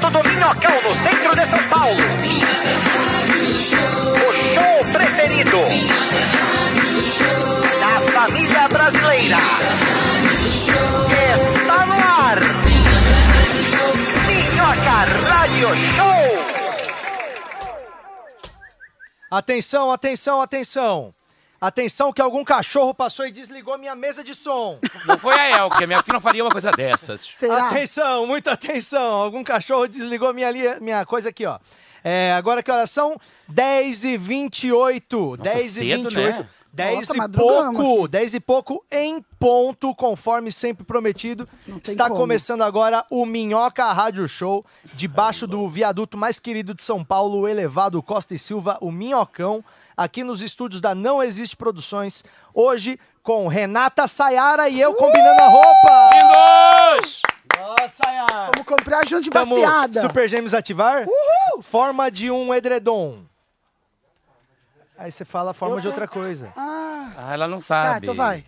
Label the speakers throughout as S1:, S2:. S1: Cacau, no centro de São Paulo. O show preferido da família brasileira está no ar. Minhoca Radio Show.
S2: Atenção, atenção, atenção. Atenção que algum cachorro passou e desligou minha mesa de som.
S3: Não foi a El, que minha filha não faria uma coisa dessas.
S4: Será?
S2: Atenção, muita atenção. Algum cachorro desligou minha, li- minha coisa aqui, ó. É, agora que horas são? 10 e 28.
S3: Nossa,
S2: 10 e
S3: cedo,
S2: 28.
S3: né?
S2: 10
S4: Nossa,
S2: e
S4: madrugamos
S2: pouco, 10 e pouco em ponto, conforme sempre prometido.
S4: tem
S2: Está
S4: como.
S2: começando agora o Minhoca Rádio Show, debaixo do viaduto mais querido de São Paulo, o elevado Costa e Silva, o Minhocão, aqui nos estúdios da Não Existe Produções, hoje com Renata Sayara e eu combinando a roupa.
S3: Lindos!
S2: Nossa, Sayara!
S4: Vamos comprar junto de
S2: Tamo
S4: baseada.
S2: Super Gêmeos ativar? Forma de um edredom. Aí você fala a forma de outra coisa.
S3: Ah, ela não
S4: Tá,
S3: sabe.
S4: então vai.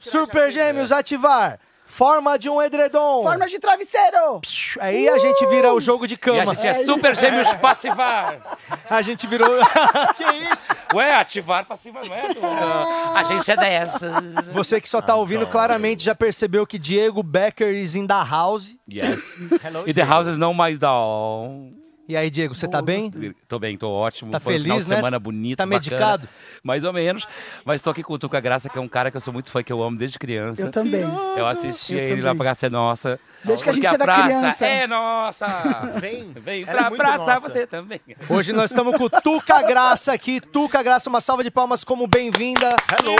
S2: Super Gêmeos ativar! Forma de um edredom.
S4: Forma de travesseiro.
S2: Aí a gente vira o jogo de
S3: E a
S2: cama.
S3: gente é super gêmeos passivar.
S2: A gente virou. que isso?
S3: Ué, ativar passivar não é? Duda? A gente é dessa.
S2: Você que só tá ouvindo claramente já percebeu que Diego Becker is in the house.
S3: Yes. E the house is no my doll.
S2: E aí, Diego, você tá bem?
S3: Tô bem, tô ótimo.
S2: Tá
S3: Foi um final
S2: feliz,
S3: de
S2: né?
S3: semana bonito,
S2: Tá
S3: bacana.
S2: medicado?
S3: Mais ou menos. Mas tô aqui com o Tuca Graça, que é um cara que eu sou muito fã, que eu amo desde criança.
S4: Eu também.
S3: Eu assisti
S4: Eu
S3: ele
S4: também.
S3: na Praça é Nossa.
S4: Desde que a
S3: Porque
S4: gente era
S3: praça
S4: criança.
S3: é nossa.
S5: Vem.
S3: Vem
S5: Ela é
S3: pra
S5: muito
S3: praça,
S5: nossa.
S3: você também.
S2: Hoje nós estamos com o Tuca Graça aqui. Tuca Graça, uma salva de palmas como bem-vinda.
S3: Hello!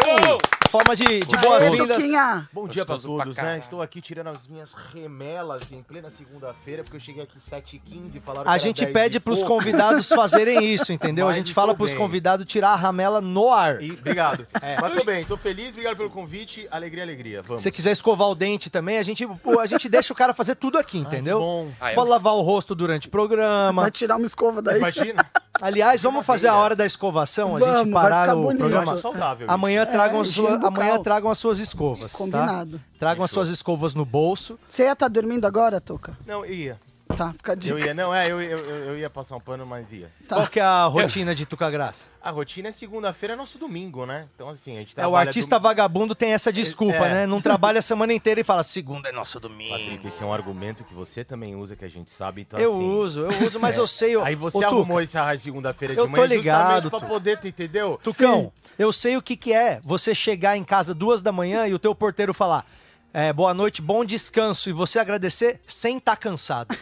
S2: Forma de, de
S4: Aê,
S2: boas-vindas.
S4: Tuquinha.
S5: Bom dia pra
S3: Gostoso pra
S5: todos, né?
S3: caralho.
S5: Estou aqui tirando as minhas remelas em plena segunda-feira, porque eu cheguei aqui 7h15 e falaram que
S2: A
S5: era
S2: gente
S5: 10 e
S2: pede pros
S5: pouco.
S2: convidados fazerem isso, entendeu? A
S5: Mas
S2: gente
S5: estou
S2: fala pros
S5: bem.
S2: convidados tirar a ramela no ar.
S5: E- obrigado.
S3: É.
S5: Mas tô bem, tô feliz, obrigado pelo convite. Alegria, alegria. Vamos.
S2: Se você quiser escovar o dente também, a gente, pô, a gente deixa o cara fazer tudo aqui, entendeu?
S5: bom.
S3: Ah, é.
S2: Pode lavar o rosto durante o programa.
S4: Vai tirar uma escova daí.
S5: Imagina.
S2: Aliás, vamos fazer a hora da escovação, a gente
S4: tá Vamos, vai
S2: parar
S4: ficar
S2: o
S4: bonito. É,
S2: programa.
S5: Mas saudável. isso.
S2: Amanhã tragam, as
S4: higiene
S2: sua-
S4: bucal.
S2: amanhã tragam as suas escovas. tá?
S4: Combinado.
S2: Tragam as suas escovas no bolso.
S4: Você ia tá dormindo agora, Tuca?
S5: Não, ia.
S4: Tá, fica de
S5: Eu ia, não, é, eu, eu, eu- eu ia passar um pano, mas ia.
S4: Tá.
S2: Qual que é a rotina de Tuca Graça?
S5: A rotina é segunda-feira, é nosso domingo, né? Então, assim, a gente
S2: É,
S5: trabalha...
S2: o artista
S5: dom-
S2: vagabundo tem essa desculpa,
S5: É.
S2: né? Não trabalha a semana inteira e fala, segunda é nosso domingo.
S5: Patrick, esse é um argumento que você também usa, que a gente sabe, então
S2: eu
S5: assim...
S2: uso, eu uso, mas eu sei. eu-
S5: Aí você
S2: Ô, Tuca,
S5: arrumou esse arraio segunda-feira de
S2: Eu tô
S5: manhã justamente
S2: ligado,
S5: pra
S2: Tuca.
S5: poder, tu entendeu?
S2: Tucão, eu sei o que, que é você chegar em casa duas da manhã e o teu porteiro falar. é, boa noite, bom descanso. E você agradecer sem estar cansado.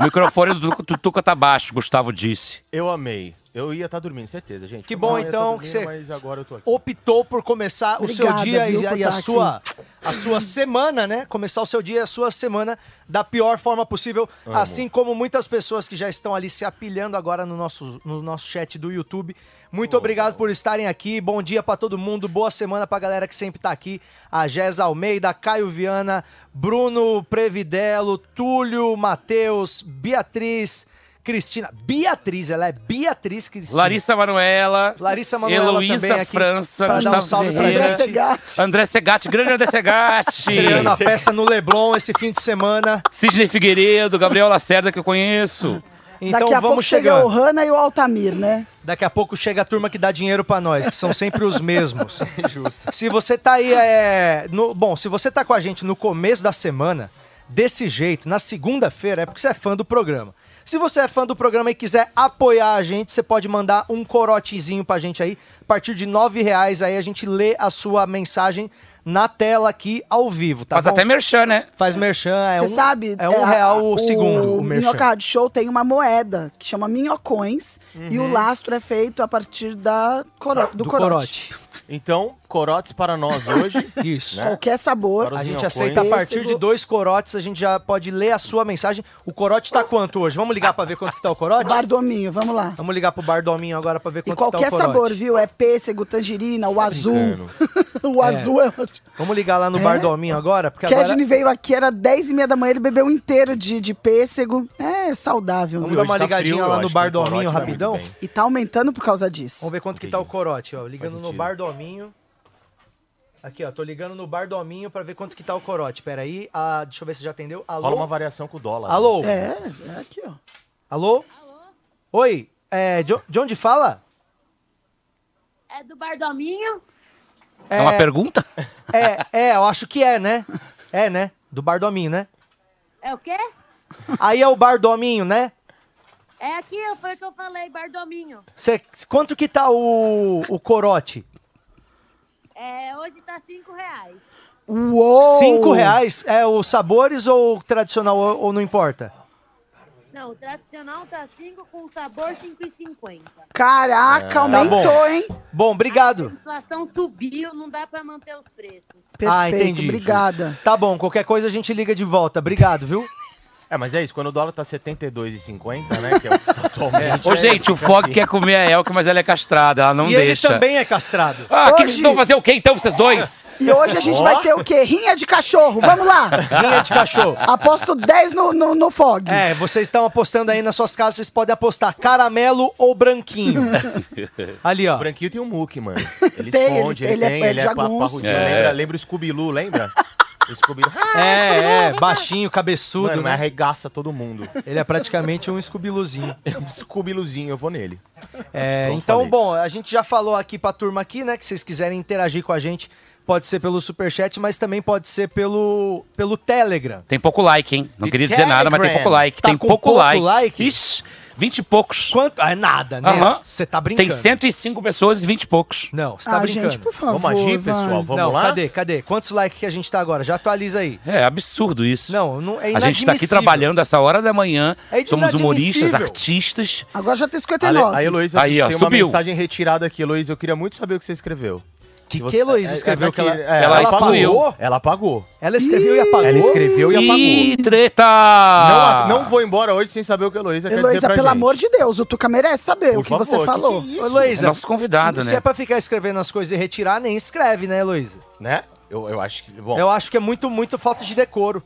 S3: O microfone do Tuca- do Tuca tá baixo, Gustavo disse.
S5: Eu amei. Eu
S6: tá
S5: ia estar dormindo, certeza, gente.
S2: Que
S5: Foi
S2: bom
S5: mal, eu ia tá
S2: então que
S5: dormindo, Mas
S2: você
S5: agora eu tô aqui.
S2: optou por começar o seu
S4: Obrigada,
S2: dia e-
S4: viu,
S2: e,
S4: por
S2: a,
S4: tá
S2: sua, a sua semana, né? Começar o seu dia e a sua semana da pior forma possível. Assim como muitas pessoas que já estão ali se apilhando agora no nosso, no nosso chat do YouTube. Muito obrigado por estarem aqui. Bom dia pra todo mundo. Boa semana pra galera que sempre tá aqui. A Jéssica Almeida, Caio Viana, Bruno Previdelo, Túlio Matheus, Beatriz. Cristina, Beatriz, ela é Beatriz Cristina.
S3: Larissa Manuela.
S2: Larissa Manoela
S3: Heloísa
S2: também aqui
S3: França,
S2: pra dar um
S3: Gustavo
S2: salve pra
S3: Ferreira.
S4: André
S2: gente.
S4: Segatti.
S3: André Segatti, grande André Segatti.
S2: Estreando a peça no Leblon esse fim de semana.
S3: Sidney Figueiredo, Gabriel Lacerda, que eu conheço.
S2: Então
S4: Daqui a
S2: vamos
S4: pouco
S2: chegando.
S4: chega o Hanna e o Altamir, né?
S2: Daqui a pouco chega a turma que dá dinheiro pra nós, que são sempre os mesmos. Justo. Se você tá aí, é, no- bom, se você tá com a gente no começo da semana, desse jeito, na segunda-feira, é porque você é fã do programa. Se você é fã do programa e quiser apoiar a gente, você pode mandar um corotezinho pra gente aí. A partir de nove reais aí a gente lê a sua mensagem na tela aqui ao vivo, tá
S3: Faz
S2: bom?
S3: até merchan, né?
S2: Faz merchan, é
S4: Você
S2: um,
S4: sabe?
S2: é um real o segundo, o
S4: O
S2: merchan.
S4: Minhoca Rádio Show tem uma moeda que chama Minhocões e
S2: Uhum.
S4: o lastro é feito a partir da coro- do, corote.
S5: Então, corotes para nós hoje.
S2: Isso.
S5: Né?
S4: Qualquer sabor.
S5: Para
S2: A
S5: os
S2: gente
S5: minhocões.
S2: aceita a partir de
S4: Pêssego.
S2: dois corotes, a gente já pode ler a sua mensagem. O corote tá quanto hoje? Vamos ligar pra ver quanto que tá o corote?
S4: Bardominho, vamos lá.
S2: Vamos ligar pro Bardominho agora pra ver quanto
S4: E
S2: que tá o
S4: qualquer
S2: corote. Tá
S4: sabor, viu? É pêssego, tangerina, o azul. o azul é ótimo.
S2: Vamos ligar lá no
S4: É.
S2: Bardominho agora, porque agora
S4: Kedney veio aqui, era 10 e meia da manhã, ele bebeu um inteiro de, de pêssego. É saudável,
S2: Vamos
S4: né?
S2: dar uma
S5: Hoje tá
S2: ligadinha
S5: frio,
S2: lá
S5: eu
S2: no
S5: acho que
S2: Bar
S5: o corote
S2: Dominho,
S5: vai
S2: rapidão.
S5: muito bem.
S4: E tá aumentando por causa disso.
S2: vamos ver quanto que tá o corote, ó. Ligando no
S5: sentido.
S2: Bardominho. Aqui, ó, tô ligando no Bar Dominho pra ver quanto que tá o corote. Pera aí, ah, deixa eu ver se já atendeu. Alô?
S6: Rola uma variação com o dólar. né?
S2: Alô?
S4: É, é aqui, ó.
S2: Alô? Oi, é, de, de onde fala?
S7: É do Bardominho?
S3: É uma pergunta?
S2: É, é, eu acho que é, né? É, né? Do Bar Dominho, né?
S7: É o quê?
S2: Aí é o Bar Dominho, né?
S7: É aqui, foi o que eu falei, Bardominho.
S2: Cê, quanto que tá o, o corote?
S7: É, hoje tá cinco reais.
S4: Uou!
S2: Cinco reais? É os sabores ou o tradicional ou, ou não importa?
S7: Não, o tradicional tá cinco com sabor 5,50.
S4: Caraca,
S2: Tá bom.
S4: aumentou, hein?
S2: Bom,
S7: A
S2: obrigado.
S7: inflação subiu, não dá pra manter os preços.
S4: Perfeito,
S2: ah, entendi.
S4: obrigada.
S2: Tá bom, qualquer coisa a gente liga de volta. Obrigado, viu?
S6: É, mas é isso, quando o dólar tá 72,50, né? Que é o atualmente.
S3: Ô, gente, o Fog quer comer a Elka, mas ela é castrada, ela não
S2: assim. e
S3: deixa.
S2: ele também é castrado.
S3: Ah, o que, que vocês
S4: Hoje-
S3: vão fazer o quê então, vocês dois?
S4: E hoje a gente vai ter o quê? Rinha de cachorro, vamos lá!
S2: Rinha de cachorro.
S4: Aposto 10 no, no, no Fog.
S2: É, vocês estão apostando aí nas suas casas, vocês podem apostar caramelo ou branquinho. Ali, ó.
S6: O Branquinho tem um muque, mano. Ele
S4: Tem,
S6: esconde,
S4: ele- ele
S6: ele,
S4: é-
S6: tem,
S4: é
S6: ele é, pa-
S4: jagunço.
S6: parrudinho.
S3: É.
S6: Lembra, lembra o Scooby-Loo, lembra? O Scooby-Loo. Ah,
S2: É, é, baixinho, cabeçudo,
S6: mano, mas
S2: né?
S6: arregaça todo mundo.
S2: Ele é praticamente um escubiluzinho.
S6: É um Scooby-Loozinho, eu vou nele.
S2: É,
S6: Pronto,
S2: então,
S6: falei.
S2: bom, a gente já falou aqui pra turma aqui, né? Que vocês quiserem interagir com a gente, pode ser pelo Superchat, mas também pode ser pelo, pelo Telegram.
S3: Tem pouco like, hein? Não
S6: De
S3: queria dizer nada, mas tem pouco
S6: Telegram.
S3: like.
S2: Tá
S3: tem
S2: com
S3: pouco,
S2: pouco
S3: like.
S2: like?
S3: Ixi, 20 e poucos.
S2: Quanto? Ah, É nada, né?
S3: Aham.
S2: Você tá brincando.
S3: Tem 105 pessoas e 20 e poucos.
S2: Não, você tá
S4: ah,
S2: brincando.
S4: gente, por favor.
S6: Vamos agir,
S4: vai.
S6: pessoal? Vamos
S2: Não,
S6: lá?
S2: cadê? Cadê? Quantos likes que a gente tá agora? Já atualiza aí.
S3: É absurdo isso.
S2: Não, não é
S3: A gente tá aqui
S2: inadmissível.
S3: trabalhando essa hora da manhã.
S2: É
S3: somos humoristas,
S2: inadmissível.
S3: artistas.
S4: Agora já tem
S6: Ale,
S4: 59.
S6: a Heloísa
S3: Aí, ó,
S6: tem uma
S3: subiu.
S6: mensagem retirada aqui. Heloísa, eu queria muito saber o que você escreveu.
S2: Que
S6: Se você-
S2: que Heloísa
S6: é- é
S2: escreveu que
S6: daqui-
S2: ela,
S6: é,
S3: ela
S6: apagou.
S2: apagou?
S6: Ela apagou.
S2: Ela escreveu e apagou?
S6: Ela escreveu e apagou.
S3: Ih, treta! Ah.
S6: Não, não vou embora hoje sem saber o que a Heloísa quer dizer
S4: Heloísa,
S6: pra
S4: pelo
S6: gente.
S4: amor de Deus, o Tuca merece saber
S6: Por
S4: o que
S6: favor,
S4: você
S6: que
S4: falou.
S6: que é
S2: Ô, Heloísa,
S3: É nosso convidado,
S2: se
S3: né?
S2: é pra ficar escrevendo as coisas e retirar, nem escreve, né, Heloísa?
S6: Né? Eu, eu acho que... Bom,
S2: Eu acho que é muito, muito falta de decoro.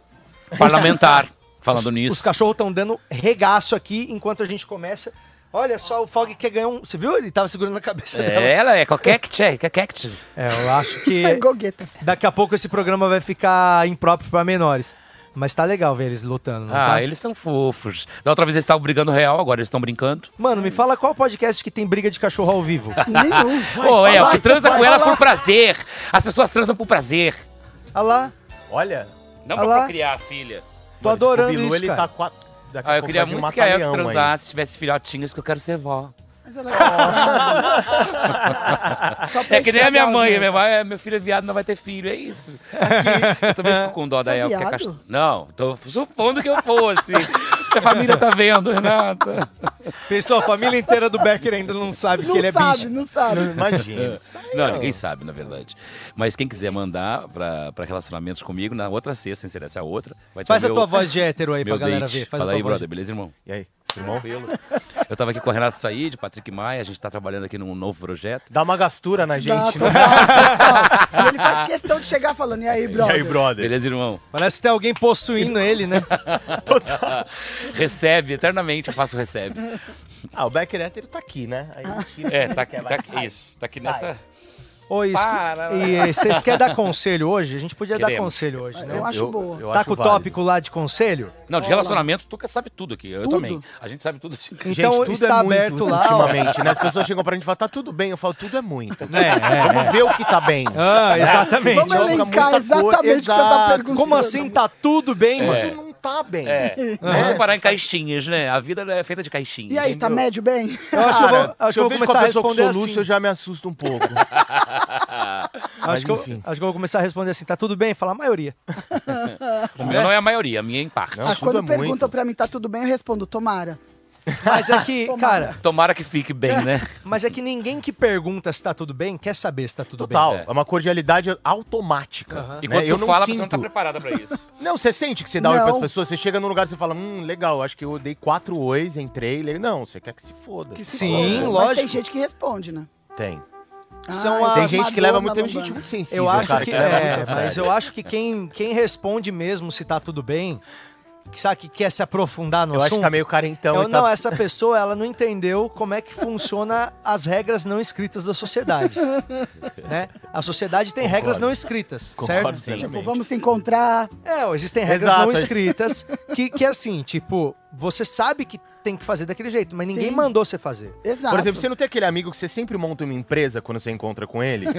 S3: Parlamentar. Falando nisso.
S2: Os cachorros estão dando regaço aqui enquanto a gente começa. Olha só, o Fog quer ganhar um. Você viu? Ele tava segurando a cabeça dela.
S3: É, ela é coquete, é coquete.
S2: É, eu acho que
S4: É gogueta.
S2: daqui a pouco esse programa vai ficar impróprio pra menores. Mas tá legal ver eles lutando, não
S3: Ah,
S2: tá?
S3: eles são fofos. Da outra vez eles estavam brigando real, agora eles estão brincando.
S2: Mano, me fala qual podcast que tem briga de cachorro ao vivo.
S4: Nenhum. Vai,
S3: Pô, é, o
S4: vai,
S3: que transa
S4: vai,
S3: com ela
S4: vai
S3: por
S4: lá.
S3: prazer. As pessoas transam por prazer.
S2: Ah lá,
S6: olha...
S3: Não
S2: Ah
S3: pra
S2: lá.
S3: procriar a filha.
S2: tô
S6: Mano,
S2: adorando
S6: Scooby-Doo,
S2: isso,
S6: ele
S2: cara.
S6: tá quatro... Daqui a
S3: Ah, eu
S6: pouco
S3: queria
S6: vai vir
S2: um
S3: muito
S6: matar
S3: que a Elka
S6: leão aí.
S3: transasse, tivesse filhotinhos, que eu quero ser vó.
S4: Mas ela é gostosa. Só pra
S3: É que nem a minha
S4: estragar
S3: mãe.
S4: o
S2: né?
S3: Minha mãe é, meu filho é viado, não vai ter filho. É isso. Aqui, eu também fico com dó da
S4: Você é
S3: Elka. que é
S4: viado?
S3: castro- Não, tô supondo que eu fosse. Que a família tá vendo, Renata.
S2: tá- Pessoal, a família inteira do Becker ainda não sabe
S4: Não
S2: que ele é
S4: sabe,
S2: bicho.
S4: não sabe.
S6: Não, Imagina.
S3: Não, ninguém sabe, na verdade. Mas quem quiser mandar pra, pra relacionamentos comigo, na outra sexta, sem ser essa outra, vai ter
S2: Faz
S3: o
S2: a
S3: meu-
S2: tua voz de hétero aí pra
S3: Meu
S2: galera
S3: date.
S2: ver. Faz
S3: Fala
S2: a
S3: aí,
S2: tua voz
S3: brother, beleza, irmão?
S6: E aí, irmão?
S3: Tranquilo. Eu tava aqui com o Renato Said, Patrick Maia, a gente tá trabalhando aqui num novo projeto.
S6: Dá uma gastura na
S4: Dá,
S6: gente. né?
S4: total. Ó, e ele faz questão de chegar falando, e aí, brother?
S6: E aí, brother?
S3: Beleza, irmão?
S2: Parece que tem alguém possuindo ele, né?
S3: Recebe, eternamente eu faço recebe.
S6: Ah, o Becker hétero tá aqui, né? Aí tira
S3: É,
S6: tudo
S3: tá
S6: que
S3: aqui,
S6: ela
S3: tá aqui,
S6: sai.
S3: isso, tá aqui
S6: Sai.
S3: nessa...
S2: Oi, escu-
S3: Para.
S6: né?
S2: E vocês querem dar conselho hoje? A gente podia dar
S3: Queremos.
S2: conselho hoje, né?
S4: Eu acho boa.
S6: eu
S2: Tá
S6: acho
S2: com o
S6: válido.
S2: tópico lá de conselho?
S3: Não, de relacionamento, o Tuca sabe tudo aqui, eu
S4: Tudo?
S3: também. A gente sabe tudo.
S6: Gente,
S2: Então
S6: tudo
S2: está
S6: é muito
S2: aberto lá. ó.
S6: Ultimamente, né? As pessoas chegam pra gente e falam, tá tudo bem. Eu falo, tudo é muito.
S2: É, é.
S6: Vamos ver o que tá bem.
S2: Ah,
S4: Vamos
S2: exatamente.
S6: Joga
S4: elencar
S6: muita
S4: exatamente o que você tá
S6: Exato.
S4: perguntando.
S2: Como assim tá tudo bem,
S6: Quando
S3: É.
S2: mano?
S6: não tá bem.
S3: Vamos separar em caixinhas, né? A vida é feita de caixinhas.
S4: E aí, tá médio bem?
S2: Eu acho que eu vou,
S6: Cara,
S2: acho
S6: se
S2: que eu
S6: eu
S2: vou
S6: vejo com
S2: começar
S6: a
S2: a
S6: pessoa com
S2: responder
S6: soluço,
S2: assim.
S6: eu já me assusto um pouco. Mas,
S2: Acho que eu,
S6: enfim.
S2: acho que eu vou começar a responder assim, tá tudo bem? Fala a maioria.
S3: O meu não é a maioria, a minha é em parte.
S6: Não.
S4: Ah,
S6: tudo
S4: quando
S6: é muito.
S4: perguntam pra mim, tá tudo bem, eu respondo, tomara.
S2: Mas é que,
S4: Tomara.
S2: cara,
S3: Tomara que fique bem, né?
S2: mas é que ninguém que pergunta se tá tudo bem quer saber se tá tudo
S6: Total,
S2: bem.
S6: é uma cordialidade automática.
S3: E
S6: né?
S3: quando
S6: Eu
S3: tu
S6: não
S3: fala,
S6: sinto.
S3: você não tá preparada pra isso.
S6: Não, você sente que você dá oi pras
S4: Não.
S6: pessoas, você chega num lugar e você fala, hum, legal, acho que eu dei quatro ois, entrei. Ele, não, você quer que se foda.
S4: Que se
S2: Sim,
S4: foda. Mas tem
S2: lógico.
S4: gente que responde, né?
S6: Tem.
S2: São
S4: Ah,
S2: as-
S6: Tem gente que leva muito.
S4: Madonna Tipo,
S6: Tem gente
S4: Lombana.
S6: muito sensível,
S2: Eu acho
S6: cara,
S2: que,
S6: leva muito
S2: é,
S6: a
S2: mas
S6: sério.
S2: eu acho que quem, quem responde mesmo se tá tudo bem que sabe que quer se aprofundar no
S6: Eu
S2: assunto.
S6: acho que tá meio carentão.
S2: Eu-
S6: e tá-
S2: Então, não, é essa pessoa, ela não entendeu como é que funciona as regras não escritas da sociedade. né? A sociedade tem regras não escritas,
S3: Concordo
S2: certo?
S3: plenamente.
S4: Tipo, vamos se encontrar.
S2: É, ó, existem regras
S6: Exato.
S2: não escritas que, que assim, tipo, você sabe que tem que fazer daquele jeito, mas ninguém
S4: Sim.
S2: mandou você fazer.
S4: Exato.
S6: Por exemplo, você não tem aquele amigo que você sempre monta uma empresa quando você encontra com ele?
S2: Sim.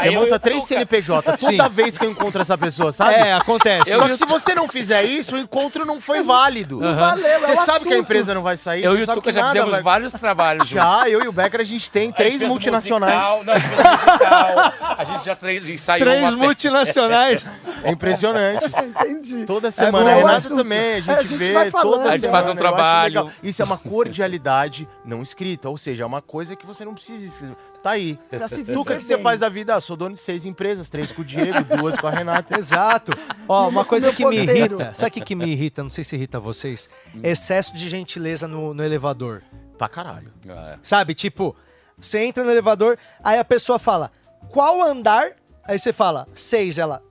S6: Você
S3: eu-
S6: monta
S3: eu
S6: três
S3: nunca-
S6: CNPJ toda vez que eu encontro essa pessoa, sabe?
S2: É, acontece.
S6: Só que se você não fizer isso, o encontro não foi válido.
S4: valeu,
S6: Você
S4: é o
S6: sabe que a
S4: assunto.
S6: empresa não vai sair,
S3: Eu
S6: você
S3: e o
S6: sabe
S3: Tuca
S6: que
S3: já
S6: nada
S3: fizemos
S6: vai...
S3: vários trabalhos juntos.
S6: Já, eu e o Becker, a gente tem
S3: A gente
S6: três
S3: fez um
S6: multinacionais.
S3: musical, não, a gente fez um musical, a gente já tre- ensaiou
S2: Três
S3: uma peça.
S2: multinacionais.
S6: É impressionante.
S4: Entendi.
S6: Toda semana.
S4: bom
S6: a
S4: o
S6: Renata
S4: assunto.
S6: também, a gente,
S4: É, a gente
S6: vê
S4: vai falando.
S6: toda
S4: A gente
S6: semana,
S3: faz um
S6: eu acho
S3: trabalho.
S6: legal. Isso é uma cordialidade não escrita, ou seja, é uma coisa que você não precisa escrever. Tá aí.
S4: Pra se viver
S6: Tuca, o que você
S4: bem.
S6: faz da vida? Ah, sou dono de seis empresas, três com o Diego, duas com a Renata.
S2: Exato. Ó, uma coisa
S4: Meu
S2: que me
S4: ponteiro.
S2: irrita, sabe o que, que me irrita? Não sei se irrita vocês. Excesso de gentileza no, no elevador.
S6: Pra caralho.
S3: Ah,
S2: Sabe? Tipo, você entra no elevador, aí a pessoa fala, qual andar? Aí você fala, seis. Ela.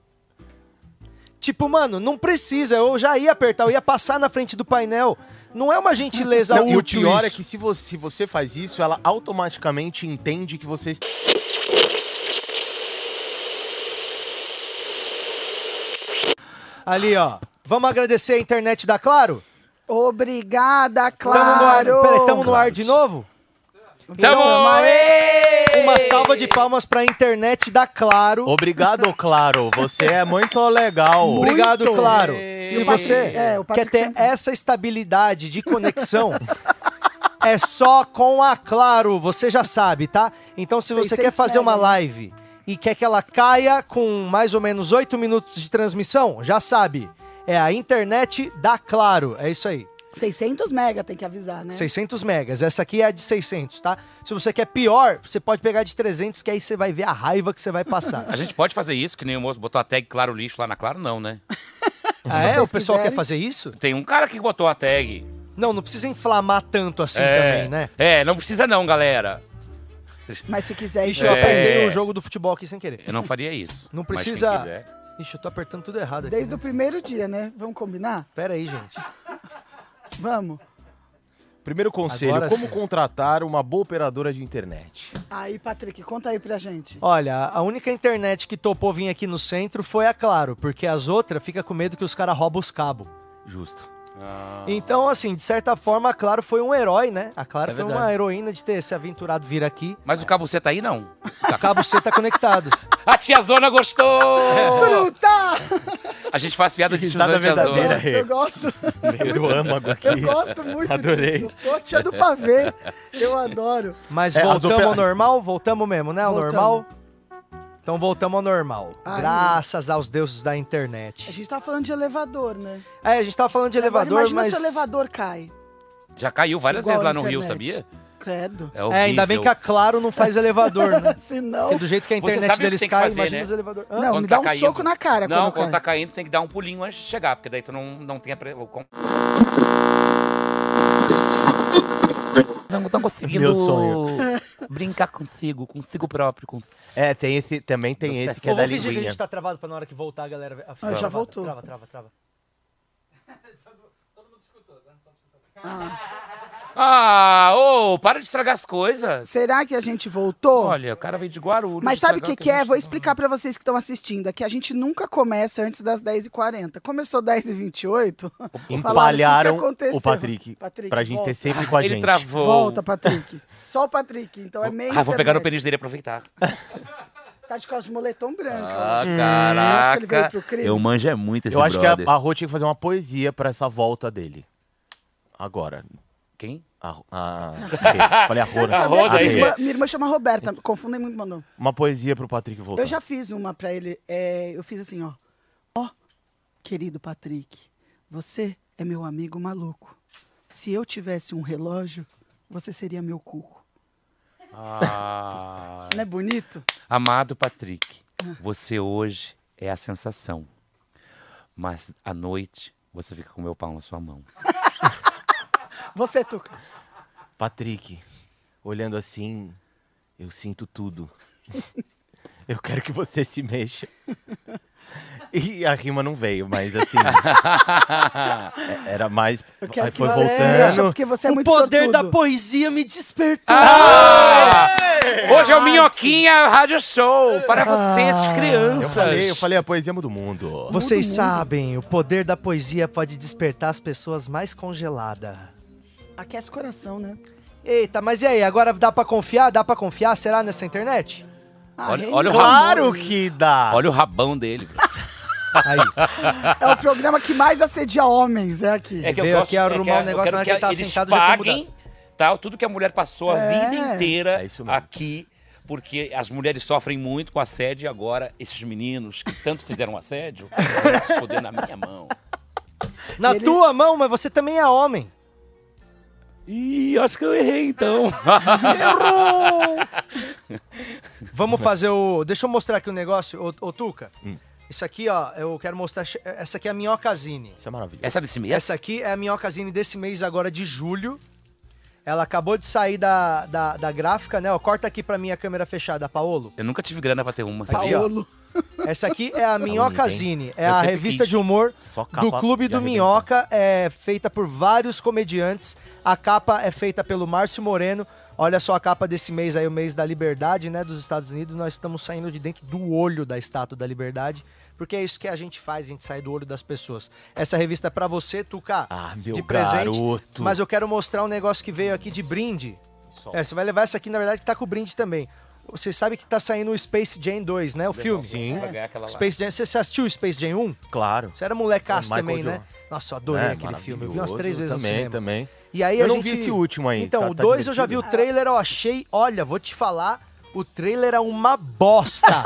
S2: Tipo, mano, não precisa. Eu já ia apertar, eu ia passar na frente do painel. Não é uma gentileza
S6: Não, e o
S2: útil.
S6: pior
S2: isso.
S6: é que se você, se você faz isso, ela automaticamente entende que você está.
S2: Ali, ó. Vamos agradecer a internet da Claro?
S4: Obrigada,
S2: Tamo no ar.
S4: claro.
S2: Peraí, tamo no ar de novo? Então,
S3: Tamo! Ê!
S2: Uma salva de palmas pra internet da Claro.
S6: Obrigado, Claro. Você é muito legal.
S2: Obrigado,
S4: muito.
S2: Claro.
S3: Ê.
S2: Se
S4: O Patrick-
S2: você
S4: é, o
S2: quer
S4: Patrick
S2: ter
S4: sempre-
S2: essa estabilidade de conexão, é só com a Claro, você já sabe, tá? Então, se
S4: Sei,
S2: você
S4: sei
S2: quer fazer
S4: que
S2: uma
S4: pega, né?
S2: live e quer que ela caia com mais ou menos 8 minutos de transmissão, já sabe. É a internet da Claro. É isso aí.
S4: 600 mega, tem que avisar, né?
S2: 600 megas. Essa aqui é a de 600, tá? Se você quer pior, você pode pegar de 300, que aí você vai ver a raiva que você vai passar.
S3: A gente pode fazer isso, que nem o moço botou a tag Claro Lixo lá na Claro, não, né?
S2: ah, é? O
S4: vocês
S2: pessoal quer
S4: quiserem.
S2: fazer isso?
S3: Tem um cara que botou a tag.
S2: Não, não precisa inflamar tanto assim
S3: é,
S2: também, né?
S3: é, não precisa não, galera.
S4: Mas se quiser,
S2: Ixi,
S4: então-
S2: eu
S3: É.
S2: apertei o jogo do futebol aqui sem querer.
S3: Eu não faria isso.
S2: Não
S3: Mas quem
S2: precisa-
S3: quiser.
S2: Ixi, eu tô apertando tudo errado aqui.
S4: desde
S2: né?
S4: o primeiro dia, né? Vamos combinar?
S2: Pera aí, gente.
S4: Vamos.
S6: Primeiro conselho:
S2: Agora
S6: como
S2: sim.
S6: contratar uma boa operadora de internet?
S4: Aí, Patrick, conta aí pra gente.
S2: Olha, a única internet que topou vir aqui no centro foi a Claro, porque as outras fica com medo que os caras roubam os cabos.
S6: Justo.
S4: Ah.
S2: Então, assim, de certa forma, a Claro foi um herói, né? A Claro
S3: É
S2: foi uma
S3: verdade.
S2: heroína de ter se aventurado vir aqui.
S3: Mas o cabo C tá aí, não.
S2: O cabo C tá conectado.
S3: A tia Zona
S2: Oh.
S3: gostou!
S4: Truta!
S3: A gente faz piada de
S6: Que
S3: tio Zona e tia
S6: risada verdadeira.
S3: Zona.
S6: Pera aí.
S4: Eu gosto,
S6: Meio do âmago aqui.
S4: eu gosto muito
S6: Adorei.
S4: disso. Eu sou a tia do pavê. Eu adoro.
S2: Mas
S6: É, as
S2: voltamos
S6: opera-
S2: ao normal? Voltamos mesmo, né? Ao
S4: Voltamos.
S2: normal? Então voltamos ao normal.
S4: Ai.
S2: Graças aos deuses da
S4: A
S2: internet.
S4: gente tá falando de elevador, né?
S2: É, a gente tava falando de
S4: Agora,
S2: elevador,
S4: imagina
S2: mas.
S4: se o elevador cai.
S3: Já caiu várias
S4: Igual
S3: vezes lá
S4: a
S3: no Rio,
S4: internet.
S3: sabia?
S4: Credo.
S3: É, horrível.
S2: É, ainda bem que a Claro não faz elevador, né?
S4: Se não...
S2: Porque do jeito que a
S3: Você
S2: internet
S3: sabe o que
S2: deles
S3: tem que
S2: cai,
S3: fazer,
S2: imagina
S3: né?
S2: os elevadores. Hã?
S4: Não,
S3: Quando
S4: me
S3: tá
S4: dá um
S3: caindo.
S4: soco na cara
S3: Não,
S4: quando
S3: quando
S4: cai.
S3: tá caindo, tem que dar um pulinho antes de chegar, porque daí tu não, não tem a. pre- o com- Não, não conseguindo
S6: Meu sonho.
S3: brincar consigo, consigo próprio. Com...
S6: É, tem esse, também tem esse que é
S2: Ô,
S6: da
S2: vamos fingir que a
S6: linguinha.
S2: gente tá travado pra na hora que voltar, a galera. ver. Ah, fica
S4: já
S2: travado.
S4: voltou.
S2: Trava, trava, trava.
S3: Ah, ô, para de estragar as coisas.
S4: Será que a gente voltou?
S3: Olha, o cara veio de Guarulhos.
S4: Mas sabe o que,
S3: estragar
S4: que
S3: a
S4: é?
S3: gente
S4: Vou
S3: tá-
S4: explicar pra vocês que estão assistindo. É que a gente nunca começa antes das 10h40. Começou 10h28.
S6: Empalharam
S4: falaram, "O que que aconteceu?"
S6: o Patrick,
S4: Patrick,
S6: pra gente
S4: volta.
S6: ter sempre com a
S3: Ele
S6: gente.
S3: travou.
S4: Volta, Patrick. Só o Patrick. Então é meio.
S3: Ah, vou pegar no
S4: internet.
S3: pênis dele e aproveitar.
S4: Tá de causa de moletom branco.
S3: Ah,
S4: ó. Você acha que ele veio
S3: caraca.
S4: pro crime?
S3: Eu manjo é muito esse
S6: Eu acho
S3: brother.
S6: que a, a Rô tinha que fazer uma poesia pra essa volta dele. Agora.
S3: Quem?
S6: A, Rô- a- falei a Rô,
S4: Você
S6: né?
S4: sabia que
S6: A
S4: minha,
S6: Rê.
S4: irmã, minha irmã chama Roberta. Confundem muito meu nome.
S6: Uma poesia pro Patrick voltar.
S4: Eu já fiz uma pra ele. é, eu fiz assim, ó. Ó, querido Patrick, você é meu amigo maluco. Se eu tivesse um relógio, você seria meu cuco.
S3: Ah,
S4: Não é bonito?
S3: amado Patrick, você hoje é a sensação. Mas à noite você fica com meu pau na sua mão.
S4: Você, Tuca.
S6: Patrick, olhando assim, eu sinto tudo. eu quero que você se mexa. E a rima não veio, mas assim. é- era mais.
S4: Eu quero
S6: Aí
S4: que
S6: foi
S4: você-
S6: voltando.
S4: Porque você é
S2: o
S4: muito
S2: poder da
S4: sortudo.
S2: poesia me despertou.
S3: Ah! Hoje é o Minhoquinha Rádio Show para vocês, crianças.
S6: Ah, Eu falei, eu falei a poesia muda o Ah, mundo.
S2: Vocês sabem, o poder da poesia pode despertar as pessoas mais congeladas.
S4: Aquece o coração, né?
S2: Eita, mas e aí, agora dá pra confiar? Dá pra confiar, será, nessa internet?
S4: Ah,
S3: Olha-
S4: é
S3: olha o
S4: isso,
S6: Claro
S4: amor.
S6: que dá!
S3: Olha o rabão dele.
S2: Aí,
S4: É o programa que mais assedia homens, é aqui.
S2: que eu Veio gosto- aqui arrumar é que um eu negócio, quero na hora que que ele tá eles sentado, já tem que paguem,
S3: tá? Tudo que a mulher passou a
S4: É.
S3: vida inteira
S6: É isso mesmo.
S3: aqui, porque as mulheres sofrem muito com assédio e agora esses meninos que tanto fizeram assédio vão se foder na minha mão.
S2: na
S4: Ele-
S2: tua mão, mas você também é homem.
S3: Ih, acho que eu errei então.
S2: Vamos fazer o... Deixa eu mostrar aqui um negócio, ô, ô, Tuca.
S3: Hum.
S2: Isso aqui, ó, eu quero mostrar... Essa aqui é a Minhocazine.
S6: Isso é maravilhoso.
S3: Essa desse mês?
S2: Essa aqui é a Minhocazine desse mês agora de julho. Ela acabou de sair da, da, da gráfica, né? Ó, corta aqui pra mim a câmera fechada, Paolo.
S3: Eu nunca tive grana pra ter uma. sabia?
S4: Paolo.
S2: Essa aqui é a Minhocazine. É
S3: Tá Eu
S2: a
S3: sempre
S2: revista
S3: quis.
S2: de humor
S6: Só capa
S2: do Clube
S6: de
S2: do
S6: arrebentar.
S2: Minhoca. É feita por vários comediantes. A capa é feita pelo Márcio Moreno. Olha só a capa desse mês aí, o mês da liberdade, né? Dos Estados Unidos. Nós estamos saindo de dentro do olho da estátua da liberdade. Porque é isso que a gente faz, a gente sai do olho das pessoas. Essa revista é pra você, Tuca.
S6: Ah, meu
S2: de presente.
S6: garoto.
S2: Mas eu quero mostrar um negócio que veio aqui de brinde. É, você vai levar essa aqui, na verdade, que tá com brinde também. Você sabe que tá saindo o Space Jam 2, né? O filme.
S6: Sim,
S3: Vai ganhar aquela lá.
S2: Space Jam, você você assistiu o Space Jam 1?
S6: claro.
S2: Você era molecaço
S6: Michael
S2: também, né?
S6: Jordan.
S2: Nossa, eu adorei
S6: É,
S2: aquele filme. Eu vi umas
S6: maravilhoso.
S2: três vezes
S6: também,
S2: no cinema.
S6: Também,
S2: E aí
S6: Eu
S2: a
S6: não
S2: gente...
S6: vi esse último ainda,
S2: Então,
S6: tá-
S2: o
S6: tá
S2: 2 eu já vi o
S6: divertido?
S2: trailer, eu achei... Olha, vou te falar, o trailer é uma bosta.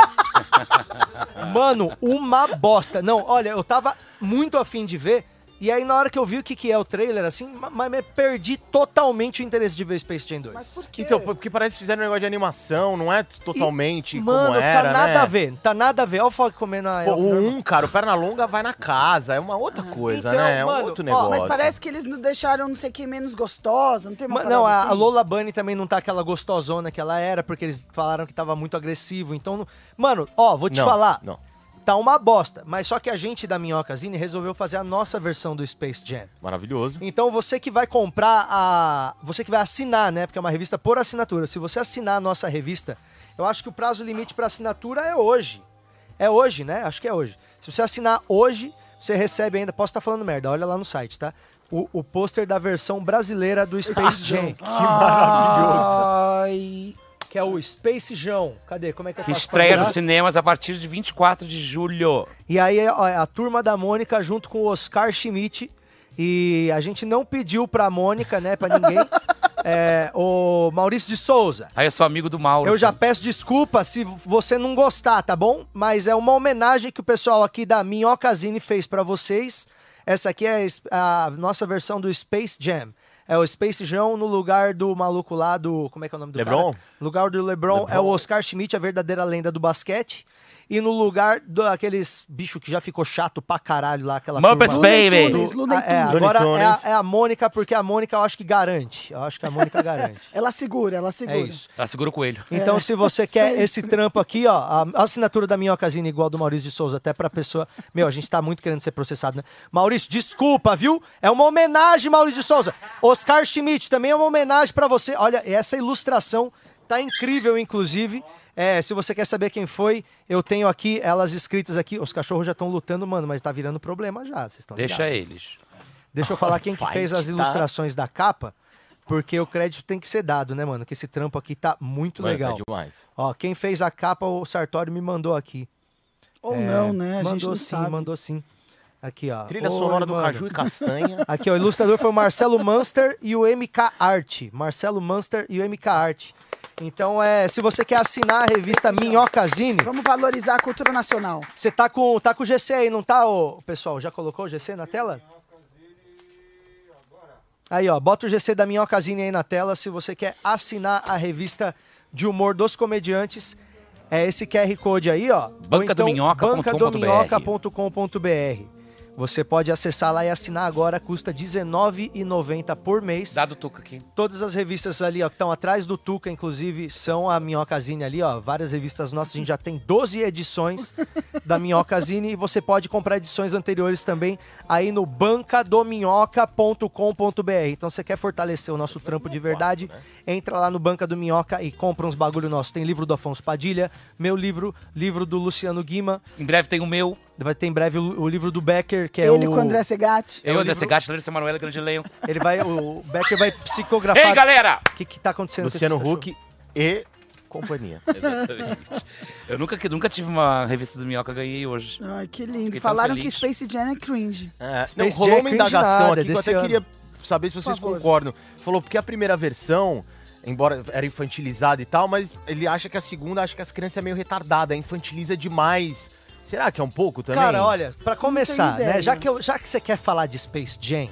S2: Mano, uma bosta. Não, olha, eu tava muito afim de ver... E aí, na hora que eu vi o que, que é o trailer, assim, ma- mas me perdi totalmente o interesse de ver Space Jam 2.
S4: Mas por quê?
S6: Então, porque parece que fizeram um negócio de animação, não é totalmente
S2: Mano,
S6: como era,
S2: tá nada
S6: né?
S2: a ver, tá nada a ver. Olha o Foco comendo a
S6: Pô,
S2: Elf,
S6: o
S2: né?
S6: 1, cara, o Pernalonga vai na casa, é uma outra coisa,
S2: Então,
S6: né? é
S2: mano,
S6: um outro
S2: ó,
S6: negócio.
S4: Mas parece que eles não deixaram não sei quem menos gostosa, não tem uma
S2: Ma- não, a,
S4: parada
S2: a
S4: assim?
S2: Lola Bunny também não tá aquela gostosona que ela era, porque eles falaram que tava muito agressivo. Então, não- mano, ó, vou te
S6: Não,
S2: falar.
S6: não.
S2: Tá uma bosta. Mas só que a gente da Minhocazine resolveu fazer a nossa versão do Space Jam.
S6: Maravilhoso.
S2: Então você que vai comprar a. Você que vai assinar, né? Porque é uma revista por assinatura. Se você assinar a nossa revista, eu acho que o prazo limite para assinatura é hoje. É hoje, né? Acho que é hoje. Se você assinar hoje, você recebe ainda. Posso estar falando merda, olha lá no site, tá? O, o pôster da versão brasileira do
S4: Ah,
S2: Space Jam.
S6: Que maravilhoso.
S3: Ai.
S2: Que é o Space Jam. Cadê? Como é que eu
S3: Que
S2: faço?
S3: estreia
S2: pra
S3: nos
S2: virar?
S3: cinemas a partir de 24 de julho.
S2: E aí, ó, é a turma da Mônica junto com o Oscar Schmidt. E a gente não pediu pra Mônica, né? Pra ninguém. É, o Maurício de Souza.
S3: Aí eu sou amigo do Mauro.
S2: Eu já peço desculpa se você não gostar, tá bom? Mas é uma homenagem que o pessoal aqui da Minhocazine fez pra vocês. Essa aqui é a es- a nossa versão do Space Jam. É o Space Jam no lugar do maluco lá do. Como é que é o nome do
S6: LeBron?
S2: cara? Lugar do LeBron, é o Oscar Schmidt, a verdadeira lenda do basquete. E no lugar daqueles bicho que já ficou chato pra caralho lá, aquela
S3: Muppets
S2: turma-
S4: Looney
S3: Baby.
S4: Tunes, Looney
S2: Ah, é,
S4: Tunes.
S2: agora
S6: Looney
S2: é a,
S6: Tunes.
S2: é a Mônica, porque a Mônica eu acho que garante. Eu acho que a Mônica garante.
S4: Ela segura, ela segura.
S2: é isso.
S3: Ela segura o coelho.
S2: Então, se você quer
S4: Sempre.
S2: esse trampo aqui, ó, a a assinatura da Minhocazine igual a do Maurício de Souza, até pra pessoa. Meu, a gente tá muito querendo ser processado, né? Maurício, desculpa, viu? É uma homenagem, Maurício de Souza. Oscar Schmidt, também é uma homenagem pra você. Olha, essa ilustração tá incrível, inclusive. É, se você quer saber quem foi, eu tenho aqui elas escritas aqui. Os cachorros já estão lutando, mano, mas tá virando problema já. Vocês estão
S3: Deixa eles.
S2: Deixa eu falar quem que
S6: Fight,
S2: fez as
S6: tá?
S2: ilustrações da capa, porque o crédito tem que ser dado, né, mano? Que esse trampo aqui tá muito
S6: Mano,
S2: legal.
S6: Tá demais.
S2: Ó, quem fez a capa, o Sartori me mandou aqui.
S4: Ou
S2: É,
S4: não, né? A gente
S2: mandou
S4: não
S2: sim,
S4: sabe.
S2: mandou sim. Aqui, ó.
S6: Trilha
S2: Oi,
S6: sonora do
S2: mano.
S6: Caju e Castanha.
S2: Aqui, ó, o ilustrador foi o Marcelo Munster e o MK Art. Marcelo Munster e o MK Art. Então, é, se você quer assinar a revista Minhocazine,
S4: é Vamos valorizar a cultura nacional.
S2: você tá com, tá com o GC aí, não tá, ô, pessoal? Já colocou o GC na tela? Aí, ó, bota o GC da Minhocazine aí na tela se você quer assinar a revista de humor dos comediantes. É esse QR Code aí, ó.
S3: Bancadominhoca.com.br.
S2: bancadominhoca.com.br. Você pode acessar lá e assinar agora, custa R$19,90 por mês.
S3: Dá do Tuca aqui.
S2: Todas as revistas ali, ó, que estão atrás do Tuca, inclusive, são a Minhocasine ali, ó. Várias revistas nossas, a gente já tem 12 edições da Minhocasine e você pode comprar edições anteriores também aí no bancadominhoca.com.br. Então, você quer fortalecer o nosso
S4: é
S2: trampo de verdade,
S4: né?
S2: entra lá no Banca do Minhoca e compra uns bagulho nosso. Tem livro do Afonso Padilha, meu livro, livro do Luciano Guima,
S3: Em breve tem o meu.
S2: vai ter em breve o, o livro do Becker, que é
S4: Ele
S2: o...
S4: com o André Segatti.
S3: Eu, André Segatti, Larissa Manoela, grande elenco.
S2: Ele vai, o Becker vai psicografar...
S3: Ei, galera!
S2: O que, que tá acontecendo com
S6: Luciano
S2: esses cachorros?
S6: Huck e companhia.
S3: Exatamente. Eu nunca, nunca tive uma revista do Minhoca, ganhei
S2: É.
S3: hoje.
S4: Ai, que lindo.
S3: Fiquei tão
S4: Falaram que
S3: feliz.
S4: Space Jam é cringe.
S6: É,
S2: Space
S6: não,
S2: Jam
S6: rolou
S2: é
S6: uma
S2: cringe
S6: indagação
S2: nada,
S6: aqui que eu
S2: desse
S6: até
S2: ano.
S6: queria saber se vocês
S4: favor.
S6: concordam. Falou, porque a primeira versão, embora era infantilizada e tal, mas ele acha que a segunda, acha que as crianças é meio retardada, infantiliza demais. Será que é um pouco também?
S2: Cara, olha, pra começar,
S4: tenho
S2: né?
S4: ideia.
S2: Já que, eu- já que você quer falar de Space Jam,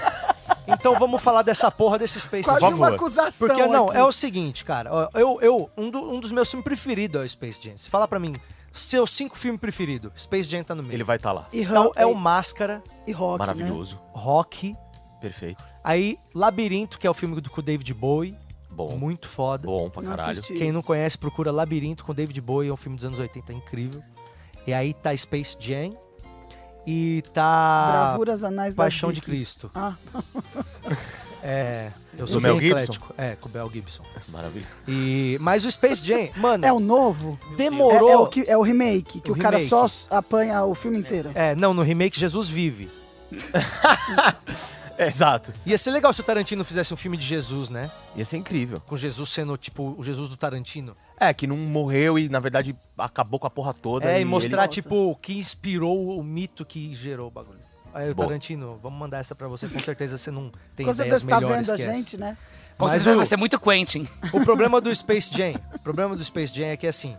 S2: então vamos falar dessa porra desse Space
S4: Quase
S2: Jam.
S4: uma
S6: favor.
S4: acusação.
S2: Porque, não,
S4: aqui.
S2: é o seguinte, cara. ó, Eu, eu um, do- um dos meus filmes preferidos é o Space Jam. Se falar pra mim, seus cinco filmes preferidos, Space Jam tá no meio.
S6: Ele vai estar lá.
S4: E
S2: Então
S4: rock,
S2: é o Máscara,
S4: e rock, Né?
S6: Maravilhoso.
S2: Rock,
S6: Perfeito.
S2: aí Labirinto, que é o filme do, com o David Bowie.
S6: Bom.
S2: Muito foda.
S6: Bom pra
S4: Não
S6: caralho.
S4: assisti.
S2: Quem não conhece, procura Labirinto com David Bowie, é um filme dos anos 80 incrível. E aí tá Space Jam e tá
S4: Bravuras Anais das
S2: Paixão de
S4: Vikings.
S2: Cristo.
S4: Ah.
S2: É, eu sou
S6: Do Mel
S2: bem
S6: Gibson?
S2: eclético. É, com o Mel Gibson.
S6: Maravilhoso.
S2: E, mas o Space Jam, mano,
S4: É o novo? É,
S2: demorou.
S4: é o que, é o remake, que
S2: O
S4: o, cara
S2: remake.
S4: só apanha o filme inteiro.
S2: É, não, no remake Jesus vive.
S6: É, exato.
S2: Ia ser legal se o Tarantino fizesse um filme de Jesus, né?
S6: Ia ser incrível.
S2: Com Jesus sendo, tipo, o Jesus do Tarantino.
S6: É, que não morreu e, na verdade, acabou com a porra toda.
S2: É, e mostrar,
S6: ele-
S2: tipo, o que inspirou o mito que gerou o bagulho. Aí, o
S6: Boa.
S2: Tarantino, vamos mandar essa pra você. Com certeza você não tem
S4: Com
S2: ideias
S4: certeza tá
S2: melhores
S4: vendo a
S2: que essa.
S4: gente, né?
S3: Com
S2: Mas
S3: certeza
S2: o-
S3: vai ser muito Quentin.
S2: O problema do Space Jam, o problema do Space Jam é que assim,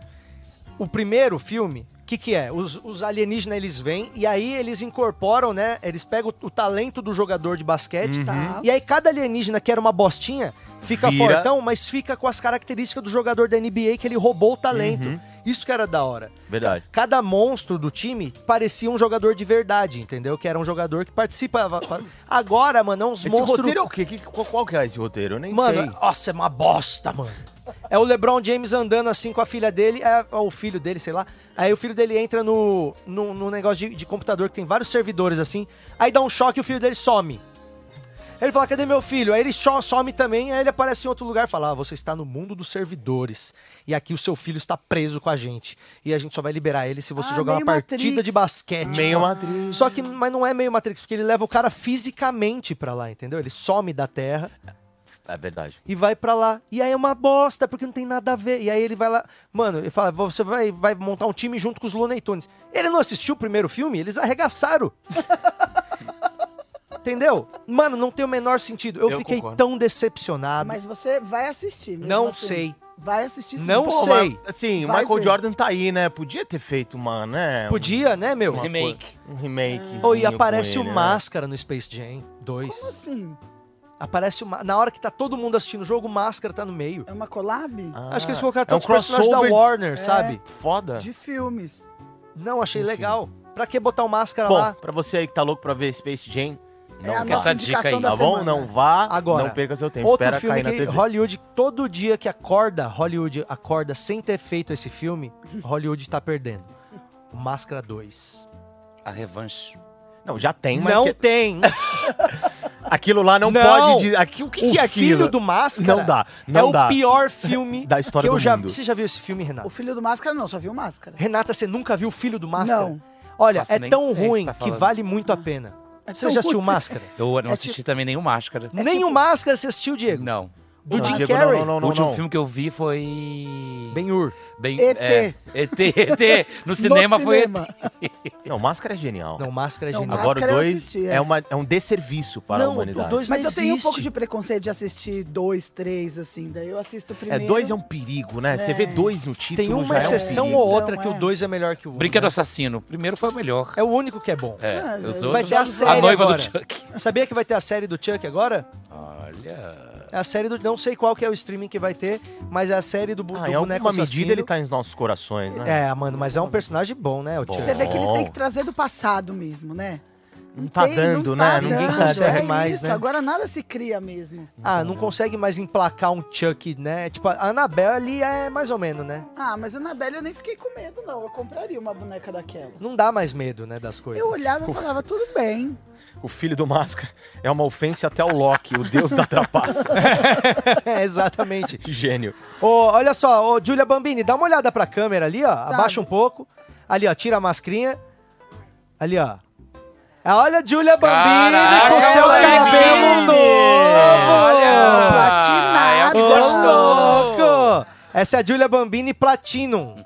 S2: o primeiro filme, o que que é? Os, os alienígenas eles vêm e aí eles incorporam, né? Eles pegam o, o talento do jogador de basquete
S6: Uhum.
S4: Tá.
S2: e aí cada alienígena que era uma bostinha fica
S6: Vira.
S2: fortão, mas fica com as características do jogador da NBA que ele roubou o talento.
S6: Uhum.
S2: Isso que era da hora.
S6: Verdade.
S2: Cada monstro do time parecia um jogador de verdade, entendeu? Que era um jogador que participava. Agora, mano, é uns
S6: Esse
S2: monstros.
S6: roteiro é o quê? Que- qual, qual que é esse roteiro? Eu nem
S2: Mano,
S6: sei.
S2: nossa, é uma bosta, mano. É o LeBron James andando assim com a filha dele, é, ó, o filho dele, sei lá. Aí o filho dele entra no, no, no negócio de, de computador que tem vários servidores assim. Aí dá um choque e o filho dele some. Ele fala, cadê meu filho? Aí ele cho- some também, aí ele aparece em outro lugar e fala: ah, você está no mundo dos servidores. E aqui o seu filho está preso com a gente. E a gente só vai liberar ele se você
S4: Ah,
S2: jogar uma
S4: meio
S2: partida
S4: Matrix.
S2: de basquete.
S6: Meio Matrix.
S2: Só que, mas não é meio Matrix, porque ele leva o cara fisicamente pra lá, entendeu? Ele some da Terra
S6: É verdade.
S2: e vai pra lá. E aí é uma bosta, porque não tem nada a ver. E aí ele vai lá. Mano, ele fala: você vai, vai montar um time junto com os Looney Tunes. Ele não assistiu o primeiro filme? Eles arregaçaram. Entendeu? Mano, não tem o menor sentido. Eu,
S6: Eu
S2: fiquei
S6: concordo.
S2: tão decepcionado.
S4: Mas você vai assistir. mesmo
S2: Não
S4: assim.
S2: sei.
S4: Vai assistir sim.
S2: Não
S4: Pô,
S2: sei.
S4: mas-
S6: Mas, assim, o
S4: Vai
S6: Michael
S4: ver.
S6: Jordan tá aí, né? Podia ter feito uma, né? um-
S2: Podia, né, meu?
S3: Remake.
S6: Um remake.
S2: Oh, e aparece
S6: né?
S2: o Máscara no Space Jam 2.
S4: Como assim?
S2: Aparece o Ma- Na hora que tá todo mundo assistindo o jogo, o Máscara tá no meio.
S4: É uma collab?
S2: Acho que eles colocaram
S6: é um
S2: todos os personagens da
S6: crossover.
S2: Warner,
S4: É.
S2: sabe?
S6: Foda.
S4: De filmes.
S2: Não, achei
S6: Enfim.
S2: legal. Pra que botar o Máscara
S6: Bom,
S2: lá?
S6: pra você aí que tá louco pra ver Space Jam, não
S4: é a
S6: vá.
S4: nossa
S3: Essa dica
S4: indicação
S3: aí.
S4: da
S6: Tá bom?
S4: semana.
S6: Não vá,
S2: Agora,
S6: não perca seu tempo.
S2: Outro
S6: Espera
S2: filme
S6: cair na
S2: que
S6: TV.
S2: Hollywood, todo dia que acorda, Hollywood acorda sem ter feito esse filme, Hollywood tá perdendo. O Máscara 2.
S3: A revanche.
S6: Não, já tem, mas
S2: Não
S6: que-
S2: tem.
S6: aquilo lá não,
S2: Não.
S6: pode... dizer- Aqui, o que, que é
S2: o
S6: aquilo?
S2: filho do Máscara
S6: Não dá, não
S2: é
S6: dá.
S2: o pior filme
S6: Da história
S2: que eu
S6: do
S2: já
S6: mundo.
S2: Você já viu esse filme, Renata?
S4: O filho do Máscara não, só viu Máscara.
S2: Renata, você nunca viu o filho do Máscara?
S4: Não.
S2: Olha,
S3: Faço
S2: é
S3: nem
S2: tão
S3: ideia que
S2: ruim
S3: você tá
S2: que
S3: falando.
S2: vale muito a pena.
S4: É
S2: Você
S4: tão É tipo-
S2: já assistiu o
S4: ruim.
S2: Máscara?
S3: Eu não assisti também nenhum Máscara.
S2: Nem o Máscara você assistiu, é Diego?
S3: Não.
S2: Do
S4: Não,
S2: Jim
S4: Diego,
S2: Carrey?
S6: Não, não,
S3: o
S6: não,
S3: último
S6: não.
S3: filme que eu vi foi...
S2: Ben-Hur.
S3: Bem-
S4: ET.
S3: é, ET, ET. No cinema foi
S4: cinema.
S3: ET.
S6: Não, Máscara é genial.
S2: Não, Máscara é
S4: Não,
S2: genial.
S6: Agora o
S4: Máscara eu
S6: 2
S4: assisti,
S6: é.
S4: é.
S6: uma- é um desserviço para a
S2: não, o
S6: humanidade.
S2: 2 não
S4: Mas eu tenho um pouco
S2: existe.
S4: de preconceito de assistir dois, três, assim. Daí eu assisto o
S6: É,
S4: primeiro.
S6: dois é um perigo, né? Você vê dois no título
S2: Tem uma
S6: já
S2: exceção
S6: é um
S2: ou
S6: perigo.
S2: outra que
S4: Então,
S2: o
S4: é.
S2: 2 é melhor que o 1.
S3: Brinquedo Assassino. O primeiro foi o melhor.
S2: É o único que é bom.
S3: É, os
S4: vai
S3: outros-
S4: ter a
S3: A
S4: série
S3: noiva
S2: agora.
S3: do Chuck.
S2: Sabia que vai ter a série do Chuck agora?
S3: Olha...
S2: É a série do. Não sei qual que é o streaming que vai ter, mas é a série do, bu-
S6: Ah,
S2: do
S6: em
S2: boneco
S6: alguma
S2: assassino.
S6: medida ele tá em nossos corações, né?
S2: É, mano, mas é um é personagem bom, né? O Chuck.
S4: Você vê que eles
S6: Bom.
S4: têm que trazer do passado mesmo, né?
S6: Não tá
S4: tem-
S6: dando, né? Ninguém
S2: consegue
S4: é
S2: mais,
S4: isso,
S2: né?
S4: Agora nada se cria mesmo.
S2: Ah, não consegue mais emplacar um Chuck, né? Tipo, a Annabelle é mais ou menos, né?
S4: Ah, mas a Anabelle eu nem fiquei com medo, não. Eu compraria uma boneca daquela.
S2: Não dá mais medo, né, das coisas.
S4: Eu olhava e falava, tudo bem.
S6: O filho do Máscara é uma ofensa até ao Loki, o deus da trapaça.
S2: É, exatamente.
S6: Que Gênio.
S2: Ô, olha só, ô, Julia Bambini, dá uma olhada pra câmera ali, ó.
S4: Sabe.
S2: Abaixa um pouco. Ali, ó, tira a mascrinha. Ali, ó. Ah, Olha a Julia Bambini com
S3: Caraca,
S2: seu
S3: Bambini!
S2: cabelo novo!
S3: Olha!
S4: platinado.
S2: Ô,
S3: é gostoso.
S2: louco! Essa é a Julia Bambini Platinum.
S7: né?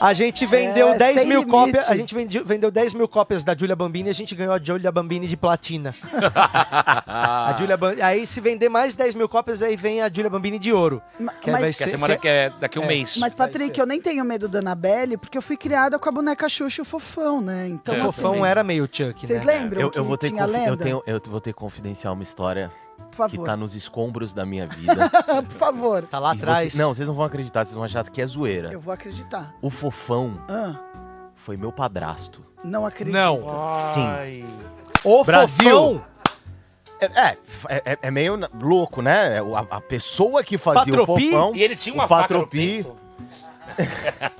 S2: A gente vendeu
S4: É,
S2: 10
S4: sem
S2: mil
S4: limite.
S2: cópias. A gente vendi- vendeu 10 mil cópias da Julia Bambini e a gente ganhou a Julia Bambini de platina. A Julia Ban- Aí, se vender mais 10 mil cópias, aí vem a Julia Bambini de ouro.
S4: Ma-
S2: Que vai
S4: mas,
S3: Que a
S2: Cê-
S3: semana
S2: que-
S3: que é daqui a um mês.
S4: mas, Patrick, eu nem tenho medo da Anabelle, porque eu fui criada com a boneca Xuxa e o Fofão, né? Então,
S3: É,
S2: O
S4: assim,
S2: fofão era meio Chuck,
S4: Vocês
S2: né?
S4: lembram
S6: Eu,
S4: que
S6: eu, vou ter
S4: tinha
S6: confi-
S4: lenda?
S6: eu, tenho, eu vou ter que confidenciar uma história
S4: Por
S6: que
S4: favor,
S6: tá nos escombros da minha vida.
S4: por favor.
S2: Tá lá
S6: E
S2: atrás.
S6: você- não, vocês não vão acreditar, vocês vão achar que é zoeira.
S4: Eu vou acreditar.
S6: O fofão
S4: Ah,
S6: foi meu padrasto.
S4: não acredito.
S2: Não.
S3: Ai.
S2: O
S6: Brasil!
S2: fofão
S6: É, é, é- é meio na- louco, né? É, o- A, a pessoa que fazia
S2: Patropi?
S6: o fofão.
S3: E ele tinha
S6: O
S3: uma faca no
S6: Patropi.
S3: peito.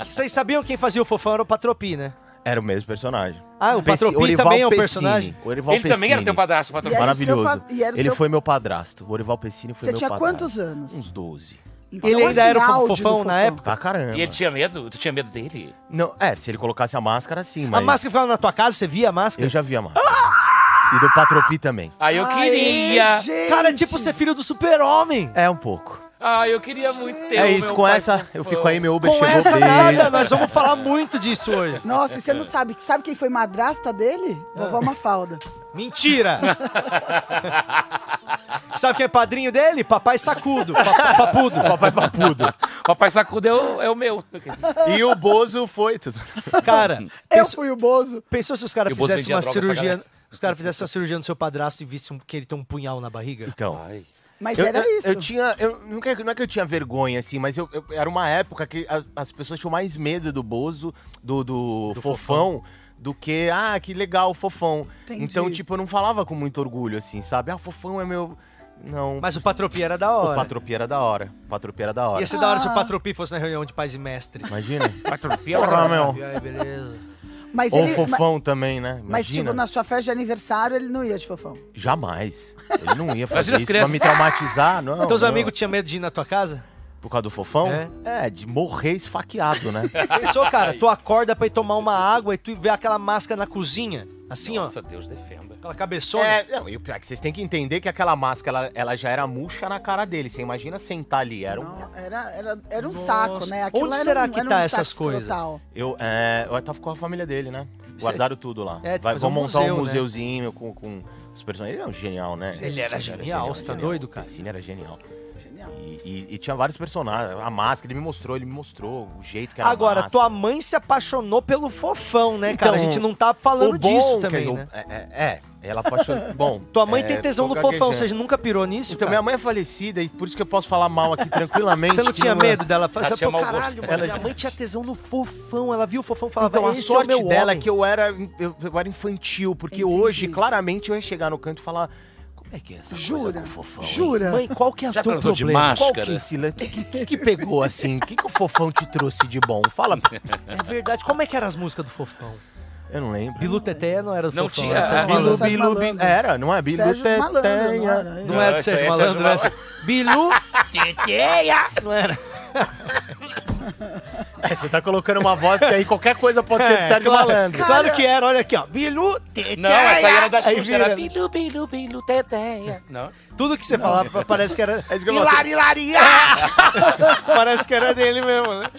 S2: Vocês sabiam quem fazia o fofão era o Patropi, né?
S6: Era o mesmo personagem.
S2: Ah, o
S6: Pessi-
S2: Patropi
S6: Orival
S2: também é um
S6: Pessini.
S2: personagem.
S6: Orival
S3: Ele também era
S6: Pessini.
S3: teu padrasto,
S4: E
S3: patrão.
S4: era o seu
S6: Maravilhoso.
S4: pa- e era o
S6: Ele
S4: seu-
S6: foi meu padrasto. O Orival Pessini foi
S4: Você
S6: meu
S4: tinha
S6: padrasto. Um.
S4: quantos anos?
S6: Uns 12.
S4: Então,
S2: Ele ainda
S4: esse
S2: era o
S4: áudio do
S2: Fofão na época?
S6: Pra caramba.
S3: E ele tinha medo? Tu tinha medo dele?
S6: Não, é, se ele colocasse a máscara, sim, mas.
S2: A máscara ficava na tua casa, você via a máscara?
S6: Eu já vi a máscara. E do Patropi também.
S3: Ai, eu
S4: Ai,
S3: queria!
S4: gente.
S2: Cara, é tipo ser filho do super-homem.
S6: É um pouco.
S3: Ai, eu queria muito ter
S6: é
S3: o
S6: isso,
S3: meu
S6: com
S3: pai
S6: essa
S3: fofão.
S6: eu fico aí, meu Uber
S2: Com
S6: chegou
S2: essa
S6: dele.
S2: nada, nós vamos falar muito disso hoje.
S4: Nossa, e você não sabe. Sabe quem foi madrasta dele?
S2: Ah.
S4: Vovó Mafalda.
S2: Mentira! Sabe quem é padrinho dele? Papai Sacudo. Papa- Papudo.
S6: Papai papudo.
S3: Papai Sacudo é o, é o meu.
S6: E o Bozo foi.
S2: Cara,
S4: Eu
S2: pensou,
S4: fui o Bozo.
S2: pensou se os caras
S3: E o Bozo
S2: fizessem
S3: vendia
S2: uma
S3: drogas pra
S2: cirurgia...
S3: galera.
S2: Os caras fizessem uma cirurgia no seu padrasto e vissem um- que ele tem um punhal na barriga?
S6: Então.
S3: Ai.
S4: Mas
S6: eu,
S4: era
S6: eu-
S4: isso.
S6: Eu tinha. Eu, nunca, não é que eu tinha vergonha, assim, mas eu, eu- era uma época que as, as pessoas tinham mais medo do Bozo, do, do, fofão, do que, ah, que legal, fofão.
S4: Entendi.
S6: Então, tipo, eu não falava com muito orgulho, assim, sabe? Ah, fofão é meu. Não.
S2: Mas o Patropi era da
S6: o
S2: hora.
S6: Patropi era da hora. O Patropi era da hora.
S2: Ia ser da hora se o Patropi fosse na reunião de pais e mestres.
S6: Imagina.
S3: Patropi é o
S6: Porra, Ah, meu.
S2: E aí, beleza.
S4: Mas
S6: Ou
S4: ele.
S6: um fofão também, né?
S4: Mas,
S6: Imagina.
S4: tipo, na sua festa de aniversário, ele não ia de Fofão.
S6: Jamais. Ele não ia fazer
S3: Imagina as
S6: isso pra
S3: crianças.
S6: me traumatizar, não.
S2: Então os
S6: não.
S2: amigos tinham medo de ir na tua casa?
S6: Por causa do fofão?
S2: É.
S6: É, de morrer esfaqueado, né?
S2: Pensou, cara, tu acorda pra ir tomar uma água e tu vê aquela máscara na cozinha? Assim, ó.
S3: Nossa, Deus defenda.
S2: Aquela cabeçona.
S6: é, não, e o pior é que vocês têm que entender que aquela máscara, ela, ela já era murcha na cara dele. Você imagina sentar ali, era um...
S4: Não, era, era, era um
S2: Nossa.
S4: saco, né?
S2: Onde
S4: era
S2: será
S4: um-
S2: que
S4: era
S2: tá
S4: um
S2: essas
S4: saco
S2: coisas?
S4: escrotal.
S6: Eu, é, eu tava com a família dele, né? Guardaram tudo lá.
S2: É, tem que
S6: Vai,
S2: fazer
S6: vamos
S2: um
S6: montar
S2: museu,
S6: um
S2: né?
S6: museuzinho com, com os personagens. Ele é um genial, né?
S2: Ele era genial, você tá doido, cara?
S6: Cine era genial.
S4: Genial.
S6: E, e- e tinha vários personagens. A máscara, ele me mostrou, ele me mostrou o jeito que era a
S2: Agora,
S6: máscara.
S2: tua mãe se apaixonou pelo fofão, né, cara? A
S6: Então,
S2: gente não tá falando
S6: O bom,
S2: disso
S6: quer
S2: também,
S6: dizer, o-
S2: né?
S6: é, é, é, ela apaixonou. bom.
S2: Tua mãe
S6: é,
S2: tem tesão
S6: tô
S2: no fofão,
S6: gaguejando.
S2: você nunca pirou nisso?
S6: Então,
S2: cara?
S6: minha mãe é falecida e por isso que eu posso falar mal aqui tranquilamente.
S2: Você não
S6: que
S2: tinha
S6: é-
S2: medo dela? Você,
S3: tinha
S2: Pô,
S3: mau
S2: caralho,
S3: gosto.
S2: mano,
S6: Ela-
S2: minha mãe tinha tesão no fofão. Ela viu o fofão e falava,
S6: Então, a
S2: "Esse
S6: sorte
S2: é o meu
S6: dela
S2: homem."
S6: é que eu era, eu, eu era infantil, porque
S4: Entendi.
S6: hoje, claramente, eu ia chegar no canto e falar: Como é que é essa
S4: Jura?
S6: coisa com o fofão? hein?
S4: Jura?
S2: Mãe, qual que é o
S3: Já
S2: teu
S3: transou de
S2: problema?
S3: macho?
S6: Qual
S3: Máscara.
S6: que, é esse lance? que, que, que pegou assim? O que, que o fofão te trouxe de bom? Fala.
S2: É verdade. Como é que eram as músicas do fofão?
S6: Eu não lembro.
S2: Bilu Teté não era do
S3: Não
S2: fofão.
S3: tinha,
S2: era do
S3: é.
S2: Sérgio Malandro.
S4: Bilu- Sérgio Malandro.
S6: Era, não é?
S4: Sérgio
S6: Teteia.
S4: Malandro, não era?
S2: Não era do
S3: Isso aí
S2: Sérgio
S3: é Sérgio
S2: Malandro, essa. Bilu Teteia! Não era.
S6: É, você tá colocando uma voz que aí qualquer coisa pode ser do
S2: É,
S6: Sérgio
S2: claro,
S6: Malandro.
S2: Claro que é. era, olha aqui, ó. Bilu Teteia!
S3: Não, essa aí era da
S2: Aí
S3: Xuxa, era
S2: vira.
S3: bilu, bilu, bilu, teteia. Não?
S2: Tudo que você falava parece que era.
S6: É isso que eu falo.
S2: parece que era dele mesmo, né?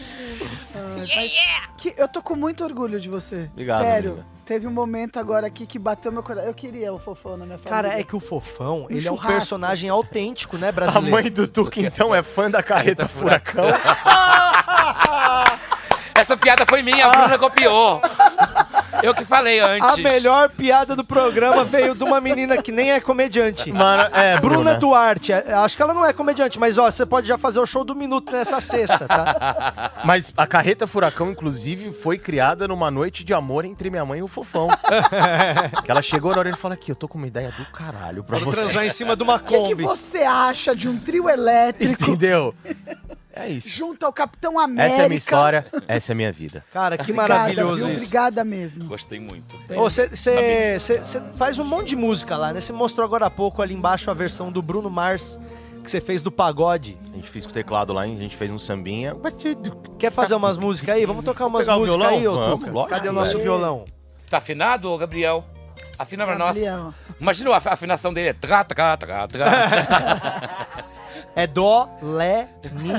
S4: Que- eu tô com muito orgulho de você.
S6: Obrigado,
S4: Sério.
S6: amiga.
S4: Teve um momento agora aqui que bateu meu coração. Eu queria o fofão na minha família.
S2: Cara, é que o Fofão, ele é um
S4: churrasco.
S2: personagem autêntico, né,
S6: A
S2: brasileiro?
S6: mãe do Tuca, então, é fã da carreta Furacão. Ah.
S3: Essa piada foi minha, a Bruna copiou. Eu que falei antes.
S2: A melhor piada do programa veio de uma menina que nem é comediante.
S6: Mano, é,
S2: Bruna
S6: Bruna.
S2: Duarte, É, acho que ela não é comediante, mas ó, você pode já fazer o show do minuto nessa sexta, tá?
S6: Mas a Carreta Furacão, inclusive, foi criada numa noite de amor entre minha mãe e o Fofão. que ela chegou na orelha e falou aqui, eu tô com uma ideia do caralho pra
S2: Vou
S6: você.
S2: transar em cima de uma
S4: O que, que
S2: Kombi.
S4: você acha de um trio elétrico
S6: Entendeu? É isso.
S4: junto ao Capitão América?
S6: Essa é a minha história, essa é a minha vida.
S2: Cara, que
S4: Obrigada,
S2: maravilhoso
S4: viu?
S2: isso.
S4: Obrigada mesmo.
S3: Gostei muito.
S2: Você faz um monte de música lá, né? Você mostrou agora há pouco ali embaixo a versão do Bruno Mars que você fez do pagode.
S6: A gente fez com o teclado lá, a gente fez um sambinha.
S2: Quer fazer umas músicas aí? Vamos tocar umas
S6: Tá. Pegar o
S2: músicas
S6: violão?
S2: aí, ô
S6: Vamos,
S2: Tuca?
S6: lógico, é.
S2: Cadê o nosso
S6: velho.
S2: violão?
S3: Tá afinado, ô Gabriel? Afina pra nós.
S4: Gabriel.
S3: Imagina a af- afinação dele. é Tra, tra, tra, tra.
S2: É dó, lé, mi.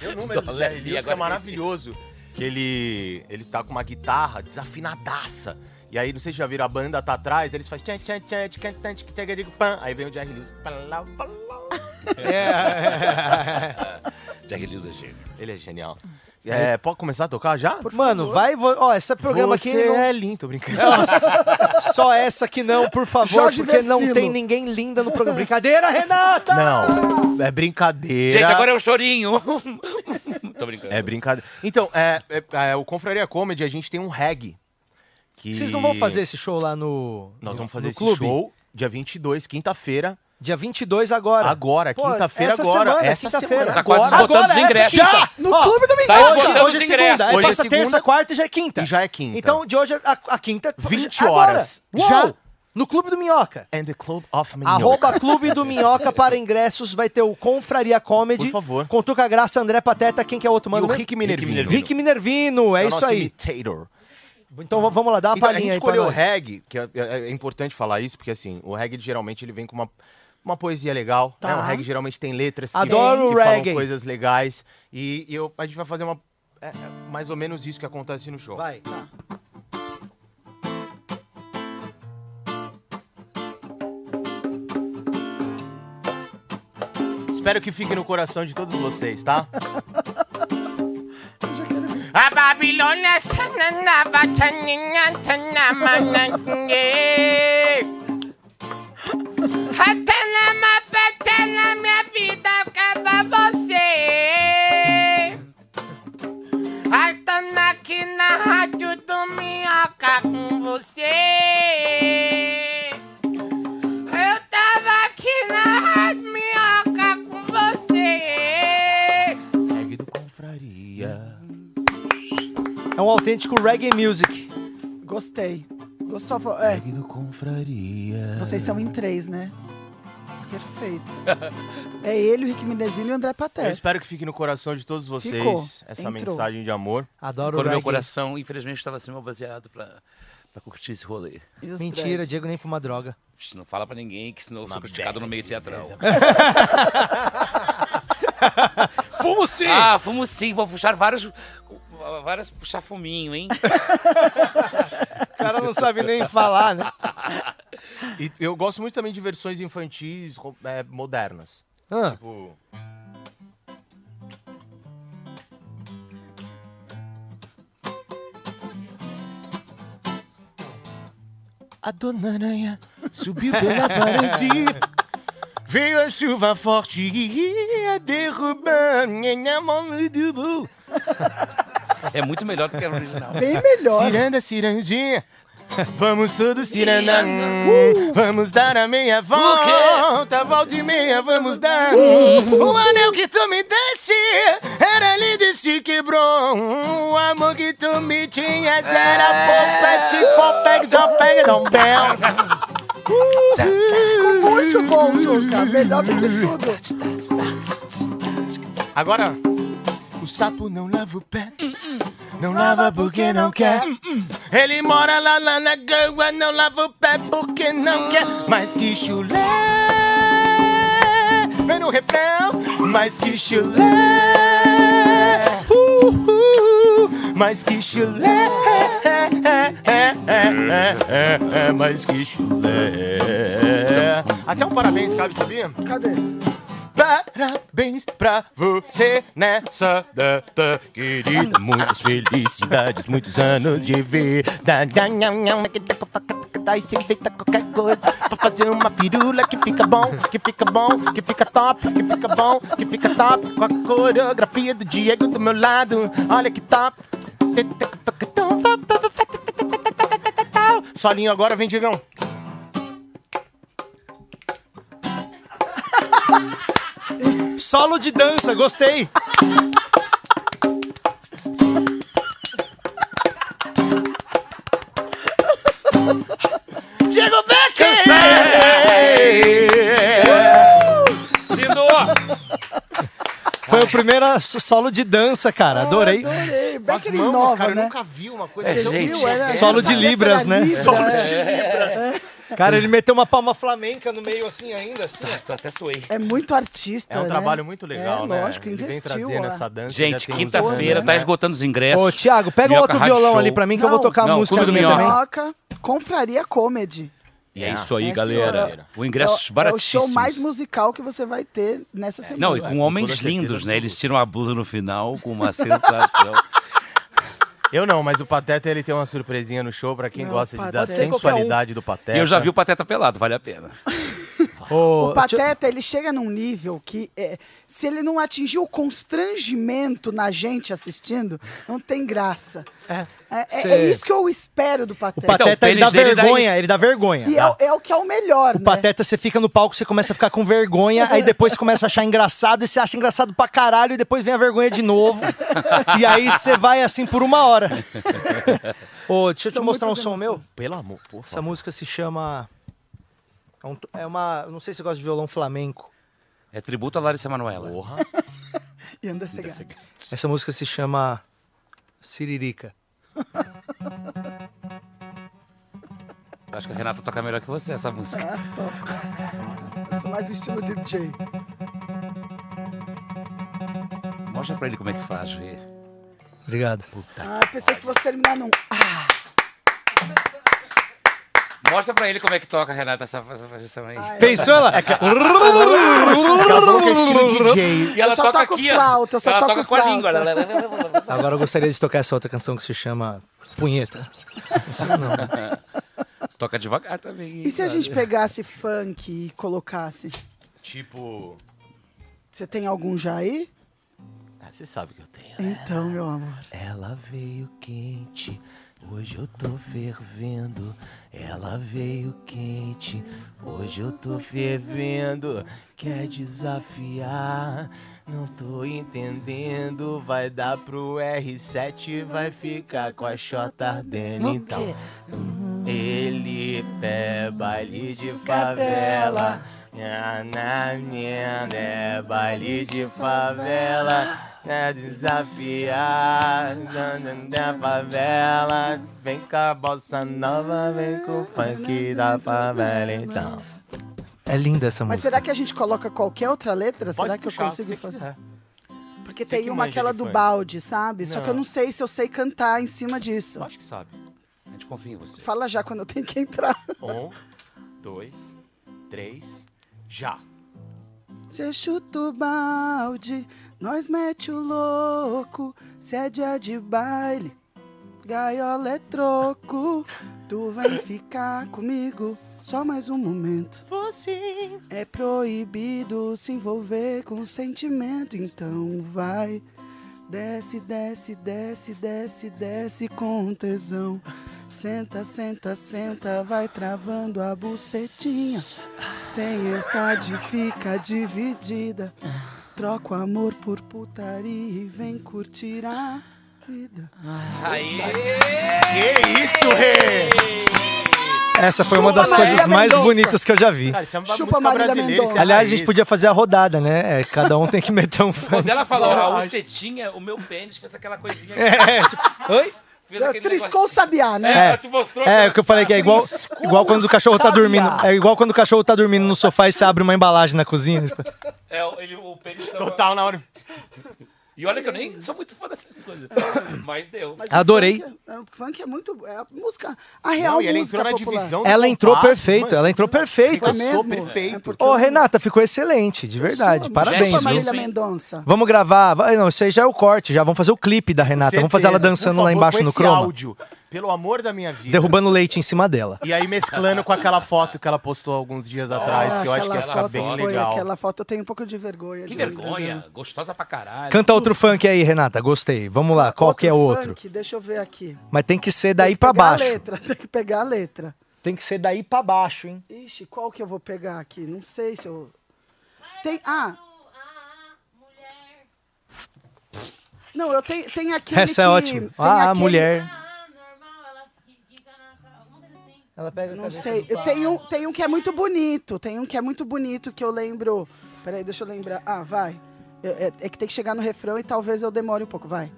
S6: Meu número do
S3: Dólar
S6: Jerry
S3: ali,
S6: Lewis, que é
S3: agora
S6: maravilhoso. Que ele, ele tá com uma guitarra desafinadaça. E aí, não sei se já viram, a banda tá atrás, eles fazem... tchan, tchan, tchan, tchan, tchan, tchan, tchan, tchan, pam. Aí vem o Jerry Lewis... palá, palá.
S2: É.
S3: Jack Lewis é gênio.
S6: Ele é genial. É, pode começar a tocar já?
S2: Mano, vai. vo- Ó, esse programa
S6: Você
S2: aqui. não-
S6: é lindo, tô brincando.
S2: Nossa, só essa que não, por favor,
S4: Jorge
S2: porque não
S4: Versilo.
S2: tem ninguém linda no programa. Brincadeira, Renata!
S6: Não, é brincadeira.
S3: Gente, agora é o chorinho. Tô brincando.
S6: É brincadeira. Então, é, é- é, o Confraria Comedy, a gente tem um reggae. que-
S2: Vocês não vão fazer esse show lá no.
S6: Nós
S2: no-
S6: vamos fazer
S2: no
S6: esse
S2: clube?
S6: show dia 22, quinta-feira.
S2: Dia 22 agora.
S6: Agora,
S2: Pô,
S6: quinta-feira,
S2: essa
S6: agora.
S2: semana,
S6: essa
S2: quinta-feira.
S6: semana,
S3: Tá quase
S6: agora.
S3: esgotando
S2: Agora,
S3: os
S2: essa
S3: ingressos.
S2: Já!
S4: No
S2: Ó,
S4: Clube do Miguel.
S3: Tá
S2: hoje,
S3: esgotando
S2: hoje
S3: os
S2: é segunda,
S3: ingressos.
S2: aí
S6: Hoje é
S2: passa terça,
S6: segunda.
S2: quarta e já é quinta.
S6: E já é quinta.
S2: Então, de hoje a, a quinta.
S6: 20
S2: agora.
S6: horas.
S2: Uou!
S6: Já.
S2: No Clube do Minhoca.
S6: And the Club of Minhoca.
S2: Arroba Clube do Minhoca para ingressos. Vai ter o Confraria Comedy.
S6: Por favor.
S2: Com Tuca Graça, André Pateta. Quem que é outro,
S6: E
S2: mano?
S6: o Rick Minervino.
S2: Rick Minervino, é
S6: o
S2: isso
S6: nosso
S2: aí.
S6: imitator.
S2: Então v- vamos lá, dá uma
S6: Então, a
S2: palhinha
S6: gente
S2: aí pra
S6: escolheu o
S2: nós.
S6: reggae, que é, é- é importante falar isso, porque assim, o reggae geralmente ele vem com uma, uma poesia legal,
S4: Tá.
S6: né? O reggae geralmente tem letras que,
S2: Adoro o
S6: que
S2: reggae.
S6: falam coisas legais. E, e eu- a gente vai fazer uma. é- é mais ou menos isso que acontece no show.
S2: Vai.
S6: Espero que fique no coração de todos vocês, tá?
S4: Eu já quero ver.
S6: A Babilônia sananava taninha tanamananinhê. Até na mafete na minha vida acaba você. Até aqui na rádio do Minhoca com você. Eu tava aqui na rádio Minhoca com você. Reggae do Confraria.
S2: É um autêntico reggae music.
S4: Gostei. Gostou? Fo- É,
S6: do Confraria.
S4: vocês são em três, né? Perfeito. É ele, o Rick Minervino e o André
S6: Eu
S4: Paté.
S6: espero que fique no coração de todos vocês
S4: Ficou.
S6: essa
S4: Entrou.
S6: mensagem de amor.
S2: Adoro
S3: Quando
S2: reggae.
S3: meu coração, infelizmente, estava sendo baseado pra, pra curtir esse rolê.
S2: Mentira, Diego nem fuma droga.
S3: Psh, Não fala pra ninguém, que senão eu sou criticado no meio teatral.
S2: Fumo sim!
S3: Ah, fumo sim, vou puxar vários. Vários puxar fuminho, hein?
S2: O cara não sabe nem falar, né?
S6: E eu gosto muito também de versões infantis ro- é, modernas.
S2: Ah,
S6: Tipo. A dona aranha subiu pela parede. Veio a chuva forte e a derrubar minha mão do burro.
S3: É muito melhor do que o original.
S4: Bem melhor.
S6: Ciranda, cirandinha. Vamos todos ciranda. Vamos dar a meia volta, volta e meia, vamos dar. O anel que tu me deste era lindo e se quebrou. O amor que tu me tinhas era popete, popete, popete, dom, bel.
S4: Muito bom, Juca. Melhor do que tudo.
S6: Agora, o sapo não lava o pé. Não lava porque não quer. Ele mora lá, lá na gaua, não lava o pé porque não quer. Mas que chulé, vem no refrão. Mas que chulé, uhul. Mas que chulé, mas que chulé. Até um parabéns, cabe, sabia?
S4: Cadê?
S6: Parabéns pra você nessa data querida. Muitas felicidades, muitos anos de vida. tá Dá e feita qualquer coisa pra fazer uma firula que fica bom, que fica bom, que fica top, que fica bom, que fica top. Com a coreografia do Diego do meu lado, olha que top. Solinho agora, vem, Diegão.
S2: Solo de dança, gostei.
S6: Diego Becker!
S3: Terminou!
S2: Foi o primeiro so- solo de dança, cara. Adorei.
S4: Adorei.
S5: As
S4: Becker
S5: mãos,
S4: inova,
S5: cara, eu
S4: né?
S5: nunca vi uma coisa
S3: É,
S5: tão...
S3: gente,
S4: Viu? Era-
S2: Solo
S4: essa-
S2: de
S4: essa
S2: libras,
S4: era
S2: né?
S4: Libra.
S2: Solo
S4: é.
S2: Cara, ele meteu uma palma flamenca no meio assim ainda, assim. ó.
S3: Até suei.
S4: É muito artista,
S6: É um
S4: né?
S6: trabalho muito legal,
S4: é,
S6: né?
S4: Lógico,
S6: Ele vem
S4: investiu.
S6: trazendo
S4: ó.
S6: essa dança.
S3: Gente,
S6: já tem uns
S3: quinta-feira
S6: anos,
S3: tá
S6: né?
S3: esgotando os ingressos.
S2: Ô, Thiago, pega um
S3: Minhoca
S2: outro
S3: Rádio
S2: violão
S3: Show.
S2: ali pra mim que eu vou
S4: Não,
S2: tocar a
S3: não,
S2: música
S3: Clube do
S2: minha
S3: Minhoca.
S2: também.
S4: Minhoca, Confraria Comedy.
S3: E é isso aí,
S4: É,
S3: galera.
S4: senhora.
S3: O ingresso
S4: é, é o
S3: baratíssimo.
S4: show mais musical que você vai ter nessa semana.
S3: Não, e com homens
S6: certeza
S3: lindos, né?
S6: absoluta.
S3: Eles tiram a blusa no final com uma sensação.
S6: Eu não, mas o Pateta ele tem uma surpresinha no show pra quem
S4: Não,
S6: gosta de,
S4: Pateta.
S6: da
S4: Pode ser
S6: sensualidade do Pateta.
S3: E eu já vi o Pateta pelado, vale a pena.
S2: Ô,
S4: O Pateta, ele chega num nível que, é, se ele não atingir o constrangimento na gente assistindo, não tem graça. É, é- é
S2: Cê-
S4: isso que eu espero do
S2: O
S4: Pateta.
S2: Pateta,
S3: Então, o
S2: ele dá
S3: pênis dele dá
S2: vergonha,
S3: isso.
S2: ele dá vergonha.
S4: E é, o- é o que é o melhor,
S2: O
S4: né?
S2: Pateta, você fica no palco, você começa a ficar com vergonha, aí depois começa a achar engraçado, e você acha engraçado pra caralho, e depois vem a vergonha de novo. e aí você vai assim por uma hora. Ô, deixa eu
S4: São
S2: te mostrar um
S4: muitas
S2: som meu.
S4: emoções.
S6: Pelo amor, por
S2: Essa
S6: favor.
S2: música se chama. é um- É uma. eu Não sei se você gosta de violão flamenco.
S3: É tributo a Larissa Manoela.
S6: Porra.
S4: E André Segato.
S2: Essa música se chama. Siririca.
S3: Acho que a Renata toca melhor que você essa música.
S4: Ah, top. Eu sou mais o estilo DJ.
S3: Mostra pra ele como é que faz, Rê.
S2: Obrigado.
S4: Ah, eu pensei que fosse terminar num... Ah,
S3: Mostra pra ele como é que toca, Renata, essa essa posição aí.
S2: Pensou ela?
S6: Falou que é estilo DJ.
S3: E ela
S4: eu só
S3: toca
S4: toco
S3: aqui, ó.
S4: flauta, eu só
S3: ela
S4: toco
S3: toca com a
S4: flauta.
S3: língua. Ela- ela- ela- ela-
S2: Agora eu gostaria de tocar essa outra canção que se chama Punheta.
S3: toca devagar também.
S4: E se a gente pegasse funk e colocasse?
S6: Tipo.
S4: Você tem algum já aí?
S6: Ah, você sabe que eu tenho.
S2: É.
S4: Então, meu amor.
S6: Ela veio quente, hoje eu tô fervendo. Ela veio quente, hoje eu tô fervendo. Quer desafiar? Não tô entendendo. Vai dar pro R7, vai ficar com a Xota ardendo. Então, ele é baile de favela. Na, na minha, né? Baile de favela. É desafiar na, na, na né, favela. Vem com a bossa nova, vem com o funk da favela. Então,
S2: É linda essa
S4: Mas
S2: música.
S4: será que a gente coloca qualquer outra letra? será que eu consigo fazer? Porque tem uma aquela do balde, sabe? Só que eu não sei se eu sei cantar em cima disso.
S6: Acho que sabe.
S3: A gente confia em você.
S4: Fala já quando eu tenho que entrar.
S6: Um, dois, três, já.
S4: Cê chuta o balde, nós mete o louco, cê é dia de baile, gaiola é troco, tu vai ficar comigo só mais um momento.
S6: Você.
S4: É proibido se envolver com sentimento, então vai. Desce, desce, desce, desce, desce com tesão. Senta, senta, senta, vai travando a bucetinha. Sem essa de fica dividida. Troca o amor por putaria e vem curtir a vida.
S3: Aí!
S6: Que isso, rei!
S2: Essa foi uma das
S4: Maria
S2: coisas mais
S4: Mendonça.
S2: bonitas que eu já vi.
S6: Cara, isso é uma
S4: Chupa
S6: música
S4: Marília
S6: brasileira. isso é
S4: Mendonça.
S2: Aliás, a
S6: raiz.
S2: gente podia fazer a rodada, né? É, cada um tem que meter um fã.
S3: Quando ela falou a ucetinha, o meu pênis fez aquela coisinha.
S2: É, tipo, Oi?
S3: Fez aquele
S4: Triscou o
S3: negócio.
S4: sabiá, né?
S3: É, ela te mostrou.
S2: É, o que eu falei que é igual, igual quando o cachorro tá dormindo. É igual quando o cachorro tá dormindo no sofá e você abre uma embalagem na cozinha.
S3: É, ele, o pênis tava-
S6: Total na hora.
S3: E E olha que eu nem sou muito fã dessa coisa. Mas deu.
S4: Mas o
S2: Adorei.
S4: funk é- é- O funk é muito. É a música. A real
S6: e ela
S4: música
S6: entrou na
S4: popular.
S6: divisão.
S2: Ela entrou
S6: Fácil,
S2: perfeito,
S6: mas-
S2: ela entrou perfeito.
S4: Fica
S6: sou
S4: mesmo.
S6: perfeito.
S4: É porque
S2: Ô,
S4: eu-
S2: Renata, ficou excelente, de
S6: é
S4: eu
S2: verdade.
S4: sou,
S2: Parabéns.
S4: Eu
S3: Gente,
S4: sou
S2: viu?
S4: Marília
S3: viu?
S4: Mendonça.
S2: Vamos gravar. Ah, Não, isso aí já é o corte, já. Vamos fazer o clipe da Renata. Vamos fazer ela
S6: Certeza.
S2: dançando
S6: Por
S2: lá
S6: favor,
S2: embaixo
S6: com
S2: no
S6: esse
S2: croma.
S6: áudio, pelo amor da minha vida.
S2: Derrubando leite em cima dela.
S6: E aí mesclando com aquela foto que ela postou alguns dias atrás, que eu acho que ia
S4: Aquela
S6: ficar
S4: foto
S6: bem
S4: foi
S6: legal.
S4: Aquela foto eu tenho um pouco de vergonha.
S3: Que
S4: de-
S3: vergonha. Gostosa pra caralho.
S2: Canta outro funk aí, Renata. Gostei. Vamos
S6: Ah,
S2: lá, qual que é outro?
S4: funk, deixa eu ver aqui.
S2: Mas tem que ser daí
S4: Tem que
S2: pra
S4: pegar a
S2: baixo.
S4: letra, tem que pegar a letra.
S2: Tem que ser daí pra baixo, hein?
S4: Ixi, qual que eu vou pegar aqui? Não sei se eu. Tem. Ah,
S7: Ah, mulher.
S4: não, eu tenho. Tem aquele.
S2: Essa é
S4: que-
S2: ótima.
S4: tem
S2: Ah,
S4: aquele-
S2: mulher.
S7: Ah, normal, ela fica na cara. Alguma coisa assim.
S2: Ela pega
S4: Não sei. Eu tenho, tem um que é muito bonito. Tem um que é muito bonito que eu lembro. Peraí, deixa eu lembrar. Ah, vai. Eu- é, é que tem que chegar no refrão e talvez eu demore um pouco. Vai.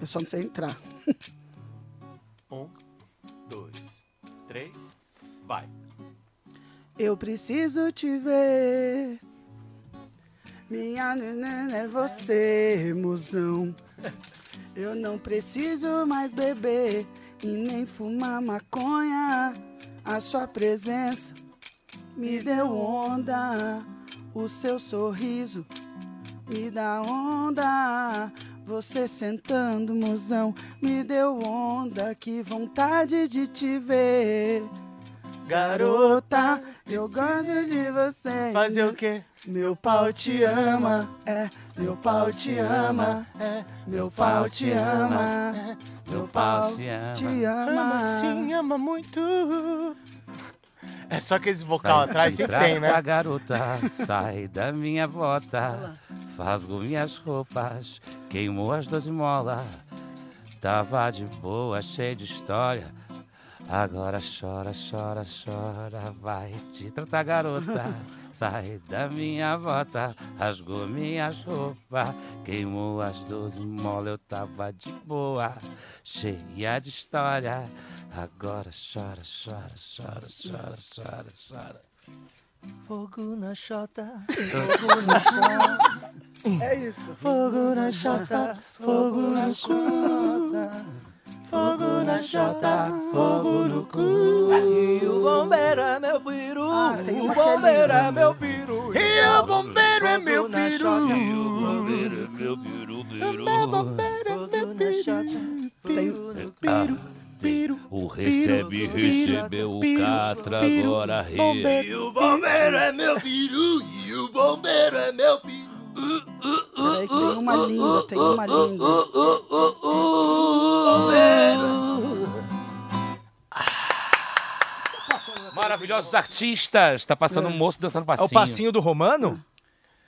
S4: Eu só não sei entrar.
S6: Um, dois, três, vai.
S4: Eu preciso te ver. Minha neném é você, mozão. Eu não preciso mais beber e nem fumar maconha. A sua presença me deu onda. O seu sorriso me dá onda. Você sentando, mozão, me deu onda. Que vontade de te ver. Garota, Tá, eu gosto de você.
S6: Fazer o quê?
S4: Meu pau te ama, é. Meu pau te ama, é. Meu pau te ama, é. Meu pau te ama.
S6: Ama sim, ama muito. É só que esse vocal
S3: Sai
S6: atrás
S3: de
S6: sempre
S3: trás
S6: tem,
S3: da
S6: né?
S3: garota, sai da minha bota, rasgou minhas roupas, queimou as doze molas. Tava de boa, cheio de história. Agora chora, chora, chora, vai te tratar, garota. Sai da minha bota, rasgou minhas roupas, queimou as doze molas. Eu tava de boa, cheia de história. Agora chora, chora, chora, chora, chora, chora.
S2: Fogo na chota.
S4: É isso.
S6: Fogo na chota, fogo na chota. Fogo na chota, fogo no cu.
S2: o bombeiro é meu piru.
S4: Ah,
S6: uh,
S4: tem uma que é bombeiro
S2: é meu piru.
S6: E o bombeiro é meu
S2: Fogo na
S6: peru.
S3: Meu biru, biru.
S2: Fogo na chota.
S3: É, ah, O recebe, recebeu o catra, agora ri. E o bombeiro é meu biru, e o bombeiro é meu biru.
S6: Uh,
S4: Peraí, que tem uma linda, tem uma linda.
S3: Maravilhosos artistas! Tá passando um moço dançando
S2: É
S3: passinho.
S2: o passinho do Romano?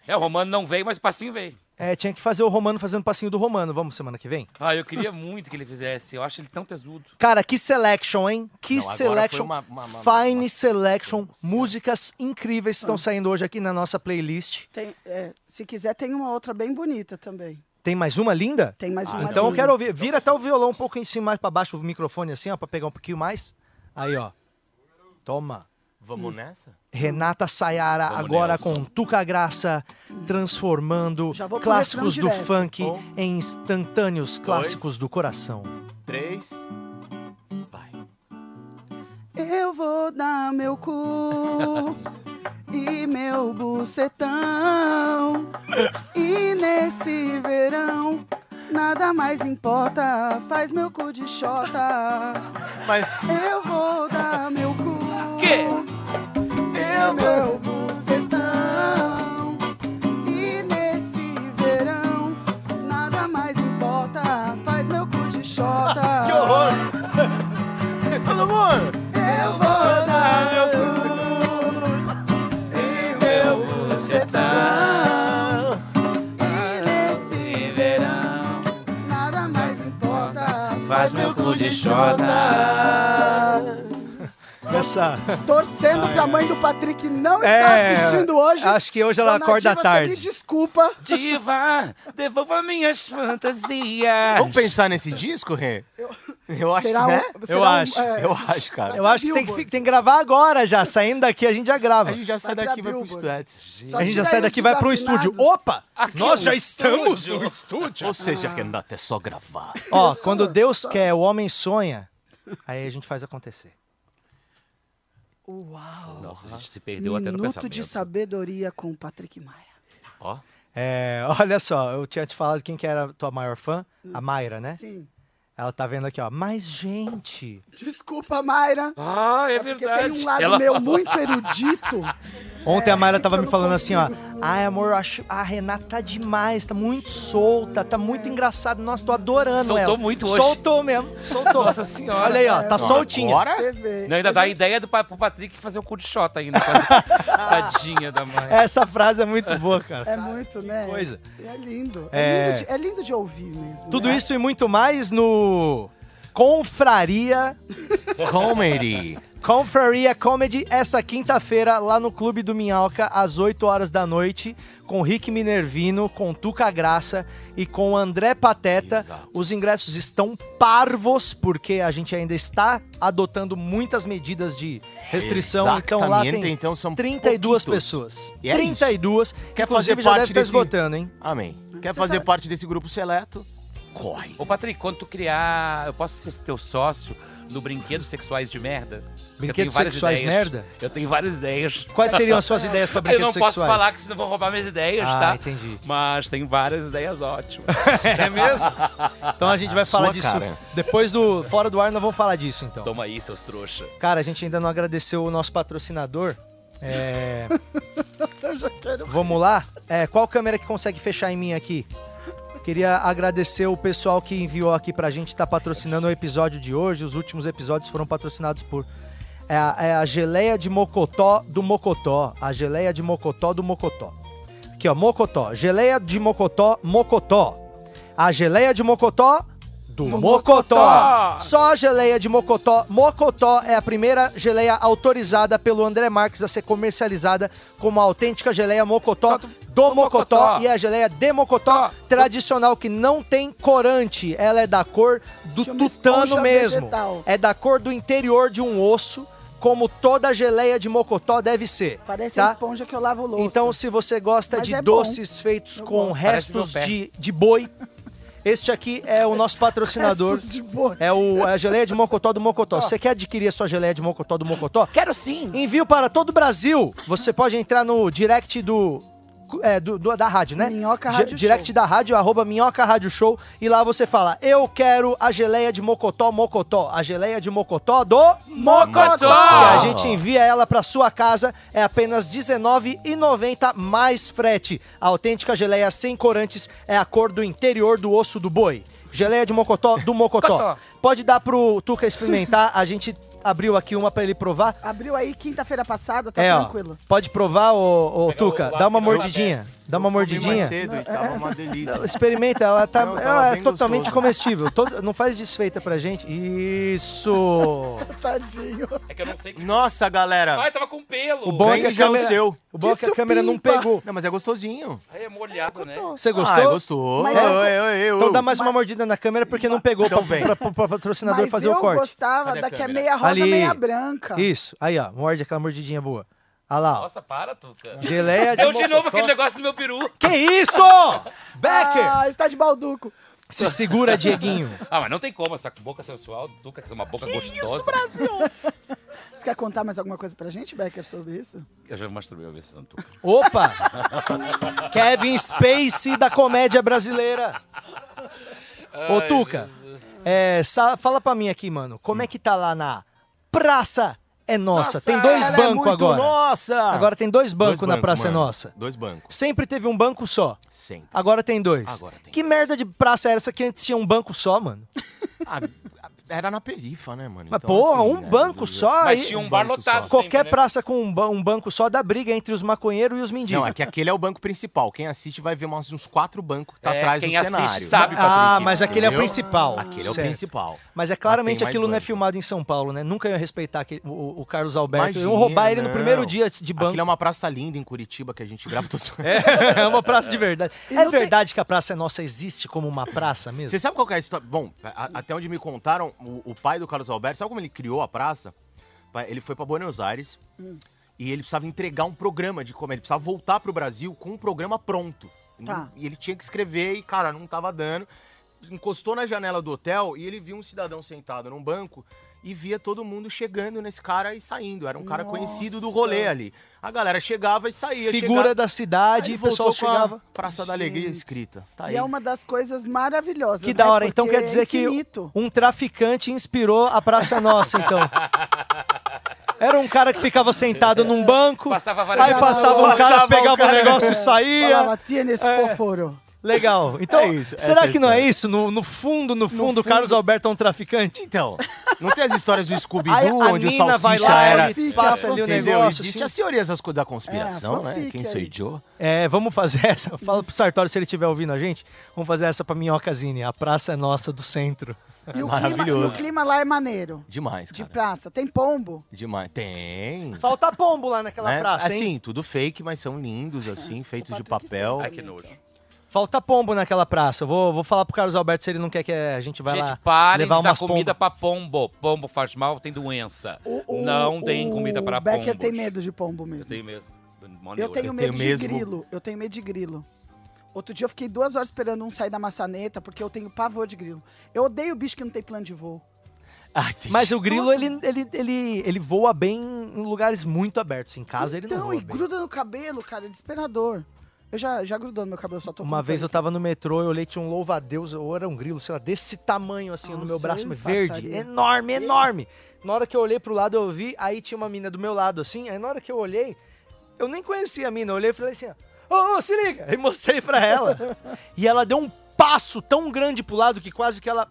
S3: É, o Romano não veio, mas o passinho veio.
S2: É, tinha que fazer o Romano fazendo passinho do Romano. Vamos semana que vem?
S3: Ah, eu queria muito que ele fizesse. Eu acho ele tão tesudo.
S2: Cara, que selection, hein? Que
S6: Não, agora foi
S2: selection.
S6: uma- uma- uma-
S2: fine
S6: uma- Ah.
S2: selection. Músicas incríveis que estão saindo hoje aqui na nossa playlist.
S4: Tem, é, se quiser, tem uma outra bem bonita também.
S2: Tem mais uma linda?
S4: Tem mais uma
S2: Então eu
S4: linda.
S2: quero ouvir. Vira até o violão um pouco em cima, mais pra baixo, o microfone assim, ó, pra pegar um pouquinho mais. Aí, ó. Toma.
S6: Vamos nessa?
S2: Renata Sayara,
S3: Vamos,
S2: agora
S3: Nelson.
S2: com Tuca Graça, transformando
S4: Já vou pro
S2: clássicos do
S4: refrão
S2: funk
S4: direto.
S6: Um,
S2: em instantâneos clássicos do coração.
S6: Três, vai.
S4: Eu vou dar meu cu e meu bucetão. E nesse verão, nada mais importa. Faz meu cu de xota.
S6: Mas
S4: Eu vou dar meu cu.
S3: Quê?
S4: Eu meu bucetão. E nesse verão, nada mais importa. Faz meu cu de xota.
S6: que horror! Todo mundo!
S4: Eu vou dar meu cu e meu bucetão. E nesse verão, nada mais importa.
S3: Faz meu cu de xota.
S2: Essa.
S4: Torcendo pra mãe do Patrick não
S2: É,
S4: estar assistindo hoje.
S2: acho que hoje ela
S4: Dona
S2: acorda
S4: Di,
S2: à tarde.
S4: Você me desculpa.
S3: Diva, devolva minhas fantasias.
S6: Vamos pensar nesse disco, Rê? Eu acho,
S4: Será
S6: né?
S4: um- será
S6: eu
S4: um,
S6: acho,
S4: é,
S6: eu acho, cara.
S2: Eu acho que tem que, fi- tem que gravar agora já. Saindo daqui, a gente já grava.
S6: A gente já sai
S4: pra
S6: daqui e vai pro
S4: Billboard.
S6: Studs.
S4: Só
S2: a gente já
S4: tira
S2: sai
S4: aí
S2: daqui e
S4: os
S2: vai pro estúdio.
S4: desafinados.
S2: Opa! nós já estamos no estúdio.
S6: Ou seja, Renata, é só gravar.
S2: Ó, quando Deus quer, o homem sonha, aí a gente faz acontecer.
S4: Uau.
S3: Nossa, a gente se perdeu até no
S4: Minuto
S3: pensamento.
S4: de sabedoria com o Patrick Maia.
S6: Ó,
S2: É, olha só, eu tinha te falado quem que era a tua maior fã, a Mayra, né?
S4: Sim.
S2: Ela tá vendo aqui, ó. Mas, gente,
S4: Desculpa, Mayra.
S3: Ah, é
S4: Porque tem
S3: verdade.
S4: um lado
S3: Ela
S4: meu
S3: falou-
S4: muito erudito.
S2: Ontem a Mayra tava
S4: eu
S2: me
S4: não
S2: falando assim, ó. Ai, amor, eu acho a Renata tá demais, tá muito solta, tá muito engraçada. Nossa, tô adorando
S3: Soltou
S2: ela.
S3: muito hoje.
S2: Soltou mesmo, soltou.
S3: Nossa senhora.
S2: Olha aí, ó, tá
S6: Não,
S2: soltinha.
S6: agora-
S4: Você vê.
S2: Né?
S3: Não, ainda dá a ideia do, pa- pro Patrick fazer o cu de shot ainda. Tadinha da mãe.
S2: Essa frase é muito boa, cara.
S4: É muito, né?
S2: Coisa.
S4: É lindo.
S2: É.
S4: É, lindo, de, é lindo de ouvir mesmo.
S2: Tudo
S4: né?
S2: isso e muito mais no Confraria,
S6: comedy.
S2: Confraria Comedy, essa quinta-feira lá no Clube do Minhoca, às 8 horas da noite, com Rick Minervino, com Tuca Graça e com André Pateta.
S6: Exato.
S2: Os ingressos estão parvos, porque a gente ainda está adotando muitas medidas de restrição. Então lá
S6: Exatamente,
S2: tem
S6: então são
S2: 32
S6: pouquitos.
S2: pessoas.
S6: E é
S2: 32.
S6: Quer
S2: Inclusive
S6: fazer
S2: já
S6: parte
S2: deve estar
S6: desse-
S2: esgotando, hein?
S6: Amém. Quer
S4: Você
S6: fazer
S4: sabe-
S6: parte desse grupo seleto? Corre.
S3: Ô, Patrick, quando tu criar. Eu posso ser teu sócio no Brinquedos Sexuais de Merda? Porque eu tenho
S2: Brinquedos
S3: várias
S2: sexuais
S3: ideias.
S2: merda?
S3: Eu tenho várias ideias.
S2: Quais seriam as suas ideias para
S3: Eu não
S2: brinquedos
S3: posso
S2: sexuais?
S3: falar que senão vão roubar minhas ideias,
S2: Ah,
S3: tá?
S2: entendi.
S3: Mas tem várias ideias ótimas.
S2: É mesmo? Então a gente vai falar
S6: Sua
S2: disso.
S6: cara.
S2: Depois do Fora do Ar, nós vamos falar disso, então.
S3: Toma aí, seus trouxa.
S2: Cara, a gente ainda não agradeceu o nosso patrocinador. É. Vamos lá? É, qual câmera que consegue fechar em mim aqui? Queria agradecer o pessoal que enviou aqui pra gente, tá patrocinando o episódio de hoje. Os últimos episódios foram patrocinados por. É a, é a geleia de mocotó do Mocotó. A geleia de mocotó do Mocotó. Aqui, ó, Mocotó. Geleia de mocotó, Mocotó. A geleia de mocotó do, mocotó.
S3: Mocotó.
S2: Só a geleia de mocotó. Mocotó é a primeira geleia autorizada pelo André Marques a ser comercializada como a autêntica geleia mocotó do, mocotó.
S3: Mocotó.
S2: E É a geleia de mocotó
S3: Tó.
S2: tradicional que não tem corante. Ela é da cor do
S4: De uma
S2: tutano
S4: esponja
S2: mesmo.
S4: vegetal.
S2: É da cor do interior de um osso, como toda geleia de mocotó deve ser.
S4: Parece a
S2: tá?
S4: esponja que eu lavo louça.
S2: Então, se você gosta
S4: Mas
S2: de
S4: é bom.
S2: doces feitos
S4: Eu
S2: com
S4: gosto.
S2: restos
S3: Parece meu
S2: de, de boi, este aqui é o nosso patrocinador.
S4: Restos de boi.
S2: É o, é a geleia de mocotó do Mocotó. Você quer adquirir a sua geleia de mocotó do Mocotó?
S3: Quero sim!
S2: Envio para todo o Brasil. Você pode entrar no direct do. é, do- do- da rádio, né?
S4: Minhoca
S2: Di-
S4: Rádio
S2: Direct
S4: Show.
S2: da rádio, arroba Minhoca Rádio Show. E lá você fala: Eu quero a geleia de Mocotó Mocotó. A geleia de Mocotó do. E a
S3: Mocotó! É
S2: gente envia ela pra sua casa. É apenas R$19,90 mais frete. A autêntica geleia sem corantes é a cor do interior do osso do boi. Geleia de mocotó do mocotó.
S3: Cotó.
S2: Pode dar pro Tuca experimentar. A gente abriu aqui uma pra ele provar.
S4: Abriu aí quinta-feira passada, tá
S2: é,
S4: tranquilo.
S2: ó. Pode provar, ô, ô,
S3: Pegar o
S2: Tuca.
S3: lápis
S2: Dá uma
S3: do
S2: mordidinha. Dá uma
S6: É. Comi
S2: mordidinha.
S6: mais cedo e tava uma delícia.
S2: Experimenta, ela tá.
S6: Não, tava
S2: ela é
S6: bem
S2: totalmente
S6: gostoso.
S2: comestível. Todo- não faz desfeita pra gente. Isso!
S4: Tadinho.
S3: É que eu não sei que.
S6: Nossa, galera.
S3: Ai, tava com pelo!
S2: O bom é
S6: Vem
S2: que a
S6: já o
S2: câmera,
S6: seu.
S2: o bom é que a
S4: Isso
S2: câmera não
S4: pimpa.
S2: pegou.
S6: Não, mas é gostosinho.
S3: Ai, é molhado, né?
S2: Você
S6: Ah,
S2: gostou?
S6: é, gostou.
S4: Mas
S6: Oi,
S4: eu-
S6: oi, oi, oi.
S2: Então dá mais uma mordida na câmera porque não pegou
S6: Então
S2: pra,
S6: vem.
S2: pra, pra- pra patrocinador
S4: Mas
S2: fazer
S4: eu
S2: o corte.
S4: gostava
S6: Cadê a
S4: da que é
S6: câmera?
S4: meia rosa,
S2: Ali.
S4: meia branca.
S2: Isso. Aí, ó. Morde aquela mordidinha boa. Olha lá, ó.
S3: Nossa, para, Tuca.
S2: Geleia de
S3: Deu de novo
S2: É mocotó.
S3: aquele negócio do meu peru.
S2: Que isso? Becker!
S4: Ah, está de balduco.
S2: Se segura, Dieguinho.
S3: Ah, mas não tem como essa boca sensual, Tuca, essa é uma boca gostosa.
S4: Você quer contar mais alguma coisa pra gente, Becker, sobre isso?
S3: Eu já masturbei uma vez esse Tuca.
S2: Opa! Kevin Space da comédia brasileira. Ô, Tuca, é, sa- fala pra mim aqui, mano. Como é que tá lá na Praça é Nossa? tem dois
S6: ela é
S2: bancos
S6: muito
S2: agora.
S6: Nossa!
S2: Agora tem dois
S6: Dois
S2: bancos na Praça
S6: mano.
S2: é Nossa.
S6: Dois bancos.
S2: Sempre teve um banco só.
S6: Sempre.
S2: Agora tem dois.
S6: Agora tem
S2: que merda de praça era essa que antes tinha um banco só, mano?
S6: Ah, era na perifa, né, mano?
S2: Mas
S6: Então,
S2: porra,
S6: assim,
S2: um
S6: né,
S2: banco só.
S3: Mas
S2: aí-
S3: tinha um bar
S6: banco
S3: lotado.
S6: só.
S2: Qualquer
S3: sempre, né?
S2: praça com um, ba- um banco só dá briga entre os maconheiros e os mendigos.
S6: Não, é que aquele é o banco principal. Quem assiste vai ver umas- uns quatro bancos que tá
S3: É,
S6: atrás
S3: quem
S6: do
S3: assiste
S6: cenário.
S3: sabe,
S2: Ah, mas aquele é o
S6: Entendeu?
S2: principal.
S6: Aquele é o
S2: Certo.
S6: principal.
S2: Mas é
S6: Mas
S2: claramente
S6: Ah, tem mais
S2: aquilo não é
S6: banco.
S2: filmado em São Paulo, né? Nunca iam respeitar aquele- o, o Carlos Alberto. iam
S6: Imagina,
S2: roubar ele no
S6: não.
S2: primeiro dia de banco.
S6: Aquilo é uma praça linda em Curitiba que a gente grava. Tô... zoando.
S2: É, uma praça de verdade.
S4: E
S2: É
S4: não tem-
S2: verdade que a Praça é Nossa existe como uma praça mesmo?
S6: Você sabe qual que é a história? Bom, a- a- até onde me contaram, o, o pai do Carlos Alberto, sabe como ele criou a praça? Pa- Ele foi pra Buenos Aires
S4: Hum.
S6: e ele precisava entregar um programa de comédia. Ele precisava voltar pro Brasil com um programa pronto.
S4: Tá.
S6: E ele tinha que escrever e, cara, não tava dando. Encostou na janela do hotel e ele viu um cidadão sentado num banco e via todo mundo chegando nesse cara e saindo. Era um cara conhecido do rolê
S4: Nossa.
S6: ali. A galera chegava e saía.
S2: Figura
S6: chegava-
S2: da cidade,
S6: Aí
S2: o pessoal
S6: voltou com a
S2: chegava.
S6: Praça da Alegria
S4: Gente.
S6: escrita. Tá aí.
S4: E é uma das coisas maravilhosas.
S2: Que
S4: né?
S2: da hora, então
S4: Porque
S2: quer dizer
S4: é infinito.
S2: que um traficante inspirou a Praça Nossa, então. Era um cara que ficava sentado num banco,
S3: Passava várias
S2: aí
S3: vezes.
S2: passava um cara,
S6: Passava o
S2: pegava um
S6: cara.
S2: negócio e saía.
S4: Falava, tinha nesse
S2: É.
S4: foforo.
S2: Legal. Então,
S6: É isso, essa é
S2: será
S6: a
S2: que não é
S6: história.
S2: isso? No, no fundo, no fundo, o Carlos
S6: fundo.
S2: Alberto é um traficante?
S6: Então, não tem as histórias do
S2: Aí a
S6: Scooby-Doo, onde o
S2: Nina
S6: Salsicha
S2: vai lá,
S6: era...
S2: ele passa ali o
S6: Entendeu?
S2: negócio,
S6: Existe
S2: assim.
S6: as teorias das co- da
S4: É,
S6: conspiração, né?
S4: fanfic
S6: Quem
S4: aí.
S6: sou Joe?
S2: É, vamos fazer essa. Fala pro Sartori se ele estiver ouvindo a gente. Vamos fazer essa pra Minhocazine. A Praça é Nossa do Centro.
S4: E o, clima, e
S6: Maravilhoso.
S4: o clima lá é maneiro.
S6: Demais,
S4: De
S6: cara.
S4: praça. Tem pombo.
S6: Demais. Tem.
S2: Falta pombo lá naquela
S6: né?
S2: praça, hein?
S6: assim, tudo fake, mas são lindos, assim, feitos de papel.
S3: Ai, que nojo.
S2: Falta pombo naquela praça. Eu Vou, vou falar pro Carlos Alberto se ele não quer que a gente vá lá
S3: Gente, parem
S2: levar
S3: de dar
S2: umas
S3: comida
S2: pombo.
S3: pra pombo. Pombo faz mal, tem doença.
S4: O- o-
S3: não deem comida pra
S4: O Becker
S3: pombos.
S4: tem medo de pombo mesmo.
S3: Eu tenho mesmo. Mó
S4: Eu
S3: neura.
S4: tenho
S6: Eu
S4: medo
S6: tenho
S4: de
S6: mesmo.
S4: grilo. Eu tenho medo de grilo. Outro dia eu fiquei duas horas esperando um sair da maçaneta, porque eu tenho pavor de grilo. Eu odeio bicho que não tem plano de voo.
S6: Ai, tem-
S2: Mas o grilo,
S4: Nossa.
S2: ele, ele, ele, ele voa bem em lugares muito abertos. Em casa, ele não
S4: então,
S2: voa
S4: e
S2: bem.
S4: gruda no cabelo, cara, é desesperador. Eu já, já grudou no meu cabelo, só tô com
S2: Uma vez eu
S4: pânico.
S2: tava no metrô, eu olhei, tinha um louva-a-deus, ou era um grilo, sei lá, desse tamanho, assim, no
S4: Nossa,
S2: meu braço,
S4: eu
S2: mas verde,
S4: infartaria.
S2: enorme, enorme. Na hora que eu olhei pro lado, eu vi, aí tinha uma mina do meu lado, assim, aí na hora que eu olhei, eu nem conhecia a mina, eu olhei e falei assim, ó, ô, ô, se liga! Aí mostrei pra ela. e ela deu um passo tão grande pro lado que quase que ela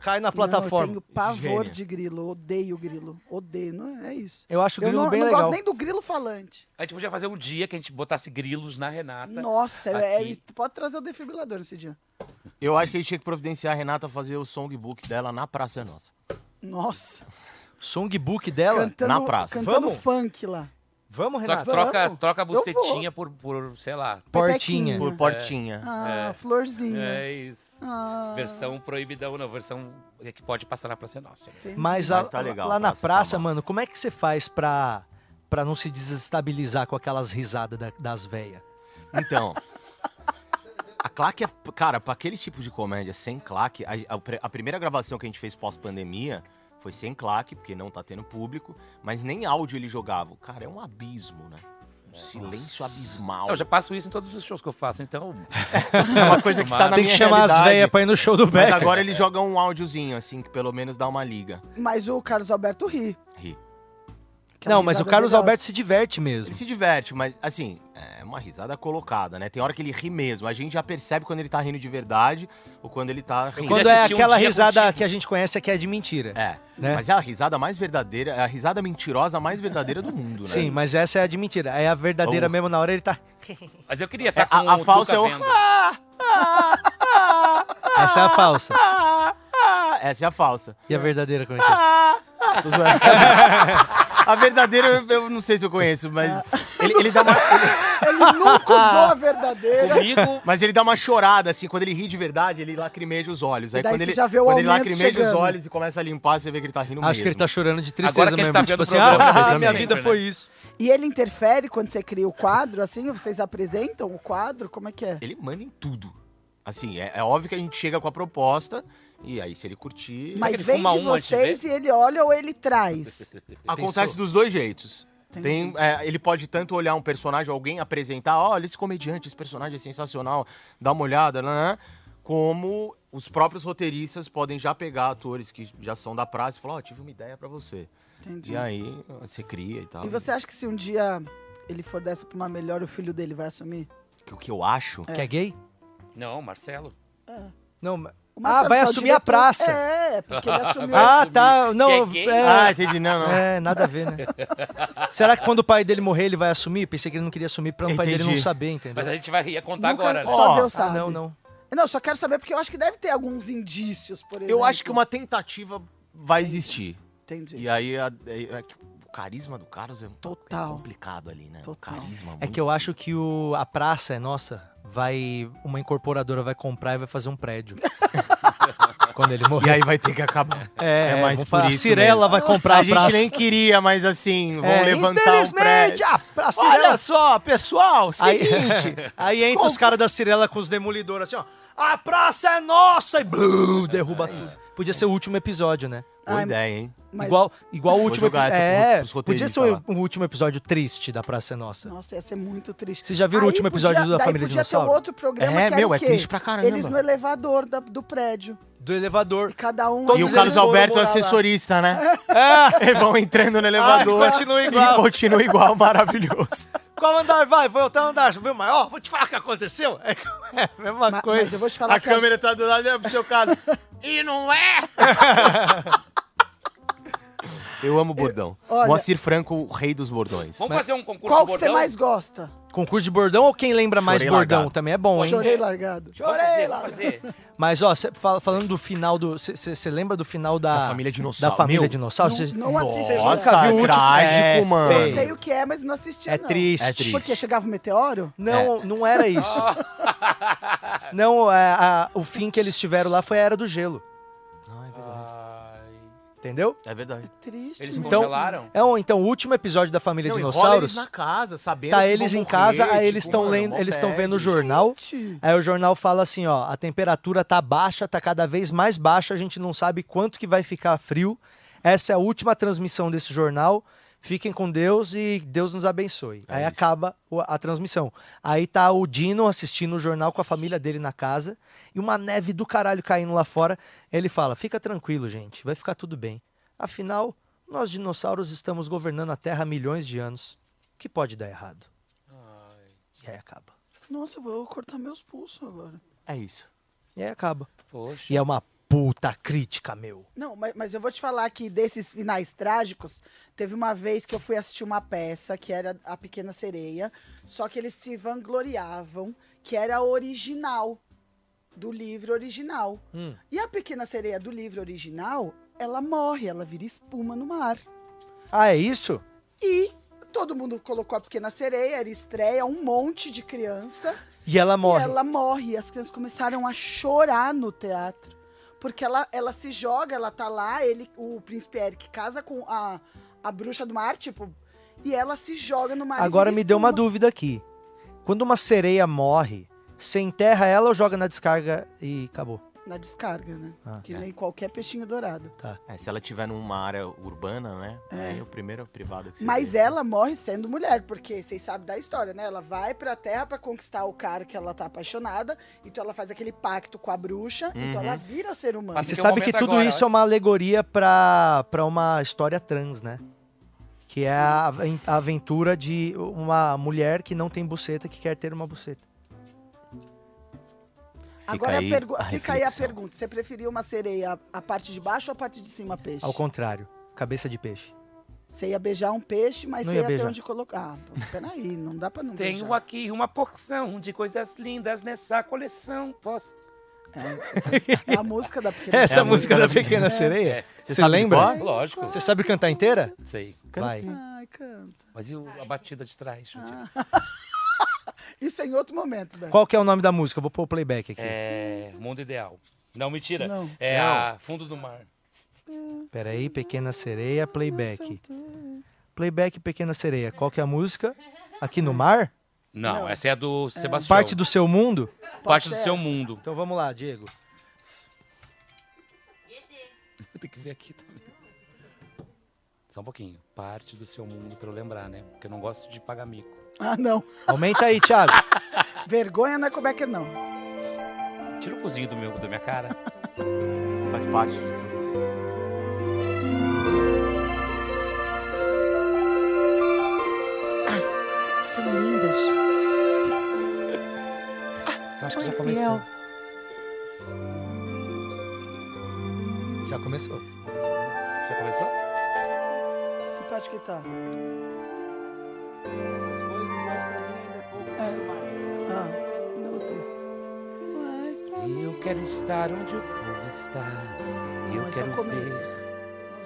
S2: cai na plataforma.
S4: Não, eu tenho pavor
S6: Gênia.
S4: de grilo, eu odeio grilo. Odeio, não é, é isso.
S2: Eu acho o
S4: eu
S2: grilo
S4: não,
S2: bem
S4: não
S2: legal.
S4: gosto nem do grilo falante.
S3: A gente podia fazer um dia que a gente botasse grilos na Renata.
S4: Nossa, é-
S3: Aqui.
S4: é- pode trazer o defibrilador esse dia.
S6: Eu acho que a gente tinha que providenciar a Renata fazer o songbook dela na Praça é Nossa.
S4: Nossa,
S2: Songbook dela?
S4: cantando,
S6: na praça.
S4: cantando
S2: Vamos?
S4: funk lá.
S2: Vamos,
S3: Só que
S2: Renato.
S3: troca,
S4: vamos.
S3: troca a
S4: Eu vou.
S3: bucetinha por, por, sei lá.
S2: Portinha.
S4: Pepequinha.
S6: Por
S2: É.
S6: portinha.
S4: Ah, florzinha.
S3: É isso.
S4: Ah,
S3: Versão proibidão, não. Versão que pode passar na Praça Nossa. né?
S4: entendi.
S2: Mas,
S6: Mas
S2: a-
S6: tá legal,
S2: lá na
S6: praça tá
S2: praça,
S6: massa.
S2: mano, como é que você faz pra, pra não se desestabilizar com aquelas risadas da- das véias?
S6: Então. A claque é. Cara, pra aquele tipo de comédia sem claque, a, a pre- a primeira gravação que a gente fez pós-pandemia foi sem claque, porque não tá tendo público, mas nem áudio ele jogava. Cara, é um abismo, né? Um silêncio abismal.
S3: Eu já passo isso em todos os shows que eu faço, então.
S6: É uma coisa que tá na
S2: Tem que
S6: minha
S2: chamar as
S6: realidade.
S2: véias pra ir no show do
S6: Mas
S2: Becker.
S6: agora ele joga um áudiozinho, assim, que pelo menos dá uma liga.
S4: Mas o Carlos Alberto ri.
S6: Ri.
S4: Aquela
S2: Não, mas o
S4: risada
S2: Carlos
S4: dele, ó,
S2: Alberto se diverte mesmo.
S6: Ele se diverte, mas assim, é uma risada colocada, né? Tem hora que ele ri mesmo. A gente já percebe quando ele tá rindo de verdade ou quando ele tá rindo.
S2: Quando
S3: queria
S2: é
S3: assistir um
S2: aquela
S3: dia
S2: risada
S3: contigo.
S2: que a gente conhece que é de mentira.
S6: É,
S2: Né?
S6: mas é a risada mais verdadeira, é a risada mentirosa mais verdadeira do mundo, né?
S2: Sim, mas essa é a de mentira. É a verdadeira
S3: Oh.
S6: Vamos.
S2: mesmo, na hora ele tá...
S3: Mas eu queria
S6: É,
S3: estar com
S6: a, a
S3: o
S6: falsa é
S3: Tuca
S6: o...
S3: vendo.
S6: Ah,
S2: Essa é a falsa.
S6: ah, ah. Essa é a falsa.
S2: E a verdadeira, como é que
S3: Ah,
S2: é?
S6: Tô zoando. a verdadeira eu, eu não sei se eu conheço, mas ele, ele dá uma,
S4: Ele nunca usou a verdadeira.
S3: Comigo,
S6: mas ele dá uma chorada, assim, quando ele ri de verdade, ele lacrimeja os olhos. Aí
S4: E daí
S6: quando
S4: você
S6: ele,
S4: já vê o
S6: quando ele
S4: aumento
S6: lacrimeja os
S4: chegando.
S6: olhos e começa a limpar, você vê que ele tá rindo
S2: Acho
S6: mesmo.
S2: que ele tá chorando de
S3: Agora
S2: tristeza
S3: que ele
S2: mesmo.
S3: tá
S2: tipo
S3: vendo o
S2: assim,
S3: programa,
S2: ah,
S3: vocês
S2: minha
S3: também,
S2: vida
S3: né?
S2: foi isso.
S4: E ele interfere quando você cria o quadro, assim? Vocês apresentam o quadro? Como é que é?
S6: Ele manda em tudo. Assim, é, é óbvio que a gente chega com a proposta, e aí se ele curtir...
S4: Mas
S3: ele
S4: vem
S3: fuma
S4: de
S3: um antes de
S4: vocês e ele olha ou ele traz?
S6: Acontece dos dois jeitos. Tem, é, ele pode tanto olhar um personagem, alguém apresentar, olha esse comediante, esse personagem é sensacional, dá uma olhada, né? Como os próprios roteiristas podem já pegar atores que já são da praça e falar, ó, tive uma ideia pra você.
S4: Entendi.
S6: E aí você cria e tal.
S4: E você acha que se um dia ele for dessa pra uma melhor, o filho dele vai assumir?
S6: Que o que eu acho?
S2: Que é gay?
S3: Não, Marcelo.
S2: Não, mas-
S4: O
S2: Ah, vai
S4: que é o
S2: assumir a
S4: diretor-
S2: praça.
S4: É, porque ele assumiu.
S2: Ah, tá. Não,
S3: Que é gay?
S2: é-
S6: Ah, entendi, não, não.
S2: É, nada a ver, né? Será que quando o pai dele morrer ele vai assumir? Pensei que ele não queria assumir pra o pai dele não
S6: Entendi.
S2: saber, entendeu?
S3: Mas a gente vai ia contar
S4: Nunca-
S3: agora, né?
S4: Só
S6: Ó,
S4: Deus
S2: Ah,
S4: sabe.
S2: não, não.
S4: Não, só quero saber porque eu acho que deve ter alguns indícios, por exemplo.
S6: Eu acho que uma tentativa vai existir.
S4: Entendi.
S6: E aí a- é- é que o carisma do Carlos é, um- é
S4: Total.
S6: complicado ali, né? O
S4: Total.
S6: carisma
S2: É que eu acho que o, a praça é nossa. Vai. Uma incorporadora vai comprar e vai fazer um prédio. quando ele morrer.
S6: E aí vai ter que acabar.
S2: É,
S6: é mais
S2: vamos
S6: por
S2: falar,
S6: isso
S2: Cirela
S6: mesmo.
S2: vai comprar
S6: a
S2: a
S6: gente
S2: praça.
S6: nem queria, mas assim, vão
S2: É,
S6: levantar o
S2: infelizmente,
S6: prédio.
S2: a pra Cirela.
S6: Olha só, pessoal,
S2: aí,
S6: seguinte.
S2: aí entra os caras da Cirela com os demolidores, assim, ó. A praça é nossa! E blu,
S6: É
S2: derruba tudo. Podia ser o último episódio, né?
S6: Boa
S4: Ai,
S6: ideia, hein?
S4: Mas,
S2: Igual, igual o
S6: Vou
S2: último
S6: jogar
S2: episódio.
S6: essa
S2: É,
S6: pros- pros
S2: podia ser
S6: roteiristas
S2: o um último episódio triste da Praça é Nossa.
S4: Nossa, ia ser muito triste.
S2: Vocês já viram o
S4: Aí
S2: último episódio
S4: podia-
S2: da
S4: daí
S2: Família
S4: podia
S2: Dinossauro?
S4: Ter outro programa
S6: É,
S4: que era
S6: meu,
S4: o
S6: é
S4: quê?
S6: triste pra caramba.
S4: Eles no elevador da- do prédio.
S2: Do elevador.
S4: E cada um...
S2: Todos
S6: E
S4: eles
S6: o Carlos
S4: foram
S6: Alberto é
S4: morar lá.
S6: assessorista, né? É. Vão entrando no elevador.
S2: Ah, e continua igual.
S6: E continua igual, maravilhoso.
S2: Qual andar vai? Foi até o andar, viu? Mas ó, vou te falar o que aconteceu. É, a mesma
S4: Ma-
S2: coisa.
S4: Mas eu vou te falar
S6: a
S4: que as-
S6: câmera tá do lado, olha pro seu cara. e não é! Eu amo bordão.
S4: Olha-
S6: Moacir Franco, o rei dos bordões.
S8: Vamos fazer um concurso
S4: Qual
S8: de
S4: que
S8: bordão?
S4: você mais gosta?
S2: Concurso de bordão ou quem lembra mais
S6: Chorei
S2: bordão
S6: largado.
S2: também é bom, hein?
S4: Chorei largado.
S8: Vamos fazer, vamos fazer.
S2: Mas ó, cê fala- falando do final do. Você lembra do final da.
S6: Da Família Dinossauro.
S2: Da família
S6: Meu,
S2: dinossauro?
S4: não-
S2: Cê-
S4: não assisti.
S2: Cê
S4: Nossa,
S2: nunca viu o
S6: é
S2: último-
S6: trágico, mano.
S4: Eu
S2: feio.
S4: sei o que é, mas não assisti,
S2: É
S4: não.
S2: triste.
S6: É triste.
S4: Porque chegava o meteoro?
S6: É.
S2: Não, não era isso.
S3: Ah.
S2: não, é, a- o fim que eles tiveram lá foi a Era do Gelo.
S8: Ah, Ai,
S2: Entendeu?
S6: É verdade.
S4: Triste.
S8: Eles
S4: mano.
S2: Então-
S8: congelaram?
S2: É, um- então, o último episódio da Família
S6: Não, enrola eles
S2: Dinossauros.
S6: na casa, sabendo
S2: Tá
S6: que
S2: eles
S6: vão
S2: em casa,
S6: morrer,
S2: aí eles
S6: tipo,
S2: estão
S6: mano,
S2: lendo,
S6: mó
S2: eles estão
S6: tédio.
S2: vendo o jornal.
S4: Gente.
S2: Aí o jornal fala assim, ó, a temperatura tá baixa, tá cada vez mais baixa, a gente não sabe quanto que vai ficar frio. Essa é a última transmissão desse jornal. Fiquem com Deus e Deus nos abençoe. aí acaba o- a transmissão. Aí tá o Dino assistindo o jornal com a família dele na casa e uma neve do caralho caindo lá fora. Ele fala: "Fica tranquilo, gente, vai ficar tudo bem. Afinal, nós dinossauros estamos governando a Terra há milhões de anos. O que pode dar errado?" E aí acaba.
S4: Nossa, eu vou cortar meus pulsos agora.
S6: É isso.
S2: E aí acaba.
S8: Poxa.
S2: E é uma puta crítica, meu.
S4: Não, mas, mas eu vou te falar que desses finais trágicos, teve uma vez que eu fui assistir uma peça que era A Pequena Sereia, só que eles se vangloriavam que era original, do livro original. E a Pequena Sereia do livro original, ela morre, ela vira espuma no mar.
S2: Ah, é isso?
S4: E todo mundo colocou a Pequena Sereia, era estreia, um monte de criança.
S2: E ela morre.
S4: E ela morre. As crianças começaram a chorar no teatro. Porque ela, ela se joga, ela tá lá, ele, o príncipe Eric casa com a, a bruxa do mar, tipo, e ela se joga no mar. e
S2: Agora
S4: vira
S2: me deu uma
S4: espuma.
S2: dúvida aqui. Quando uma sereia morre, você enterra ela ou joga na descarga e acabou?
S4: Na descarga, né?
S2: Ah,
S4: que
S6: é.
S4: nem qualquer peixinho dourado.
S6: É, se ela tiver numa área urbana, né? É, o primeiro privado que você
S4: Mas
S6: vê.
S4: ela morre sendo mulher, porque vocês sabem da história, né? Ela vai pra terra pra conquistar o cara que ela tá apaixonada, então ela faz aquele pacto com a bruxa, então
S6: Uhum.
S4: ela vira o ser humano.
S2: E
S8: Mas
S2: você
S8: tem um
S2: sabe que
S8: momento
S2: tudo
S8: agora,
S2: isso é uma alegoria pra, pra uma história trans, né? Que é a, aven- a aventura de uma mulher que não tem buceta que quer ter uma buceta.
S6: Fica
S4: Agora
S6: aí
S4: a pergu-
S6: a
S4: fica aí a
S6: reflexão.
S4: pergunta: você preferiu uma sereia a parte de baixo ou a parte de cima, peixe?
S2: Ao contrário, cabeça de peixe.
S4: Você ia beijar um peixe, mas
S2: Não
S4: você
S2: ia
S4: ia, ter
S2: beijar.
S4: onde colocar. Ah, pô, peraí, não dá pra não
S8: Tenho
S4: beijar.
S8: aqui uma porção de coisas lindas nessa coleção. Posso?
S4: É a música da pequena.
S2: Essa é
S6: É a
S2: a música da
S6: música
S2: Pequena Sereia?
S6: Você
S2: Você
S6: sabe de
S2: lembra?
S6: cor?
S8: Lógico.
S2: Você sabe cantar inteira?
S8: Sei.
S2: Vai.
S4: Ai, canta.
S8: Mas e o- a batida de trás? Judite?
S4: Isso é em outro momento, né?
S2: Qual que é o nome da música? Eu vou pôr o playback aqui.
S8: É. Mundo ideal. Não, mentira.
S4: Não.
S8: É a fundo do mar.
S2: Peraí, Pequena Sereia, playback. Playback, Pequena Sereia. Qual que é a música? Aqui no mar?
S8: Não, essa é a do Sebastião.
S2: Parte do seu mundo?
S8: Parte do
S4: Pode ser
S8: seu
S4: essa.
S8: mundo.
S2: Então vamos lá, Diego.
S8: Eu tenho que ver aqui também. Só um pouquinho. Parte do seu mundo pra eu lembrar, né? Porque eu não gosto de pagar mico.
S4: Ah, não.
S2: Aumenta aí, Thiago.
S4: Vergonha não é comebacker, não.
S8: Tira o cozinho do meu, da minha cara.
S6: Faz parte de tudo.
S9: São lindas.
S8: Eu acho que já começou.
S2: Já começou.
S8: Já começou?
S4: Que parte que tá? É. Ah, Essas coisas, mas pra mim
S8: E eu quero estar onde o povo está. E eu
S4: Não, esse é o
S8: quero
S4: começo.
S8: ver.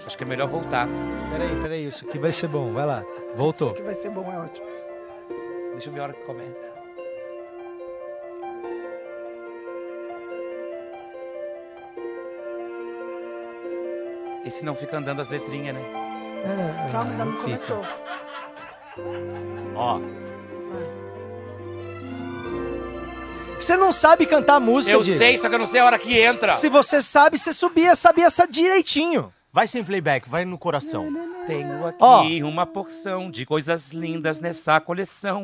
S8: Acho que é melhor voltar.
S2: Peraí, peraí, isso aqui vai ser bom. Vai lá.
S4: Isso
S2: Voltou.
S4: aqui vai ser bom, é ótimo.
S8: Deixa eu ver a hora que começa.
S3: E se não fica andando as letrinhas, né?
S2: Ah,
S4: Calma, ainda não
S3: Fica.
S4: começou.
S6: Ó.
S2: Você não sabe cantar música,
S3: Eu
S2: Diego.
S3: sei, só que eu não sei a hora que entra.
S2: Se você sabe, você subia, sabia essa direitinho.
S6: Vai sem playback, vai no coração.
S3: Tenho aqui
S2: Ó.
S3: uma porção de coisas lindas nessa coleção.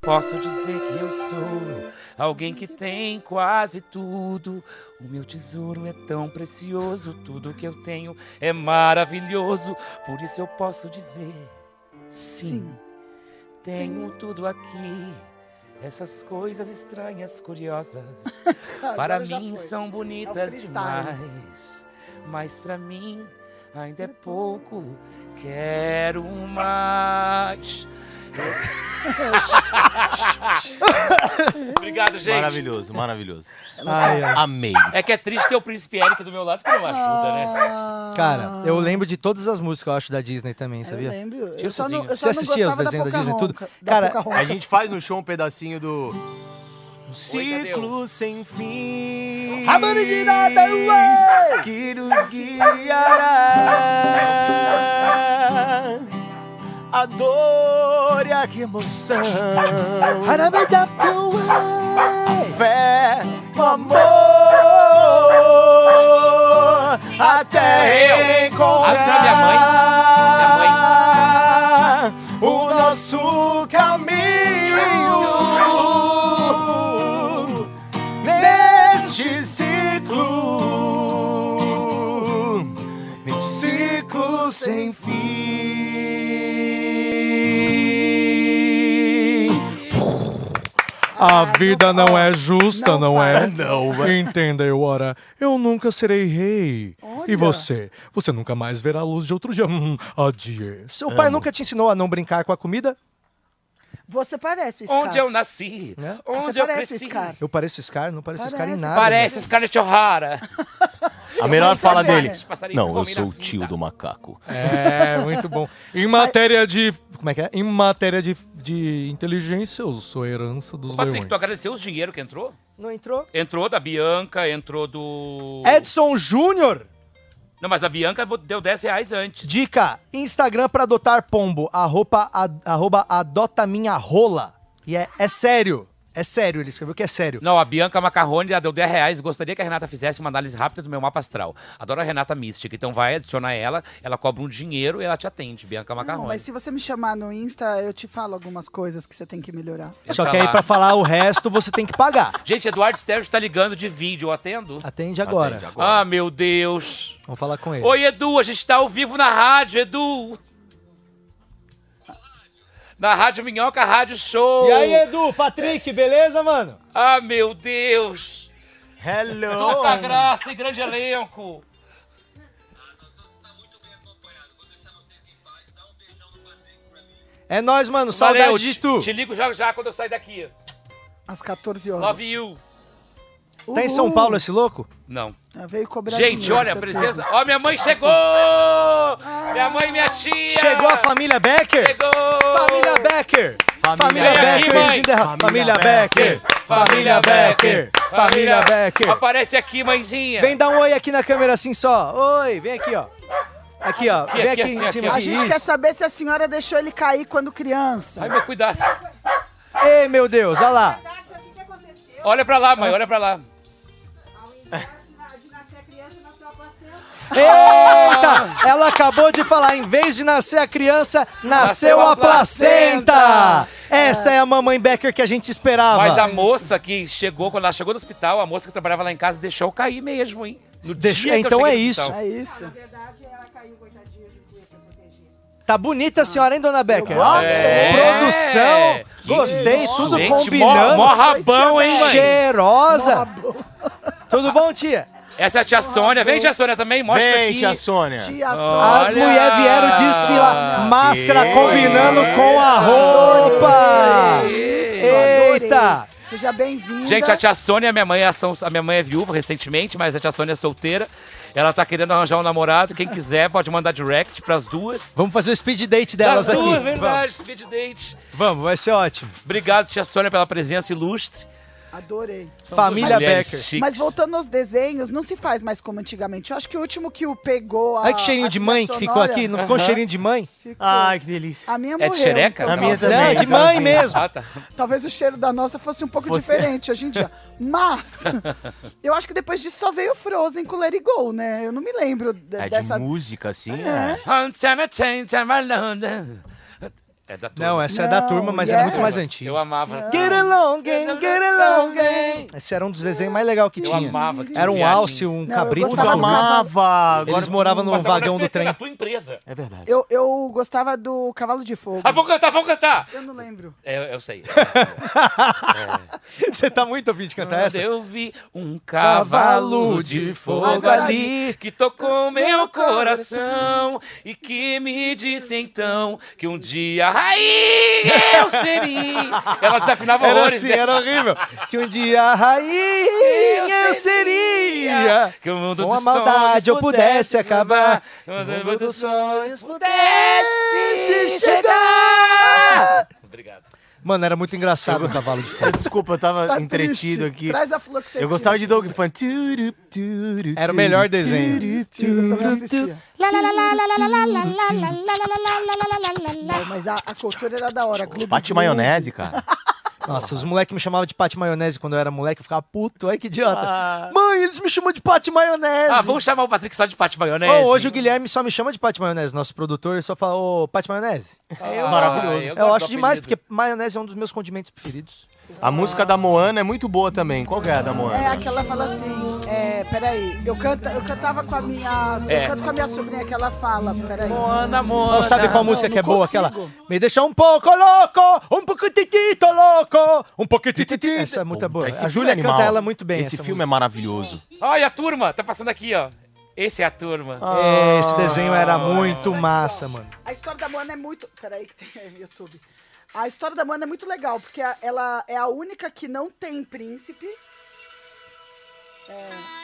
S3: Posso dizer que eu sou alguém que tem quase tudo. O meu tesouro é tão precioso, tudo que eu tenho é maravilhoso. Por isso eu posso dizer: sim, tenho tudo aqui. Essas coisas estranhas, curiosas, para
S4: Agora já
S3: mim
S4: foi. É
S3: são bonitas
S4: freestyle.
S3: demais. Mas para mim ainda é pouco. Quero mais. Obrigado, gente.
S6: Maravilhoso, maravilhoso.
S2: Ai, ai.
S6: Amei.
S3: É que é triste ter o príncipe Eric do meu lado que não ajuda, né?
S4: Ah,
S2: Cara, eu lembro de todas as músicas, eu acho, da Disney também,
S4: Eu
S2: sabia?
S4: lembro. Eu
S3: Tio
S4: só não,
S3: um Sozinho.
S4: eu só
S2: Você
S4: não
S2: assistia os
S4: gostava da
S2: desenhos da
S4: Pocahontas.
S2: Disney e tudo?
S4: da
S2: Cara,
S4: Pocahontas.
S6: A gente faz no show um pedacinho do. Um
S3: Tadeu.
S6: ciclo sem fim.
S2: A banda de nada, ué!
S6: Que nos guiará. A dor e a emoção.
S2: Hum.
S6: fé, o amor até
S3: Até eu.
S6: encontrar
S3: Até minha mãe.
S6: o nosso caminho neste ciclo, neste ciclo sem fim.
S2: A vida não é justa,
S4: Não não é?
S6: Não,
S2: Entendeu, ora? Eu nunca serei rei.
S4: Olha. E você?
S2: Você nunca mais verá a luz de outro dia. Adie. Seu pai nunca te ensinou a não brincar com a comida?
S4: Você parece o
S3: Onde
S4: Scar.
S3: eu nasci,
S2: Né?
S3: onde
S4: Você
S3: eu
S4: parece o
S3: cresci.
S4: Scar.
S2: Eu pareço Scar? Não pareço Scar em
S4: Parece.
S2: nada.
S3: Parece Scarlett O'Hara.
S6: A melhor
S4: Mas
S6: fala
S4: agora-
S6: dele.
S3: Passarinho
S6: Não,
S3: que
S6: eu
S3: come
S6: sou
S3: na
S6: o tio
S3: vida.
S6: do macaco.
S2: É, muito bom. Em matéria de. Como é que é? Em matéria de, de inteligência, eu sou a herança dos
S3: Patrick,
S2: leões.
S3: tu agradeceu os dinheiro que entrou?
S2: Não entrou?
S3: Entrou da Bianca, entrou do.
S4: É
S2: Edson Júnior,
S3: Não, mas a Bianca deu 10 reais antes.
S2: dica: Instagram pra adotar pombo, arroba, ad- arroba adota minha rola. E é, é sério. É sério, ele escreveu que é sério.
S3: Não, a Bianca Macarrone já deu 10 reais. Gostaria que a Renata fizesse uma análise rápida do meu mapa astral. Adoro a Renata Mística. Então vai, adiciona ela, ela cobra um dinheiro e ela te atende, Bianca
S4: Não,
S3: Macarrone.
S4: mas se você me chamar no Insta, eu te falo algumas coisas que você tem que melhorar.
S3: Entra
S2: Só que aí
S3: lá.
S2: pra falar o resto, você tem que pagar.
S3: Gente, Eduardo Stereo tá ligando de vídeo, eu atendo.
S2: Atende agora.
S6: Atende agora.
S3: Ah, meu Deus.
S2: Vamos falar com ele.
S3: Oi, Edu, a gente tá ao vivo na rádio, Edu. Na Rádio Minhoca, Rádio Show.
S2: E aí, Edu, Patrick, beleza, mano?
S3: Ah, meu Deus.
S6: Hello!
S2: Oh.
S3: Tanta graça e grande elenco.
S2: É nóis, mano. Saudade
S3: Valeu,
S2: de
S3: te-
S2: tu.
S3: Te ligo já já quando eu sair daqui.
S4: Às 14 horas.
S3: Love you.
S2: Tá em São
S4: Uhul.
S2: Paulo esse louco?
S3: Não.
S4: Ah, Veio cobrar
S3: Gente,
S4: dinheiro,
S3: olha, a
S4: certeza.
S3: presença. Ó, minha mãe chegou! Minha mãe e minha tia!
S2: Chegou a família Becker?
S3: Chegou!
S2: Família Becker! Família
S6: Família
S3: Becker,
S2: Becker!
S3: mãe.
S2: eles enterram-
S6: Família
S2: Família Becker! Família Becker! Família Becker!
S3: Aparece aqui, mãezinha!
S2: Vem dar um oi aqui na câmera assim só. Oi, vem aqui, ó. Aqui, ó.
S3: Aqui,
S2: Vem
S3: aqui,
S2: aqui em
S3: assim,
S2: cima.
S3: aqui,
S4: A
S2: aqui.
S4: gente quer
S2: Isso.
S4: saber se a senhora deixou ele cair quando criança.
S3: Ai, meu cuidado!
S2: Ei, meu Deus, olha lá.
S3: Olha pra lá, mãe, olha pra lá!
S2: Eita! Ela acabou de falar, em vez de nascer a criança, nasceu,
S3: Nasceu a
S2: a placenta.
S3: placenta.
S2: Essa é a mamãe Becker que a gente esperava.
S3: Mas a moça que chegou, quando ela chegou no hospital, a moça que trabalhava lá em casa deixou eu cair mesmo, hein? No
S2: Deixou-
S3: dia que eu
S2: então
S3: cheguei
S2: é
S3: no
S2: isso.
S3: hospital.
S4: É isso.
S2: Tá bonita a senhora, hein, dona Becker? Ó,
S3: É.
S2: Produção,
S3: Que
S2: gostei,
S3: isso.
S2: tudo
S3: Gente,
S2: combinando.
S3: Mó, mó rabão, hein, mãe?
S2: Cheirosa. Tudo bom, tia?
S3: Essa é a tia Sônia. Vem, tia Sônia, também. Mostra
S6: Vem,
S3: aqui.
S6: tia Sônia.
S4: Tia
S2: As
S3: Olha.
S2: mulheres vieram desfilar. Máscara
S6: Que
S2: combinando
S6: isso.
S2: com a roupa. Eita.
S4: Seja bem-vinda.
S3: Gente, a tia Sônia, minha mãe, elas são- a minha mãe é viúva recentemente, mas a tia Sônia é solteira. Ela tá querendo arranjar um namorado. Quem quiser pode mandar direct pras duas.
S2: Vamos fazer o speed date delas
S3: das
S2: aqui.
S3: duas, verdade, speed date.
S2: Vamos, vai ser ótimo.
S3: Obrigado, tia Sônia, pela presença ilustre.
S4: Adorei.
S2: Família
S3: Mulheres
S2: Becker.
S3: chiques.
S4: Mas voltando aos desenhos, não se faz mais como antigamente. Eu acho que o último que o pegou. A,
S2: Olha que cheirinho
S4: a
S2: de
S4: trilha
S2: mãe que ficou
S4: sonora,
S2: aqui. Não ficou um cheirinho de mãe?
S4: ficou.
S6: Ai, que delícia.
S4: A minha
S3: É
S4: morreu.
S3: de xereca?
S4: então.
S6: A minha também.
S2: Não, de mãe
S6: Também.
S2: mesmo.
S3: Ah, tá.
S4: Talvez o cheiro da nossa fosse um pouco
S6: Você-
S4: diferente hoje em dia. Mas eu acho que depois disso só veio Frozen com Let It Go, né? Eu não me lembro de-
S6: É
S4: dessa.
S6: de música, assim? É.
S3: I'm tryna change my London. É da turma.
S2: Não, essa é da
S4: Não,
S2: turma, mas é
S4: yeah. Ah.
S2: muito mais antiga.
S3: Eu amava.
S2: Get along, gang, get along, gang. Esse era um dos desenhos mais legais que
S3: Eu
S2: tinha.
S3: amava que
S2: Era um
S3: viadinho.
S2: alce, um
S4: Não, eu
S2: cabrito.
S4: gostava
S2: um cavalo.
S6: Amava! Agora
S2: Eles moravam no
S3: Passava
S2: vagão
S3: no
S2: do
S3: SBT
S2: trem.
S3: Da tua empresa.
S6: É verdade.
S4: Eu, eu gostava do Cavalo de Fogo.
S3: Ah, vamos cantar, vamos cantar.
S4: Eu não lembro.
S3: É, eu, eu sei.
S2: Você tá muito ouvindo de cantar essa?
S3: Eu vi um cavalo de fogo ali que tocou meu coração e que me disse então que um dia aí eu seria. Ela desafinava
S2: Era
S3: horrores.
S2: assim,
S3: né?
S2: era horrível. Que um dia a rainha eu seria.
S3: Que o mundo
S2: Com a
S3: dos
S2: maldade eu
S3: sonhos
S2: pudesse acabar.
S3: O
S2: O
S3: mundo dos
S2: sonhos
S3: pudesse
S2: chegar.
S3: Obrigado.
S2: Mano, era muito engraçado o cavalo de fogo.
S6: É, Desculpa, eu tava
S4: Tá
S6: Ah, entretido
S4: triste.
S6: aqui.
S4: Traz a flor que você
S6: Eu gostava de Doug Fan. Turu, turu,
S2: Era o
S6: turu,
S2: melhor desenho.
S6: turu,
S4: tinha. Eu também
S6: turu,
S4: assistia. Não, mas a, a cultura era da hora. Clube
S6: Bate
S4: Blue.
S6: maionese, cara.
S2: Nossa, os moleques me chamavam de Pate Maionese quando eu era moleque. Eu ficava puto. Ai, que idiota. Mãe, eles me chamam de Pate Maionese.
S3: Ah, vamos chamar o Patrick só de Pate Maionese.
S2: Ô, Oh, hoje o Guilherme só me chama de Pate Maionese. Nosso produtor ele só fala, ô, Pate Maionese.
S3: Ah,
S6: Maravilhoso.
S2: é Eu, acho demais, porque maionese é um dos meus condimentos preferidos.
S6: A música da Moana é muito boa também. Qual que é a da
S4: É,
S6: Moana?
S4: aquela fala assim, é, peraí, eu, canta, eu cantava com a minha,
S3: É.
S4: eu canto com a minha sobrinha que ela fala, peraí.
S3: Moana, Moana.
S2: Não, sabe qual
S4: não,
S2: música
S4: não
S2: que é boa?
S4: consigo.
S2: Aquela. Me deixa um pouco louco, um pouquitito louco, um pouquititito. Essa é muito
S6: Puta,
S2: boa.
S6: esse
S2: A
S6: filme
S2: Júlia
S6: é animal.
S2: canta ela muito bem.
S6: Esse
S2: essa
S6: filme
S2: música.
S6: é maravilhoso.
S3: Olha a turma, tá passando aqui, ó. Esse é a turma.
S2: É, Esse desenho era muito massa, mano.
S4: A história da Moana é muito, peraí que tem no YouTube. A história da Moana é muito legal, porque a- ela é a única que não tem príncipe.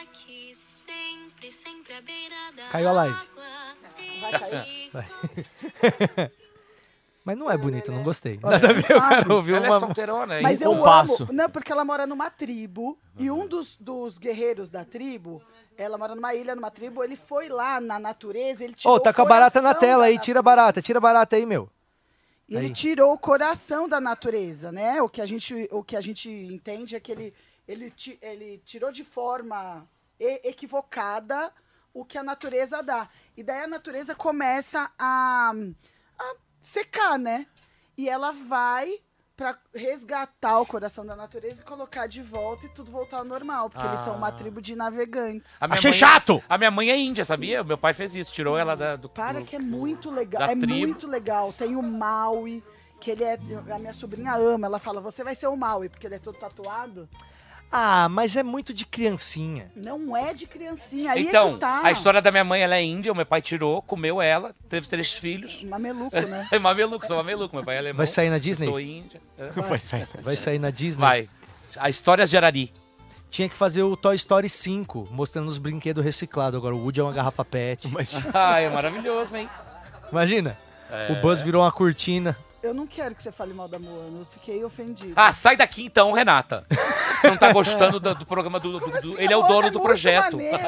S7: Aqui sempre, sempre à beira da
S2: Caiu a live. É,
S7: água.
S4: Vai cair.
S2: Mas não é bonita, não gostei.
S4: Olha,
S2: Nada a ver, eu
S4: sabe?
S2: quero ouvir
S3: Ela é
S2: uma.
S3: solteirona, hein?
S4: Mas
S2: Um
S4: eu
S6: compasso.
S4: amo, não, porque ela mora numa tribo, e um dos, dos guerreiros da tribo, ela mora numa ilha, numa tribo, ele foi lá na natureza, ele
S2: Ô,
S4: tirou
S2: tá
S4: o
S2: com a barata na
S4: coração
S2: tela
S4: da
S2: aí, tira a barata, tira a barata aí, meu.
S4: E ele tirou o coração da natureza, né? O que a gente, o que a gente entende é que ele, ele, ti- ele tirou de forma e- equivocada o que a natureza dá. E daí a natureza começa a, a secar, né? E ela vai para resgatar o coração da natureza e colocar de volta e tudo voltar ao normal, porque eles são uma tribo de navegantes.
S3: A minha
S2: Achei
S3: mãe-
S2: chato!
S3: A minha mãe é índia, sabia? O Meu pai fez isso, tirou ela da, do...
S4: Para
S3: do-
S4: que é muito legal.
S3: da
S4: É
S3: tribo.
S4: muito legal. Tem o Maui, que ele é. A minha sobrinha ama. Ela fala, você vai ser o Maui, porque ele é todo tatuado.
S2: Ah, mas é muito de criancinha.
S4: Não é de criancinha. Aí é
S3: Então,
S4: que tá.
S3: a história da minha mãe, ela é índia, o meu pai tirou, comeu ela, teve três filhos.
S4: Mameluco, né?
S3: É mameluco, sou mameluco, meu pai é alemão.
S2: Vai sair na
S3: eu Sou
S2: Disney?
S3: índia. É.
S6: Vai sair.
S2: Vai sair na Disney?
S3: Vai. A história de Arari.
S2: Tinha que fazer o Toy Story 5, mostrando os brinquedos reciclados. Agora o Woody é uma garrafa pet.
S3: Ah, é maravilhoso, hein?
S2: Imagina, o Buzz virou uma cortina.
S4: Eu não quero que você fale mal da Moana. Eu fiquei ofendida.
S3: Ah, sai daqui então, Renata. Você não tá gostando do, do programa do... do- do-
S4: Assim,
S3: ele é o
S4: a Moana
S3: dono do
S4: muito
S3: projeto.
S4: maneira.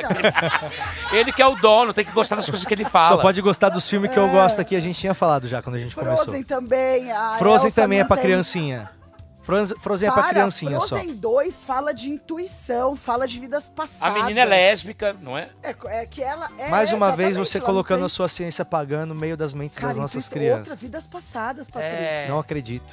S3: Ele que é o dono, tem que gostar das coisas que ele fala.
S2: Só pode gostar dos filmes que eu gosto aqui, a gente tinha falado já quando a gente começou.
S4: Frozen também. a
S2: Frozen
S4: Elsa
S2: também é pra
S4: mantém-
S2: criancinha. Frozen, Frozen é pra
S4: Para,
S2: criancinha só.
S4: Frozen 2 fala de intuição, fala de vidas
S3: A
S4: passadas.
S3: menina é lésbica, não é?
S4: É, é que ela é
S2: Mais uma vez
S4: exatamente,
S2: você
S4: ela não
S2: colocando
S4: tem-
S2: a sua ciência pagã no meio das mentes
S4: Cara,
S2: das nossas
S4: intuição- Outra,
S2: crianças.
S4: vidas passadas, Patrícia.
S3: É.
S2: Não acredito.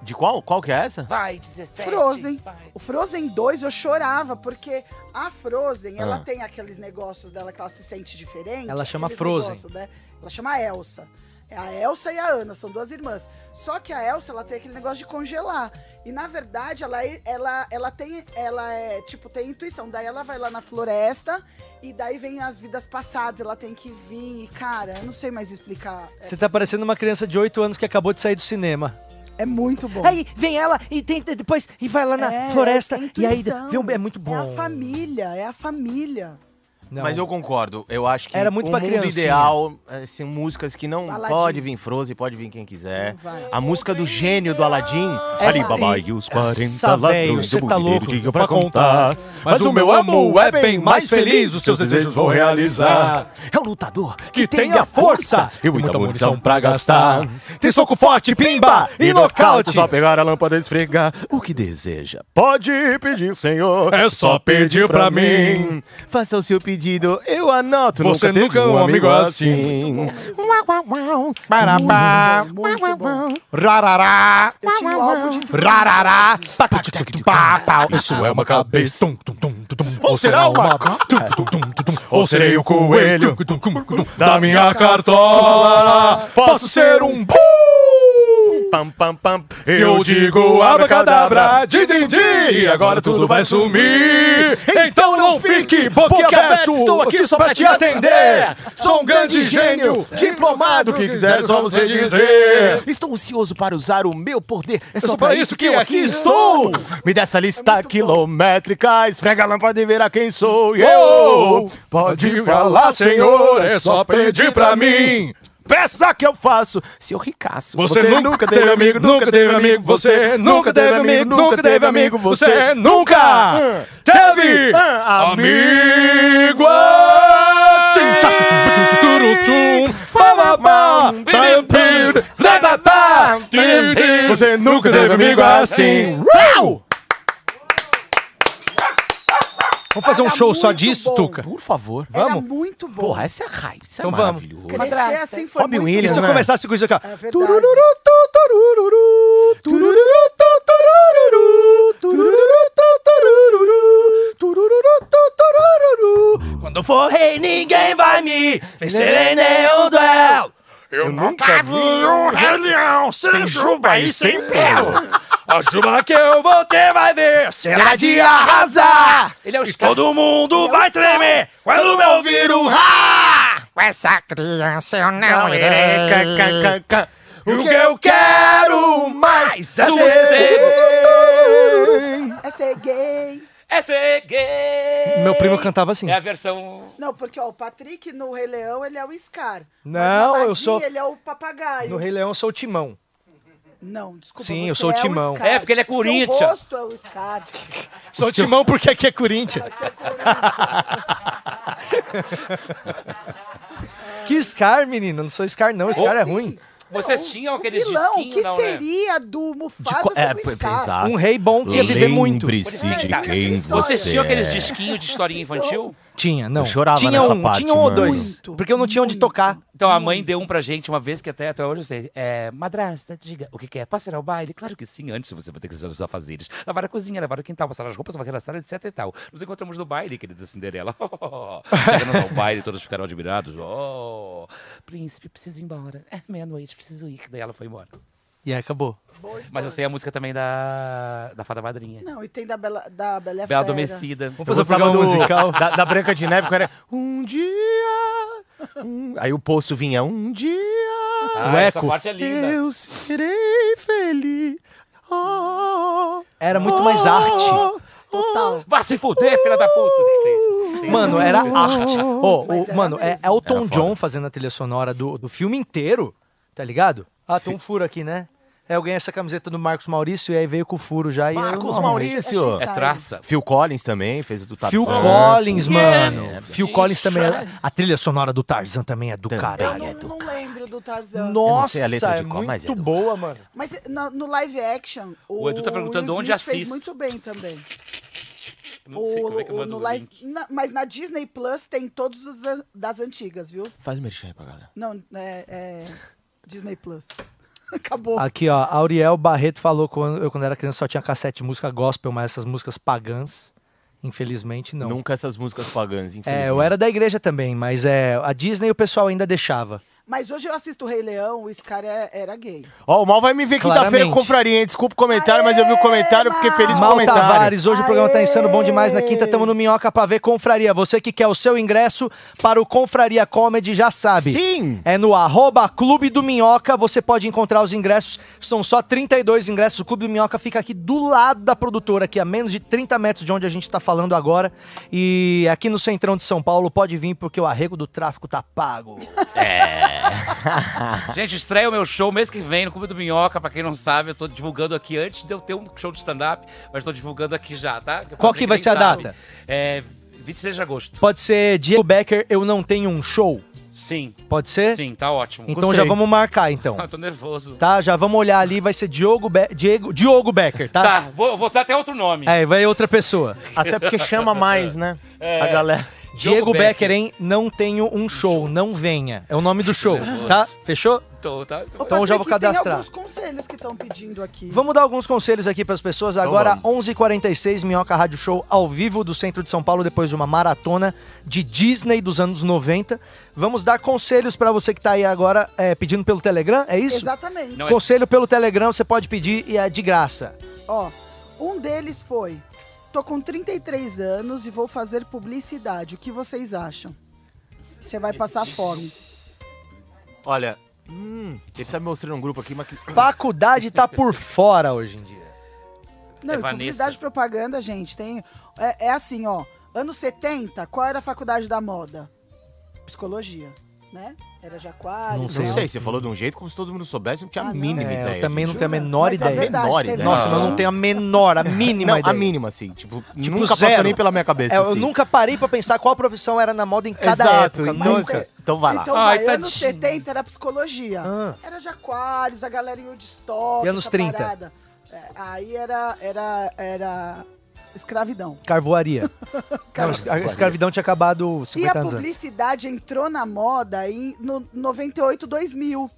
S6: De qual? Qual que é essa?
S3: Vai, 17.
S4: Frozen.
S3: vai.
S4: O Frozen 2 eu chorava, porque a Frozen, ela
S6: Ah.
S4: tem aqueles negócios dela que ela se sente diferente.
S2: Ela chama
S4: aqueles
S2: Frozen.
S4: negócios, né? Ela chama Elsa. É a Elsa e a Ana, são duas irmãs. Só que a Elsa, ela tem aquele negócio de congelar. E na verdade, ela, é- ela, ela tem. Ela é, tipo, tem intuição. Daí ela vai lá na floresta e daí vem as vidas passadas. Ela tem que vir. E, cara, eu não sei mais explicar.
S2: Você tá parecendo uma criança de 8 anos que acabou de sair do cinema.
S4: É, é muito bom.
S2: Aí vem ela e tenta depois e vai lá na
S4: É,
S2: floresta
S4: é
S2: e aí
S4: intuição.
S2: vê um, é muito bom.
S4: É a família, é a família.
S2: Não.
S6: Mas eu concordo. Eu acho que
S2: Era muito
S6: o
S2: pra
S6: mundo
S2: criancinha.
S6: ideal é, assim, músicas que não
S4: Baladinha.
S6: pode vir Frozen, pode vir quem quiser.
S4: Vai.
S6: A música do gênio do Aladim.
S2: Essa-
S6: Alibaba
S2: e-
S6: e os
S2: essa,
S6: 40
S2: véio,
S6: ladrões
S2: cê
S6: do
S2: tá
S6: mobiliário
S2: louco
S6: tinham
S2: pra
S6: pra contar. Mas o meu amo é bem mais feliz, os seus desejos vão realizar. É o lutador que tem a força e muita é munição pra gastar. Tem soco forte, pimba e nocaute. Só pegar a lâmpada e esfregar. O que deseja, pode pedir, senhor. É só pedir pra mim. Faça o seu pedido, eu anoto.
S2: Você
S6: teve assim.
S2: nunca é um amigo
S6: Parabá.
S4: Muito bom.
S6: Rarará.
S4: Eu tinha um álbum de
S6: Rarará. Pau. Isso é uma cabeça. Ou será uma Ou serei o coelho da minha cartola. Posso ser um Pam, pam, pam. Eu digo abracadabra, di, di, di, e agora tudo vai sumir. Então não fique boquiaberto, estou aqui só pra te atender. Sou um grande gênio, diplomado, o que quiser é só você dizer. Estou ansioso para usar o meu poder, é só para isso que eu aqui estou. É Me dê essa lista quilométrica, esfrega a lâmpada e verá quem sou eu. Oh, Pode falar, senhor, é só pedir pra mim. Peça que eu faço, seu ricaço. Você, nunca teve amigo, nunca teve amigo, você nunca teve amigo, nunca teve amigo, você nunca teve amigo. assim. Turutum, bababá, bam, bim, dadadá, tim, tim. Você nunca teve amigo assim. Uau!
S2: Vamos fazer um
S4: Era
S2: show só
S4: muito
S2: disso,
S4: bom.
S2: Tuca?
S6: Por favor.
S4: Era muito bom.
S6: Porra, essa é hype, isso é
S2: Então vamos.
S6: maravilhoso.
S4: Crescer
S10: Madrasta.
S4: assim foi
S6: Robin
S4: muito
S2: E
S6: Williams,
S2: se
S4: bom.
S2: eu
S6: né?
S2: começasse com isso aqui, ó?
S4: É verdade.
S2: Turururu, tu, turururu, turururu, tu, turururu, turururu, tu, turururu, turururu, tu, turururu. Quando for rei, ninguém vai me vencer em nenhum duelo.
S6: Eu nunca vi um rei leão sem juba e sem pelo.
S2: A chuva que eu vou ter vai ver, será de arrasar.
S3: Ele é o
S2: E todo mundo vai tremer quando me ouvir o rá.
S6: Com essa criança eu não, irei.
S2: O que eu quero mais é
S3: Sossego.
S2: ser...
S4: É ser gay.
S3: É ser gay.
S2: Meu primo cantava assim.
S3: É a versão.
S4: Não, porque ó, o Patrick no Rei Leão ele é o Scar. Mas
S2: Não,
S4: na
S2: eu
S4: Aladdin,
S2: sou-
S4: Ele é o papagaio.
S2: No Rei Leão eu sou o Timão.
S4: Não, desculpa.
S2: Sim,
S4: você
S2: eu sou o
S4: é
S2: Timão.
S4: Scar.
S3: É, porque ele é
S4: Seu
S3: Corinthians.
S4: rosto é o Scar.
S2: Sou o Timão porque aqui é Corinthians.
S4: Aqui é Corinthians.
S2: Que Scar, menino. Não sou Scar, não. Scar é
S4: Sim.
S2: ruim.
S3: Vocês
S4: Não,
S3: tinham
S4: o
S3: aqueles
S4: vilão,
S3: disquinhos,
S4: que
S3: não, né?
S4: seria do Mufasa
S6: co-
S4: sem
S6: é,
S4: o
S6: p-
S4: Scar?
S6: pesado.
S2: Um rei bom que ia viver muito.
S6: Lembre-se de
S3: Tá.
S6: quem você
S3: Vocês tinham aqueles
S6: é.
S3: disquinhos de historinha
S4: Então,
S3: infantil?
S2: Tinha, não.
S6: Eu chorava
S2: tinha
S6: nessa
S2: um,
S6: parte,
S2: Tinha um ou
S6: mano.
S2: dois.
S4: Muito,
S2: porque eu não tinha onde
S4: muito.
S2: tocar.
S3: Então a
S4: hum.
S3: mãe deu um pra gente uma vez que até, até hoje eu sei. É, madrasta, diga, o que quer? Passar ao baile? Claro que sim, antes você vai ter que fazer os afazeres. Lavar a cozinha, lavar o quintal, passar as roupas, varrer a sala, etc e tal. Nos encontramos no baile, querida Cinderela. Chegamos ao baile, todos ficaram admirados. Oh, príncipe, preciso ir embora. É meia-noite, preciso ir. Daí ela foi embora.
S2: E aí, acabou.
S4: Boa
S3: Mas eu
S4: história.
S3: sei a música também da, da Fada Madrinha.
S4: Não, e tem da Bela, da Bela, e a
S3: Bela
S4: Fera.
S3: Adormecida.
S2: Vamos
S6: Eu
S2: fazer um
S6: gostava
S2: programa
S6: do-
S2: musical.
S6: Da, da Branca de Neve, que era um dia. um- Aí o poço vinha um dia.
S3: Ah,
S2: O
S3: essa
S2: eco.
S3: parte é linda.
S6: Eu serei feliz. Oh,
S2: Era muito mais arte.
S4: Total.
S3: Vá se fuder, filha da puta! Tem que ser isso. Tem que
S2: Mano,
S3: ser
S2: era
S3: isso.
S2: arte. Ô,
S4: Mas
S2: o-
S4: era
S2: mano, é
S4: mesmo.
S2: Elton John fazendo a trilha sonora do, do filme inteiro, tá ligado? Ah, tem um furo aqui, né? É, eu ganhei essa camiseta do Marcos Maurício e aí veio com o furo já. e eu não
S6: Marcos
S2: arrumei.
S6: Maurício.
S3: É traça.
S6: Phil Collins também fez o do
S2: Phil
S4: tá
S6: Tarzan.
S2: Collins,
S3: Yeah.
S2: mano.
S3: Yeah.
S2: Phil Collins também. é-
S3: Try.
S2: A trilha sonora do Tarzan também é do
S4: Eu
S2: caralho.
S4: não, não lembro do Tarzan.
S6: não
S2: Nossa,
S6: sei a letra
S2: é
S6: de qual, mas é
S2: muito
S6: do-
S2: boa, mano.
S4: Mas na- no live action, o,
S3: O Edu tá perguntando
S4: Will
S3: onde
S4: Smith fez
S3: assisto.
S4: muito bem também.
S3: Não sei
S4: O-
S3: como é que eu
S4: o-
S3: mando
S4: no
S3: o
S4: live,
S3: link.
S4: na- mas na Disney Plus tem todos os an- das antigas, viu?
S6: Faz o merchan aí pra galera.
S4: Não, é, é Disney Plus. Acabou.
S2: Aqui, ó, Auriel Barreto falou quando eu, quando era criança, só tinha cassete de música gospel, mas essas músicas pagãs, infelizmente, não.
S6: Nunca essas músicas pagãs, infelizmente.
S2: É, eu era da igreja também, mas é, a Disney o pessoal ainda deixava.
S4: Mas hoje eu assisto o Rei Leão, esse cara é- era gay.
S6: Ó, o Mal vai me ver quinta-feira com
S2: Claramente.
S6: confraria, hein? Desculpa o comentário, mas eu vi o comentário e fiquei feliz com o
S2: Mal
S6: comentário.
S2: Tavares, hoje o programa tá
S4: Aê!
S2: insano, bom demais. Na quinta tamo no Minhoca pra ver Confraria. Você que quer o seu ingresso para o Confraria Comedy já sabe.
S6: Sim!
S2: É no arroba Clube do Minhoca, você pode encontrar os ingressos. São só 32 ingressos. O Clube do Minhoca fica aqui do lado da produtora, aqui a menos de 30 metros de onde a gente tá falando agora. E aqui no centrão de São Paulo, pode vir porque o arrego do tráfico tá pago.
S8: Gente, estreia o meu show mês que vem no Clube do Minhoca. Pra quem não sabe, eu tô divulgando aqui antes de eu ter um show de stand-up, mas tô divulgando aqui já, tá?
S2: Qual que vai
S8: Quem
S2: ser a
S8: sabe,
S2: data?
S8: É 26 de agosto.
S2: Pode ser Diego Becker, eu não tenho um show.
S8: Sim,
S2: Pode ser?
S8: sim, tá ótimo.
S2: Então já
S6: Gostei.
S2: vamos marcar então.
S8: Eu tô nervoso.
S2: Tá, já vamos olhar ali, vai ser Diogo Be- Diego, Diogo Becker, tá?
S8: Tá, vou, vou usar até outro nome.
S2: É, vai outra pessoa.
S6: Até porque chama mais, né? A galera.
S2: Diego
S8: Diogo
S2: Becker,
S8: Becker,
S2: hein? Não tenho um show, não venha. É o nome do show,
S8: nervoso.
S2: tá? Fechou?
S8: Tô, tá,
S4: Ô,
S2: Então eu já vou
S4: Patrick, Tem
S2: cadastrar.
S4: alguns conselhos que estão pedindo aqui.
S2: Vamos dar alguns conselhos aqui pras pessoas. Agora, 11h46, Minhoca Rádio Show ao vivo do centro de São Paulo, depois de uma maratona de Disney dos anos 90. Vamos dar conselhos pra você que tá aí agora é, pedindo pelo Telegram, é isso?
S4: Exatamente.
S8: Não é-
S2: Conselho pelo Telegram, você pode pedir e é de graça.
S4: Ó, um deles foi: tô com 33 anos e vou fazer publicidade. O que vocês acham? Você vai passar fórum.
S6: Olha, hum, ele tá me mostrando um grupo aqui, mas que...
S2: Faculdade tá por fora hoje em dia.
S4: Não,
S8: É
S4: e
S8: Vanessa.
S4: publicidade e propaganda, gente, tem. É, é assim, ó. Anos 70, qual era a faculdade da moda? Psicologia, né? Era de aquário.
S2: Não
S6: Não
S4: tal.
S6: sei, você falou de um jeito como se todo mundo soubesse, eu não tinha a
S4: Ah, não.
S6: mínima
S2: É,
S6: ideia.
S2: eu também não
S6: disso.
S2: tenho a menor
S4: Mas é
S2: ideia.
S4: verdade,
S6: Menor
S4: teve
S6: ideia.
S2: Nossa, mas eu não tenho a menor, a mínima
S6: Não,
S2: ideia.
S6: a mínima, assim. Tipo,
S2: Tipo,
S6: nunca passou
S2: zero.
S6: nem pela minha cabeça.
S2: É, eu
S6: assim.
S2: nunca parei pra pensar qual profissão era na moda em cada
S6: Exato,
S2: época.
S6: então,
S2: Nunca.
S6: então vai lá.
S4: Então,
S8: Ai,
S4: vai, anos
S8: tadinho.
S4: 70 era psicologia.
S2: Ah.
S4: Era de aquários, a galera ia de estoque.
S2: E anos
S4: essa
S2: 30?
S4: parada. É, aí era, era, era escravidão.
S2: Carvoaria. Não, a escravidão tinha acabado
S4: E
S2: 50
S4: a
S2: anos antes.
S4: publicidade entrou na moda em no 98, 2000.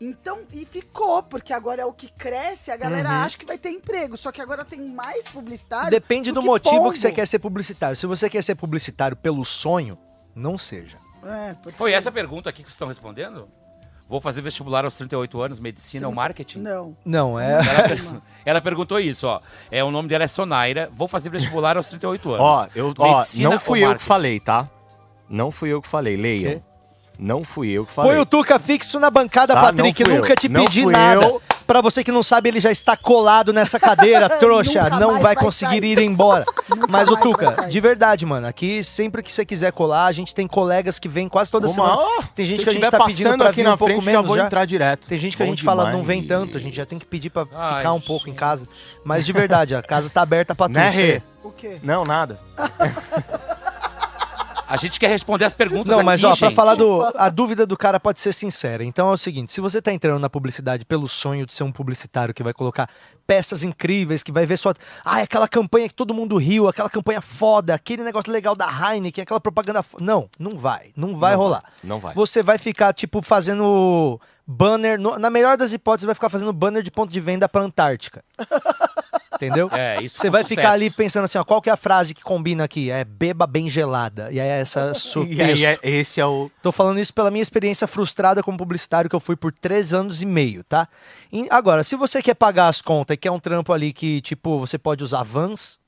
S4: Então, e ficou, porque agora é o que cresce, a galera
S2: Uhum.
S4: acha que vai ter emprego. Só que agora tem mais publicidade.
S2: Depende do,
S4: que
S2: motivo
S4: pombo.
S2: que você quer ser publicitário. Se você quer ser publicitário pelo sonho, não seja.
S4: É, porque-
S8: Foi essa a pergunta aqui que vocês estão respondendo? Vou fazer vestibular aos 38 anos, medicina ou marketing?
S4: Não.
S2: Não, é.
S4: Calma.
S8: Ela perguntou isso, ó. É, o nome dela é Sonaira. Vou fazer vestibular aos 38 anos.
S6: Ó, eu, ó
S8: Medicina
S6: não
S8: ou
S6: fui eu que
S8: marketing?
S6: falei, tá? Não fui eu que falei, leiam. Não fui eu que falei.
S2: Põe o Tuca fixo na bancada,
S6: Tá,
S2: Patrick.
S6: não fui
S2: Nunca
S6: eu.
S2: te
S6: Não
S2: pedi
S6: fui
S2: nada.
S6: eu.
S2: Pra você que não sabe, ele já está colado nessa cadeira, trouxa.
S4: Nunca
S2: não
S4: mais
S2: vai
S4: vai
S2: conseguir ir
S4: sair.
S2: embora. Mas,
S4: Nunca
S2: o
S4: mais vai
S2: Tuca,
S4: sair.
S2: de verdade, mano, aqui sempre que você quiser colar, a gente tem colegas que vêm quase toda
S6: Uma-
S2: semana.
S6: ó,
S2: Tem gente
S6: se
S2: que a gente
S6: tiver
S2: tá pedindo
S6: passando
S2: pra
S6: aqui
S2: vir
S6: na
S2: um pouco
S6: frente, já
S2: menos
S6: vou
S2: já.
S6: entrar direto.
S2: Tem gente que a
S6: Bom
S2: gente fala, não
S6: demais.
S2: vem tanto, a gente já tem que pedir pra
S8: Ai,
S2: ficar um pouco em
S8: gente.
S2: casa. Mas de verdade, a casa tá aberta pra tudo.
S6: Né, Rê?
S4: O quê?
S6: Não, nada.
S8: A gente quer responder as perguntas
S2: Não, mas
S8: aqui,
S2: ó, pra
S8: gente.
S2: falar do. A dúvida do cara pode ser sincera. Então é o seguinte: se você tá entrando na publicidade pelo sonho de ser um publicitário que vai colocar peças incríveis, que vai ver sua. Ah, aquela campanha que todo mundo riu, aquela campanha foda, aquele negócio legal da Heineken, aquela propaganda. fo- Não, não vai. Não vai
S6: Não
S2: rolar.
S6: Não vai.
S2: Você vai ficar, tipo, fazendo banner. no- na melhor das hipóteses, vai ficar fazendo banner de ponto de venda pra Antártica. Entendeu?
S8: É, isso
S2: Você
S8: com
S2: vai
S8: sucesso.
S2: ficar ali pensando assim, ó, qual que é a frase que combina aqui? É beba bem gelada. E aí é essa sua
S6: E aí, é- esse é o.
S2: Tô falando isso pela minha experiência frustrada como publicitário que eu fui por três anos e meio, tá? E agora, se você quer pagar as contas e quer um trampo ali que, tipo, você pode usar vans,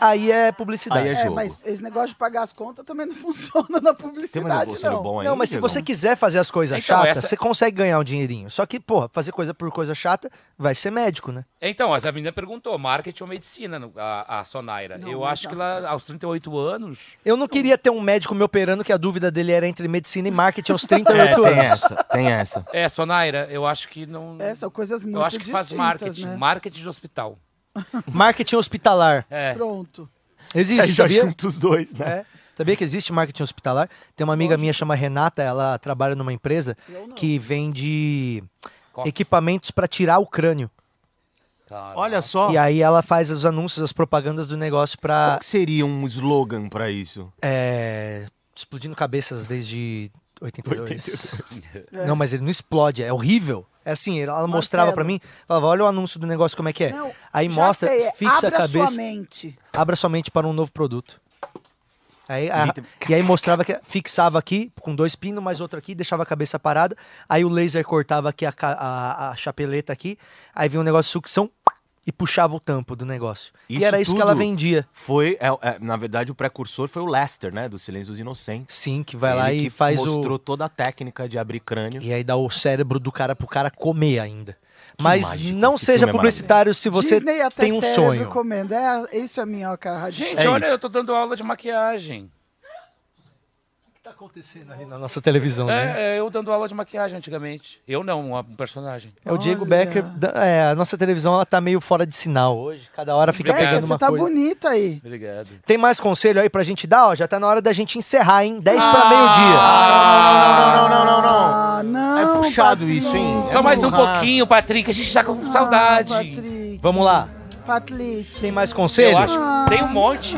S2: aí é publicidade.
S6: Aí
S4: É,
S6: jogo.
S4: mas esse negócio de pagar as contas também não funciona na
S6: Tem um
S4: publicidade,
S6: negócio
S4: não.
S6: bom aí.
S2: Não, mas se
S6: Diego?
S2: você quiser fazer as coisas
S8: Então,
S2: chatas,
S8: essa-
S2: você consegue ganhar um dinheirinho. Só que, porra, fazer coisa por coisa chata vai ser médico, né?
S8: Então, essa menina perguntou, marketing ou medicina, no- a, a Sonaira.
S4: Não,
S8: eu
S4: mas
S8: acho
S4: tá.
S8: que ela, aos 38 anos...
S2: Eu não queria ter um médico me operando que a dúvida dele era entre medicina e marketing aos
S6: É,
S2: 38
S6: tem
S2: anos.
S6: essa, tem essa.
S8: É, Sonaira, eu acho que não...
S4: É, são coisas muito
S8: eu acho que faz
S4: distintas,
S8: marketing,
S4: né?
S8: marketing de hospital.
S2: Marketing hospitalar.
S8: É.
S4: Pronto.
S2: Existe, sabia?
S6: os dois, né?
S2: É. Sabia que existe marketing hospitalar? Tem uma amiga minha chama Renata, ela trabalha numa empresa
S4: Eu não.
S2: que vende
S8: Coque.
S2: equipamentos pra tirar o crânio.
S8: Cara.
S6: É. Olha só.
S2: E aí ela faz os anúncios, as propagandas do negócio pra
S6: Qual que seria um slogan pra isso?
S2: é, explodindo cabeças desde 82. Não, mas ele não explode, é horrível. É assim, ela mostrava
S4: Marcelo.
S2: pra mim, falava, olha o anúncio do negócio como é que é.
S4: Não,
S2: aí
S4: já
S2: mostra,
S4: sei, é
S2: fixa
S4: abra
S2: a cabeça,
S4: sua mente.
S2: abra sua mente para um novo produto. Aí, a- e aí mostrava que fixava aqui com dois pinos, mais outro aqui, deixava a cabeça parada. Aí o laser cortava aqui a, ca- a, a chapeleta aqui. Aí vinha um negócio de sucção e puxava o tampo do negócio. e
S6: Isso
S2: era isso que ela
S6: tudo?
S2: vendia.
S6: Foi, é, é, na verdade, o precursor foi o Lester, né? Do Silêncio dos Inocentes.
S2: Sim, que vai
S6: Ele
S2: lá
S6: que
S2: e faz
S6: mostrou
S2: o.
S6: toda a técnica de abrir crânio.
S2: E aí dá o cérebro do cara pro cara comer ainda. Mas
S6: mágico,
S2: não
S6: esse
S2: seja
S6: filme é
S2: publicitário se você
S4: Disney até
S2: tem um
S4: cérebro
S2: sonho.
S4: comendo. É, isso é minhoca radinho.
S3: Gente,
S6: É
S3: olha,
S6: isso.
S3: eu tô dando aula de maquiagem.
S2: tá acontecendo ali na nossa televisão, né?
S3: É, é, eu dando aula de maquiagem antigamente. Eu não, um personagem.
S2: É o Diego
S4: Olha.
S2: Becker. da- É, a nossa televisão ela tá meio fora de sinal hoje. Cada hora fica
S3: Becker,
S2: pegando
S4: você
S2: uma
S4: tá
S2: coisa.
S4: bonita aí.
S3: Obrigado.
S2: Tem mais conselho aí pra gente dar? Ó, já tá na hora da gente encerrar, hein? 10 pra
S6: Ah!
S2: meio-dia.
S6: Não, não, não, não, não, não.
S4: Ah, não.
S6: É puxado
S4: Patrick.
S6: isso, hein?
S3: Só
S6: É
S3: mais um
S6: muito raro.
S3: pouquinho, Patrick, a gente tá com
S4: Ah,
S3: saudade.
S4: Patrick.
S2: Vamos lá.
S4: Patrick.
S2: Tem mais
S3: Eu
S2: conselho?
S3: acho que tem um monte.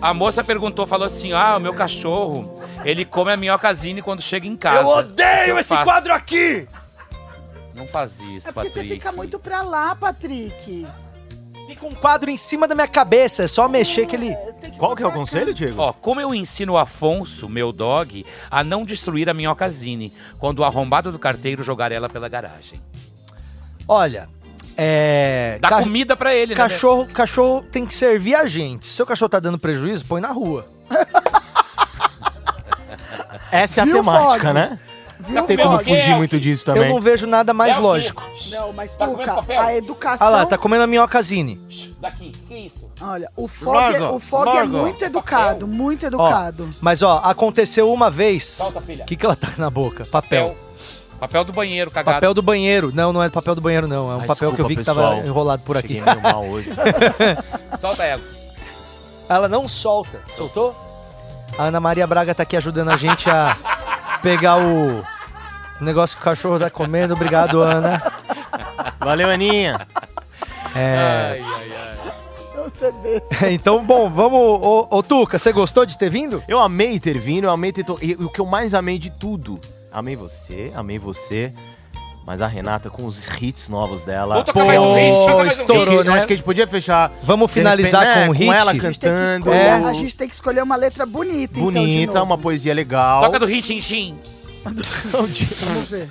S3: A moça perguntou, falou assim: Ah, o meu cachorro, ele come a minhocazine quando chega em casa. Eu faço.
S6: aqui!
S3: Não faz isso,
S4: É porque
S3: Patrick.
S4: você fica muito pra lá, Patrick.
S2: Fica um quadro em cima da minha cabeça, é só mexer que ele.
S4: Você tem que
S6: Qual que é o
S4: colocar-
S6: conselho, Diego?
S3: Ó, como eu ensino o Afonso, meu dog, a não destruir a minhocazine quando o arrombado do carteiro jogar ela pela garagem.
S2: Olha, é.
S3: Dá
S2: ca-
S3: comida pra ele, né?
S2: Cachorro, cachorro tem que servir a gente. Se seu cachorro tá dando prejuízo, põe na rua.
S6: Essa é a
S4: Viu,
S6: temática,
S4: Fog?
S6: né?
S4: Viu,
S6: Não tem como
S4: Fog?
S3: Fog?
S6: fugir muito disso
S2: Eu
S6: também.
S2: não vejo nada mais
S3: É o
S2: lógico.
S4: Não, mas
S3: Tá comendo
S4: Tuca,
S3: papel?
S4: a educação.
S2: Ah lá, tá comendo a minhocazine.
S3: Shh, Daqui, que isso?
S4: Olha, o Fog, é-
S6: Larga,
S4: o Fog é
S6: larga.
S4: muito educado, muito
S2: Ó,
S4: educado.
S2: mas ó, aconteceu uma vez.
S3: Solta, filha.
S2: O que, que ela tá na boca? Papel.
S3: Papel. Papel do banheiro, cagado.
S2: Papel do banheiro. Não, não é papel do banheiro, não. É um
S6: Ai,
S2: papel que eu
S6: desculpa,
S2: vi que tava
S6: pessoal.
S2: enrolado por aqui.
S6: Cheguei meio mal hoje.
S3: Solta ela.
S2: Ela não solta. Soltou? A Ana Maria Braga tá aqui ajudando a gente a pegar o o negócio que o cachorro tá comendo. Obrigado, Ana.
S6: Valeu, Aninha.
S2: É,
S3: Ai, ai, ai.
S4: Eu sei mesmo.
S2: então, bom, vamos. Ô, ô, Tuca, você gostou de ter vindo?
S6: Eu amei ter vindo, eu amei ter. to- E o que eu mais amei de tudo. Amei você, amei você. Mas a Renata com os hits novos dela.
S3: Vou tocar mais um hit, toca mais um hit.
S6: que-
S2: estourou,
S6: eu
S2: né?
S6: acho que a gente podia fechar. de
S2: Vamos finalizar
S6: repente, né,
S2: com um hit.
S6: ela
S4: A gente, tem que
S6: cantando.
S4: escolher,
S2: É.
S4: a gente tem que escolher uma letra bonita, então, de
S6: Bonita,
S4: novo.
S6: uma poesia legal.
S3: Toca do Richin Chin.
S4: Vamos ver.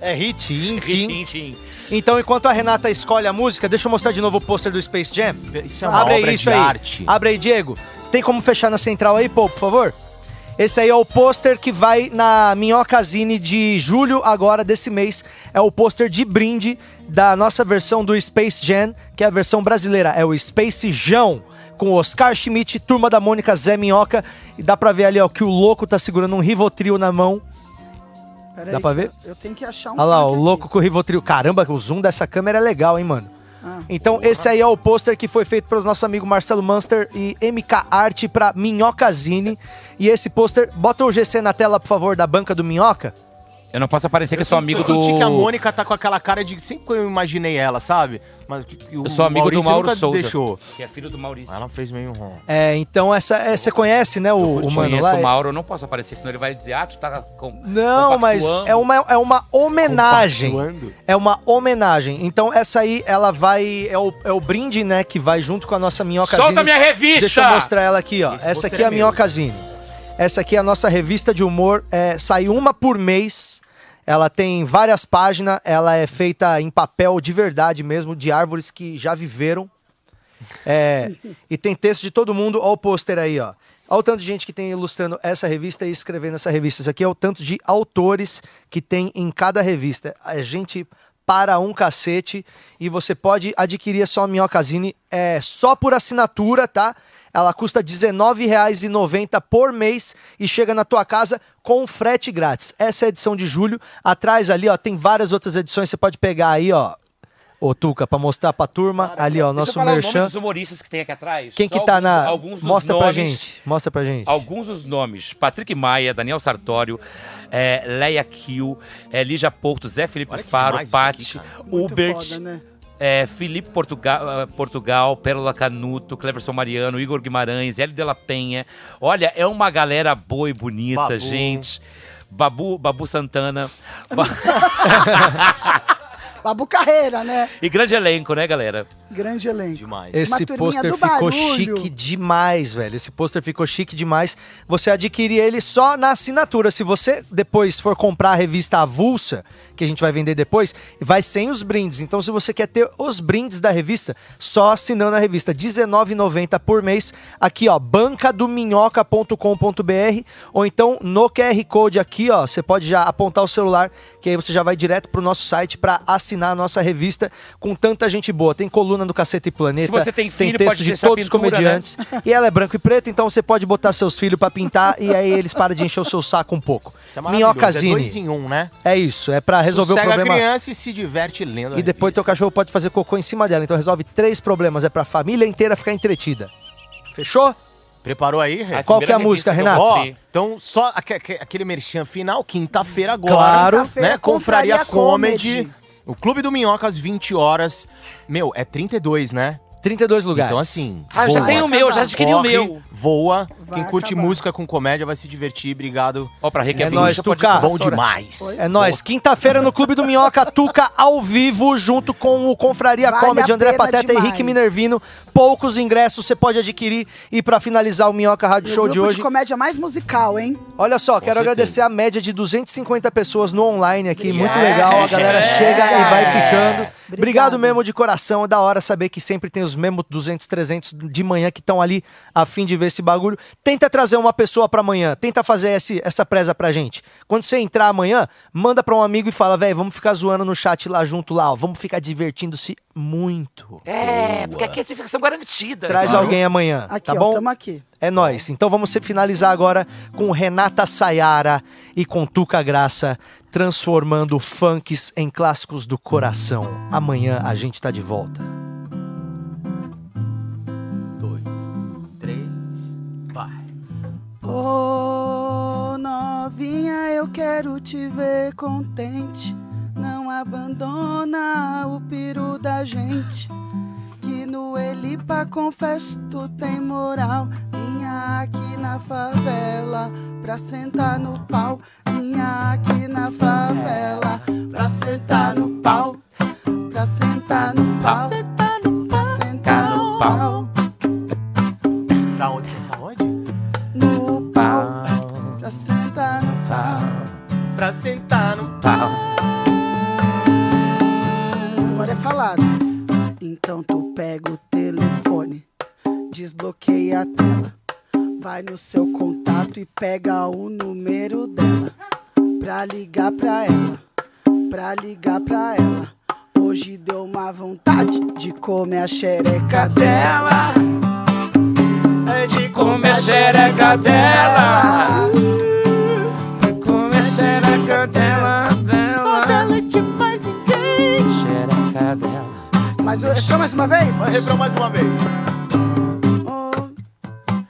S2: É hit, hit.
S3: Richin Chin.
S2: Então, enquanto a Renata escolhe a música, deixa eu mostrar de novo o pôster do Space Jam.
S6: Isso é uma
S2: Abre
S6: obra
S2: aí isso
S6: de
S2: aí.
S6: arte.
S2: Abre aí, Diego. Tem como fechar na central aí, pô, por favor? Esse aí é o pôster que vai na Minhocazine de julho agora desse mês. É o pôster de brinde da nossa versão do Space Jam, que é a versão brasileira. É o Space Jão, com Oscar Schmidt, Turma da Mônica, Zé Minhoca. E dá pra ver ali, ó, que o louco tá segurando um Rivotril na mão.
S4: Peraí,
S2: Dá pra ver?
S4: Eu tenho que achar um
S2: Olha lá,
S4: funk
S2: o
S4: aqui.
S2: louco com o Rivotril. Caramba, o zoom dessa câmera é legal, hein, mano?
S4: Ah.
S2: Então, esse aí é o pôster que foi feito pelos nossos amigos Marcelo Munster e MK Arte pra Minhocazine. E esse pôster, bota o GC na tela, por favor, da banca do Minhoca.
S3: Eu não posso aparecer que eu sou amigo
S6: eu senti
S3: do.
S6: que a Mônica tá com aquela cara de sempre que eu imaginei ela, sabe? Mas que- que o
S3: Eu sou amigo do Mauro
S6: nunca
S3: Souza.
S6: deixou.
S3: Que é filho do Maurício.
S6: Ela fez meio rom.
S2: É, então essa, é, você conhece, né, o, o mano
S3: Conheço
S2: lá?
S3: o é- Mauro, eu não posso aparecer, senão ele vai dizer, ah, tu tá com.
S2: Não, mas
S3: compactuando.
S2: é uma, é uma homenagem.
S6: Compactuando.
S2: É uma homenagem. Então, essa aí, ela vai. É o, é o brinde, né? Que vai junto com a nossa minhocazine.
S3: Solta minha revista!
S2: Deixa eu mostrar ela aqui, ó.
S6: Esse
S2: Essa
S6: pôster
S2: aqui é a
S6: é meu.
S2: minhocazine. Essa aqui é a nossa revista de humor. É, sai uma por mês. Ela tem várias páginas. Ela é feita em papel de verdade mesmo, de árvores que já viveram. É, e tem texto de todo mundo. Olha o pôster aí, ó. Olha o tanto de gente que tem ilustrando essa revista e escrevendo essa revista. Isso aqui é o tanto de autores que tem em cada revista. A gente para um cacete e você pode adquirir a sua Minhocazine é, só por assinatura, tá? Ela custa R$19,90 por mês e chega na tua casa com frete grátis. Essa é a edição de julho. Atrás ali, ó, tem várias outras edições. Você pode pegar aí, ó, ô Tuca, pra mostrar pra turma. ali, ó,
S3: Deixa eu
S2: nosso
S3: falar o nome
S2: merchan.
S3: dos humoristas que tem aqui atrás.
S2: Quem
S3: Só
S2: que tá
S3: alguns-
S2: na.
S3: Alguns dos
S2: Mostra pra
S3: nomes,
S2: gente. Mostra pra gente.
S3: Alguns dos nomes. Patrick Maia, Daniel Sartório, é, Leia Kill, é, Lígia Porto, Zé Felipe
S6: Olha que
S3: Faro,
S6: demais isso aqui,
S3: Pati,
S6: cara.
S4: Muito
S3: Hubert,
S4: foda, né?
S3: é, Felipe Portugal, Portugal, Pérola Canuto, Cleverson Mariano, Igor Guimarães, Hélio de la Penha. Olha, é uma galera boa e bonita,
S6: Babu.
S3: gente. Babu, Babu Santana. Ba-
S4: Babu Carreira, né?
S3: e grande elenco, né, galera?
S4: Grande elenco.
S5: Demais.
S2: Esse
S4: turminha
S2: pôster
S4: do
S2: ficou
S4: barulho.
S2: chique demais, velho. Esse pôster ficou chique demais. Você adquirir ele só na assinatura. Se você depois for comprar a revista Avulsa, que a gente vai vender depois, vai sem os brindes. Então, se você quer ter os brindes da revista, só assinando a revista. R$19,90 por mês. Aqui, ó, bancadominhoca.com.br ou então no QR Code aqui, ó, você pode já apontar o celular, que aí você já vai direto pro nosso site pra assinar a nossa revista com tanta gente boa. Tem coluna do Caceta e Planeta.
S8: Se você tem filho,
S2: texto
S8: pode
S2: de
S8: deixar
S2: todos os
S8: pintura, né?
S2: comediantes. E ela é branco e preto, então você pode botar seus filhos pra pintar e aí eles param de encher o seu saco um pouco.
S5: Isso é maravilhoso, É dois
S2: Minhocazine.
S5: em um, né?
S2: É isso, é pra resolver
S5: Sossega
S2: o problema.
S5: a criança e se diverte lendo. a
S2: E depois teu
S5: revista.
S2: cachorro pode fazer cocô em cima dela. Então resolve três problemas. É pra família inteira ficar entretida. Fechou?
S5: Preparou aí, Rê?
S2: Qual que é a música, Renato?
S5: Ó,
S8: Tri.
S5: então só aque- aque- aquele merchan final, quinta-feira agora.
S2: Claro.
S5: né?
S4: Quinta-feira,
S5: Confraria,
S4: Confraria
S5: Comedy.
S4: Comedy.
S5: O Clube do Minhoca às 20 horas. Meu, é 32, né?
S2: 32 lugares.
S5: Então assim.
S8: Ah, já
S5: voa.
S8: tem o meu, já adquiri
S5: Corre,
S8: o meu.
S5: Voa.
S4: Vai
S5: Quem curte
S4: acabar.
S5: música com comédia vai se divertir. Obrigado.
S8: Ó, pra Rick
S2: É nóis, Tuca.
S5: Bom
S2: Vassoura.
S5: demais.
S2: É nóis. Quinta-feira no Clube do Minhoca, Tuca ao vivo, junto com o Confraria
S4: Vale
S2: Comedy,
S4: a
S2: André
S4: pena
S2: Pateta e
S4: demais.
S2: Henrique Minervino. Poucos ingressos você pode adquirir. E pra finalizar o Minhoca Rádio
S4: E o
S2: Show de
S4: grupo
S2: hoje,
S4: comédia mais musical, hein?
S2: olha só, quero
S5: certeza.
S2: agradecer a média de 250 pessoas no online aqui. Muito legal, a galera
S5: É.
S2: chega e vai ficando.
S4: Obrigado.
S2: Obrigado mesmo de coração, é da hora saber que sempre tem os mesmos 200, 300 de manhã que estão ali a fim de ver esse bagulho. Tenta trazer uma pessoa pra amanhã, tenta fazer esse- essa preza pra gente. Quando você entrar amanhã, manda pra um amigo e fala, velho, vamos ficar zoando no chat lá junto lá, ó. vamos ficar divertindo-se muito.
S8: É, porque aqui é ficção garantida.
S2: Traz alguém amanhã,
S4: Aqui,
S2: tá
S4: ó,
S2: bom?
S4: tamo aqui.
S2: É nóis. Então vamos se finalizar agora com Renata Sayara e com Tuca Graça, transformando funks em clássicos do coração. Amanhã a gente tá de volta.
S5: Dois, três, vai.
S4: Ô novinha, eu quero te ver contente. Não abandona o piru da gente. Que no Elipa, confesso, tu tem moral. Vinha aqui na favela pra sentar no pau. Vinha aqui na favela pra sentar no pau. Pra sentar no pau. Pra sentar no pau.
S5: Pra onde você tá? Onde?
S4: No pau. Pra sentar no pau.
S5: Pra sentar no.
S4: Agora é falado. Então tu pega o telefone, desbloqueia a tela, vai no seu contato e pega o número dela. Pra ligar pra ela, pra ligar pra ela. Hoje deu uma vontade de comer a xereca dela. É
S8: de comer xereca dela. Comer xereca dela, dela. Só dela de mais ninguém. Xereca dela.
S4: Mas eu- é só mais uma vez?
S5: Vai refrão mais uma vez.
S4: Oh,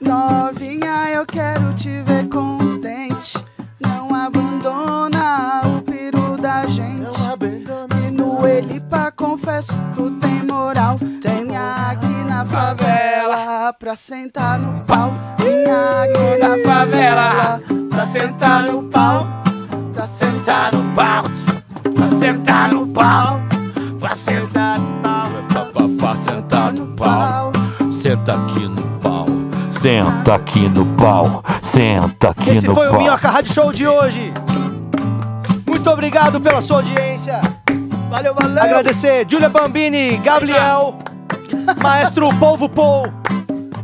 S4: novinha, eu quero te ver contente. Não abandona o peru da gente. E no Elipa, confesso, tu tem moral. Vinha aqui na favela pra sentar no pau. Vinha aqui na favela pra sentar no pau. Pra sentar no pau. Pra sentar no pau.
S8: Pra sentar no pau. Pra sentar no pau. Senta aqui no pau. Senta aqui no pau. Senta aqui
S2: Esse
S8: no
S2: foi
S8: pau.
S2: o Minhoca Rádio Show de hoje. Muito obrigado pela sua audiência.
S5: Valeu, valeu.
S2: Agradecer Júlia Bambini, Gabriel, Maestro Polvo Paul,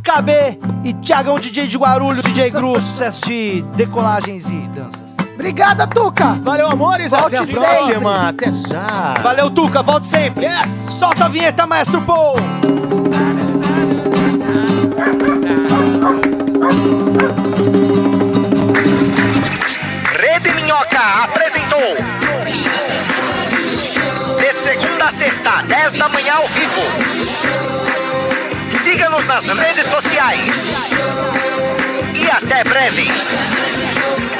S2: KB e Tiagão DJ de Guarulhos, DJ Gru, sucesso de decolagens e danças.
S4: Obrigada, Tuca!
S5: Valeu, amores.
S4: Volte
S5: Até a
S4: sempre.
S5: próxima. Até já.
S2: Valeu, Tuca, volte sempre.
S5: Yes!
S2: Solta a vinheta, Maestro Paul.
S1: Rede Minhoca apresentou. De segunda a sexta, 10 da manhã ao vivo. Siga-nos nas redes sociais. E até breve.